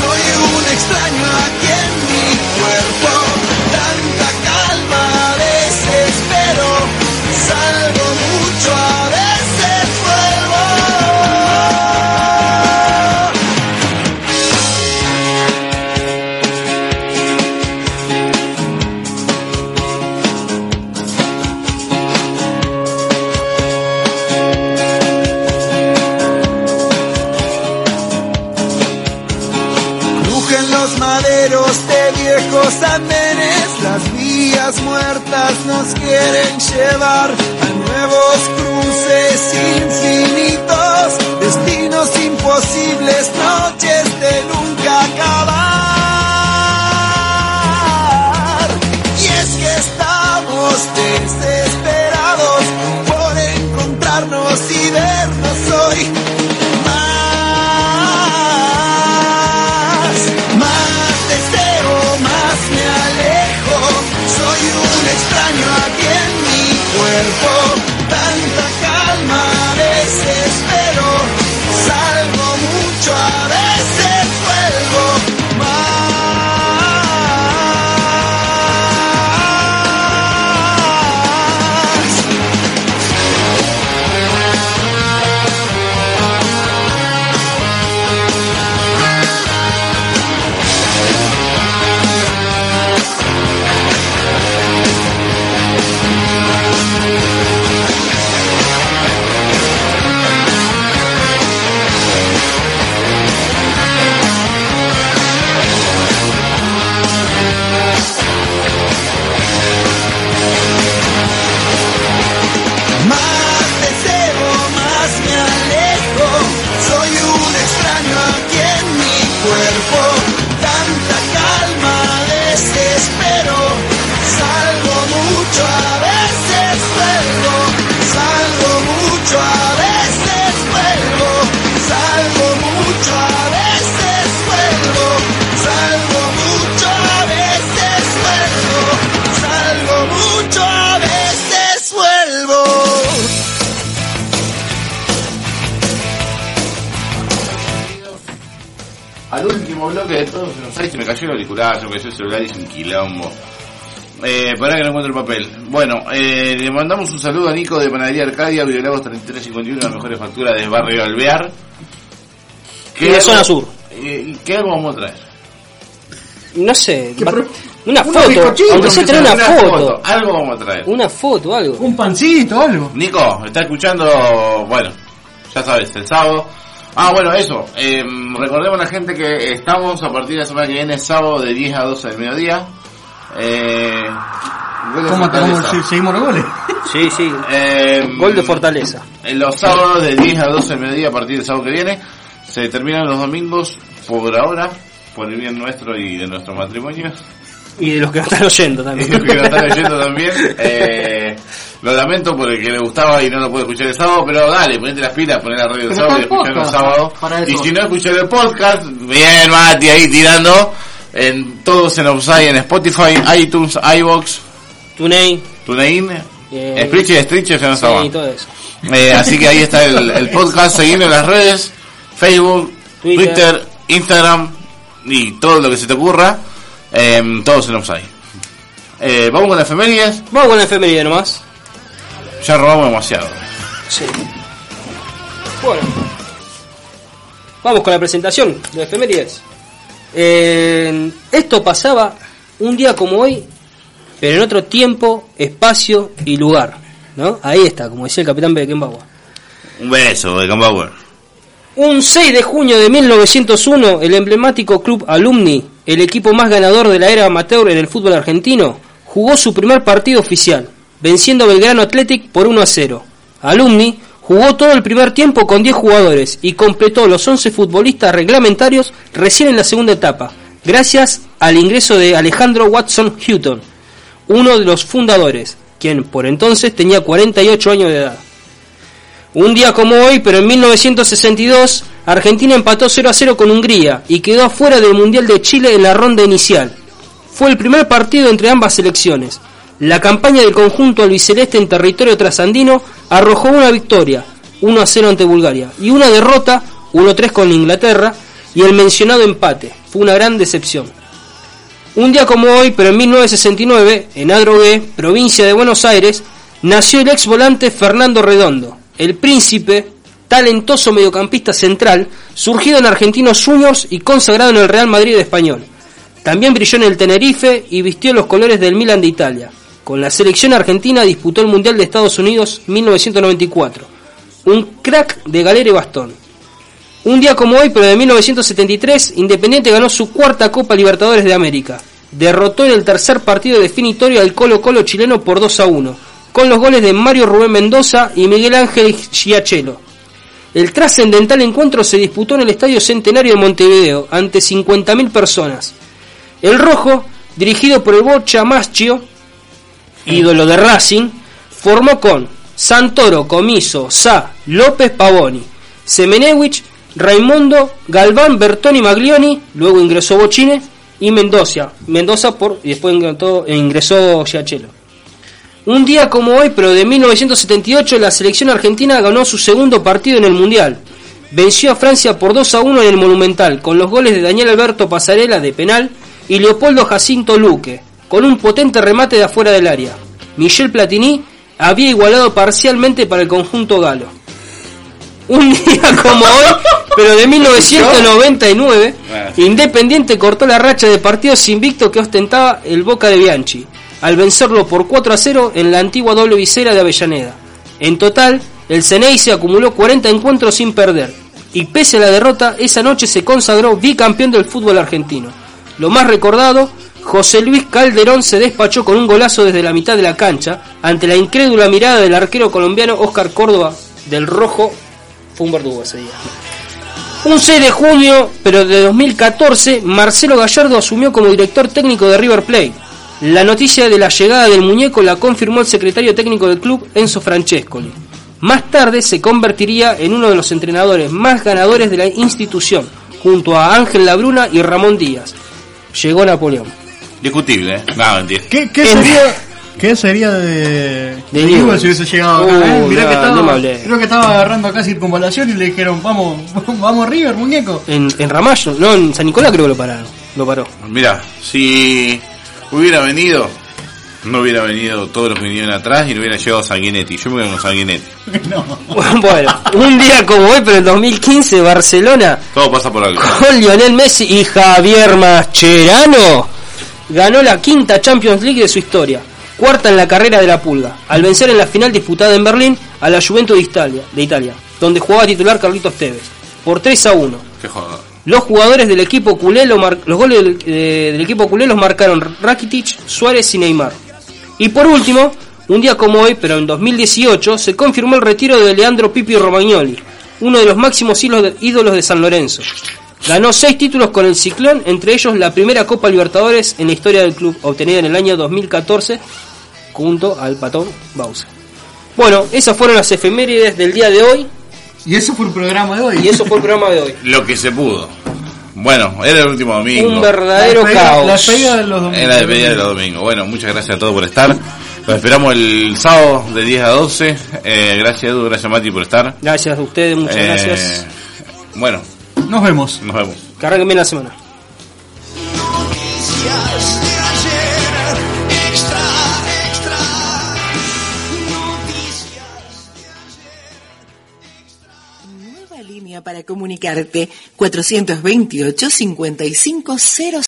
Soy un extraño aquí en mi cuerpo. Tanta calma a veces, pero salgo mucho, a veces vuelvo. Crujen los maderos de viejos andenes, las vías muertas nos quieren llevar a nuevos cruces infinitos, destinos imposibles, noches de nunca acabar. Y es que estamos desesperados por encontrarnos y vernos hoy más, más deseo, más me alejo. Soy un extraño aquí en mi cuerpo. Tanta calma a veces, pero salgo mucho, a veces vuelvo más. Más deseo, más me alejo. Soy un extraño aquí en mi cuerpo. Tanta calma a veces, pero salgo mucho, a veces vuelvo. Salgo mucho, a veces vuelvo. Salgo mucho, a veces vuelvo. Salgo mucho, a veces vuelvo. Salgo mucho, a veces vuelvo. Al último bloque de todos los seis se me cayó el auricular, se me cayó el celular y hice un quilombo. Eh, pará que no encuentro el papel. Bueno, eh, le mandamos un saludo a Nico de Panadería Arcadia, Biolagos 3351, la mejor factura de Barrio Alvear. Y de algo- zona sur. eh, ¿Y qué algo vamos a traer? No sé, va- una unos foto. bizcochitos, Aunque sea tener una una foto. foto, Algo vamos a traer. Una foto, algo. Un pancito, algo. Nico, está escuchando, bueno, ya sabes, el sábado. Ah, bueno, eso. eh, recordemos a la gente que estamos a partir de la semana que viene, sábado de 10 a 12 del mediodía, Eh, gol de ¿Cómo Fortaleza. acabamos? si- ¿Seguimos los goles? Sí, sí. Gol de Fortaleza. En los sábados de 10 a 12 del mediodía a partir del sábado que viene. Se terminan los domingos por ahora, por el bien nuestro y de nuestro matrimonio. Y de los que no están (laughs) oyendo Y también. los que lo están oyendo también. Eh, lo lamento por el que le gustaba y no lo puede escuchar el sábado, pero dale, ponete las pilas, poné la radio el Pero sábado y está el escuchalo el podcast, sábado. para eso. Y si no escuchar el podcast, bien Mati ahí tirando. En todos en Offside, en Spotify, iTunes, iBox, TuneIn, TuneIn, Eh, Stitcher, Stitcher, ya no sí, estaba. todo eso. Eh, así que ahí está el, el podcast, seguindo en las redes, Facebook, Twitter, Twitter. Instagram y todo lo que se te ocurra, em, todos en Upside. Eh, Vamos con las efemérides. Vamos con la efeméride nomás. Ya robamos demasiado. Sí. Bueno. Vamos con la presentación de efemérides. Eh, esto pasaba un día como hoy, pero en otro tiempo, espacio y lugar. ¿no? Ahí está, como decía el capitán Beckenbauer. Un beso de Campbauer. Un 6 de junio de 1901, el emblemático club Alumni, el equipo más ganador de la era amateur en el fútbol argentino, jugó su primer partido oficial, venciendo a Belgrano Athletic por 1 a 0. Alumni jugó todo el primer tiempo con 10 jugadores y completó los 11 futbolistas reglamentarios recién en la segunda etapa, gracias al ingreso de Alejandro Watson Hutton, uno de los fundadores, quien por entonces tenía 48 años de edad. Un día como hoy, pero en 1962, Argentina empató 0 a 0 con Hungría y quedó afuera del Mundial de Chile en la ronda inicial. Fue el primer partido entre ambas selecciones. La campaña del conjunto albiceleste en territorio trasandino arrojó una victoria, 1 a 0 ante Bulgaria, y una derrota, 1 a 3 con Inglaterra, y el mencionado empate. Fue una gran decepción. Un día como hoy, pero en 1969, en Adrogué, provincia de Buenos Aires, nació el ex volante Fernando Redondo, el príncipe, talentoso mediocampista central, surgido en Argentinos Juniors y consagrado en el Real Madrid español. También brilló en el Tenerife y vistió los colores del Milan de Italia. Con la selección argentina disputó el Mundial de Estados Unidos 1994. Un crack de galera y bastón. Un día como hoy, pero de 1973, Independiente ganó su cuarta Copa Libertadores de América. Derrotó en el tercer partido definitorio al Colo Colo chileno por 2 a 1, con los goles de Mario Rubén Mendoza y Miguel Ángel Giachelo. El trascendental encuentro se disputó en el Estadio Centenario de Montevideo, ante 50.000 personas. El Rojo, dirigido por el Bocha Maschio, ídolo de Racing, formó con Santoro, Comiso, Sa, López Pavoni, Semenewich, Raimundo, Galván, Bertoni, Maglioni, luego ingresó Bochine y Mendoza, Mendoza por, y después ingresó, ingresó Giachelo. Un día como hoy, pero de 1978, la selección argentina ganó su segundo partido en el Mundial. Venció a Francia por 2 a 1 en el Monumental, con los goles de Daniel Alberto Pasarela de penal y Leopoldo Jacinto Luque, con un potente remate de afuera del área. Michel Platini había igualado parcialmente para el conjunto galo. Un día como hoy, pero de 1999, Independiente cortó la racha de partidos invicto que ostentaba el Boca de Bianchi, al vencerlo por 4 a 0 en la antigua doble visera de Avellaneda. En total, el Ceney se acumuló 40 encuentros sin perder, y pese a la derrota, esa noche se consagró bicampeón del fútbol argentino. Lo más recordado, José Luis Calderón se despachó con un golazo desde la mitad de la cancha ante la incrédula mirada del arquero colombiano Oscar Córdoba del Rojo. Fue un verdugo ese día. Un 6 de junio, pero de 2014, Marcelo Gallardo asumió como director técnico de River Plate. La noticia de la llegada del muñeco la confirmó el secretario técnico del club, Enzo Francescoli. Más tarde se convertiría en uno de los entrenadores más ganadores de la institución, junto a Ángel Labruna y Ramón Díaz. Llegó Napoleón. Discutible, ¿eh? No, mentira. ¿Qué, qué sería, qué sería de, de Newell. Newell si hubiese llegado acá? eh? Uy, Mirá que no, no me estaba, hablé. creo que estaba agarrando acá circunvalación y le dijeron, vamos, (laughs) vamos River, muñeco. (laughs) En, en Ramallo, no, en San Nicolás creo que lo pararon. Lo paró. (laughs) Mira, si hubiera venido, no hubiera venido todos los que vinieron atrás y no hubiera llegado Sanguinetti. Yo me quedo con Sanguinetti. Bueno, un día como hoy, pero en 2015, Barcelona, Todo pasa por (laughs) algo. con Lionel Messi y Javier Mascherano, ganó la quinta Champions League de su historia, cuarta en la carrera de la Pulga, al vencer en la final disputada en Berlín a la Juventus de Italia, de Italia donde jugaba titular Carlitos Tevez, por 3 a 1. Qué joder. Los jugadores del equipo culé, lo mar- los goles del, eh, del equipo culé los marcaron Rakitic, Suárez y Neymar. Y por último, un día como hoy, pero en 2018, se confirmó el retiro de Leandro Pipi Romagnoli, uno de los máximos ídolos de- ídolos de San Lorenzo. Ganó seis títulos con el Ciclón, entre ellos la primera Copa Libertadores en la historia del club, obtenida en el año 2014 junto al patón Bausa. Bueno, esas fueron las efemérides del día de hoy. Y eso fue el programa de hoy. Y eso fue el programa de hoy. Lo que se pudo. Bueno, era el último domingo. Un verdadero La pega- caos. la pega de los domingos. Era la despedida de los domingos. Bueno, muchas gracias a todos por estar. Los esperamos el sábado de 10 a 12. Eh, gracias Edu, gracias Mati por estar. Gracias a ustedes, muchas Eh, gracias. Bueno, Nos vemos. nos vemos. Que arranquen bien la semana. Nueva línea para comunicarte 428 5500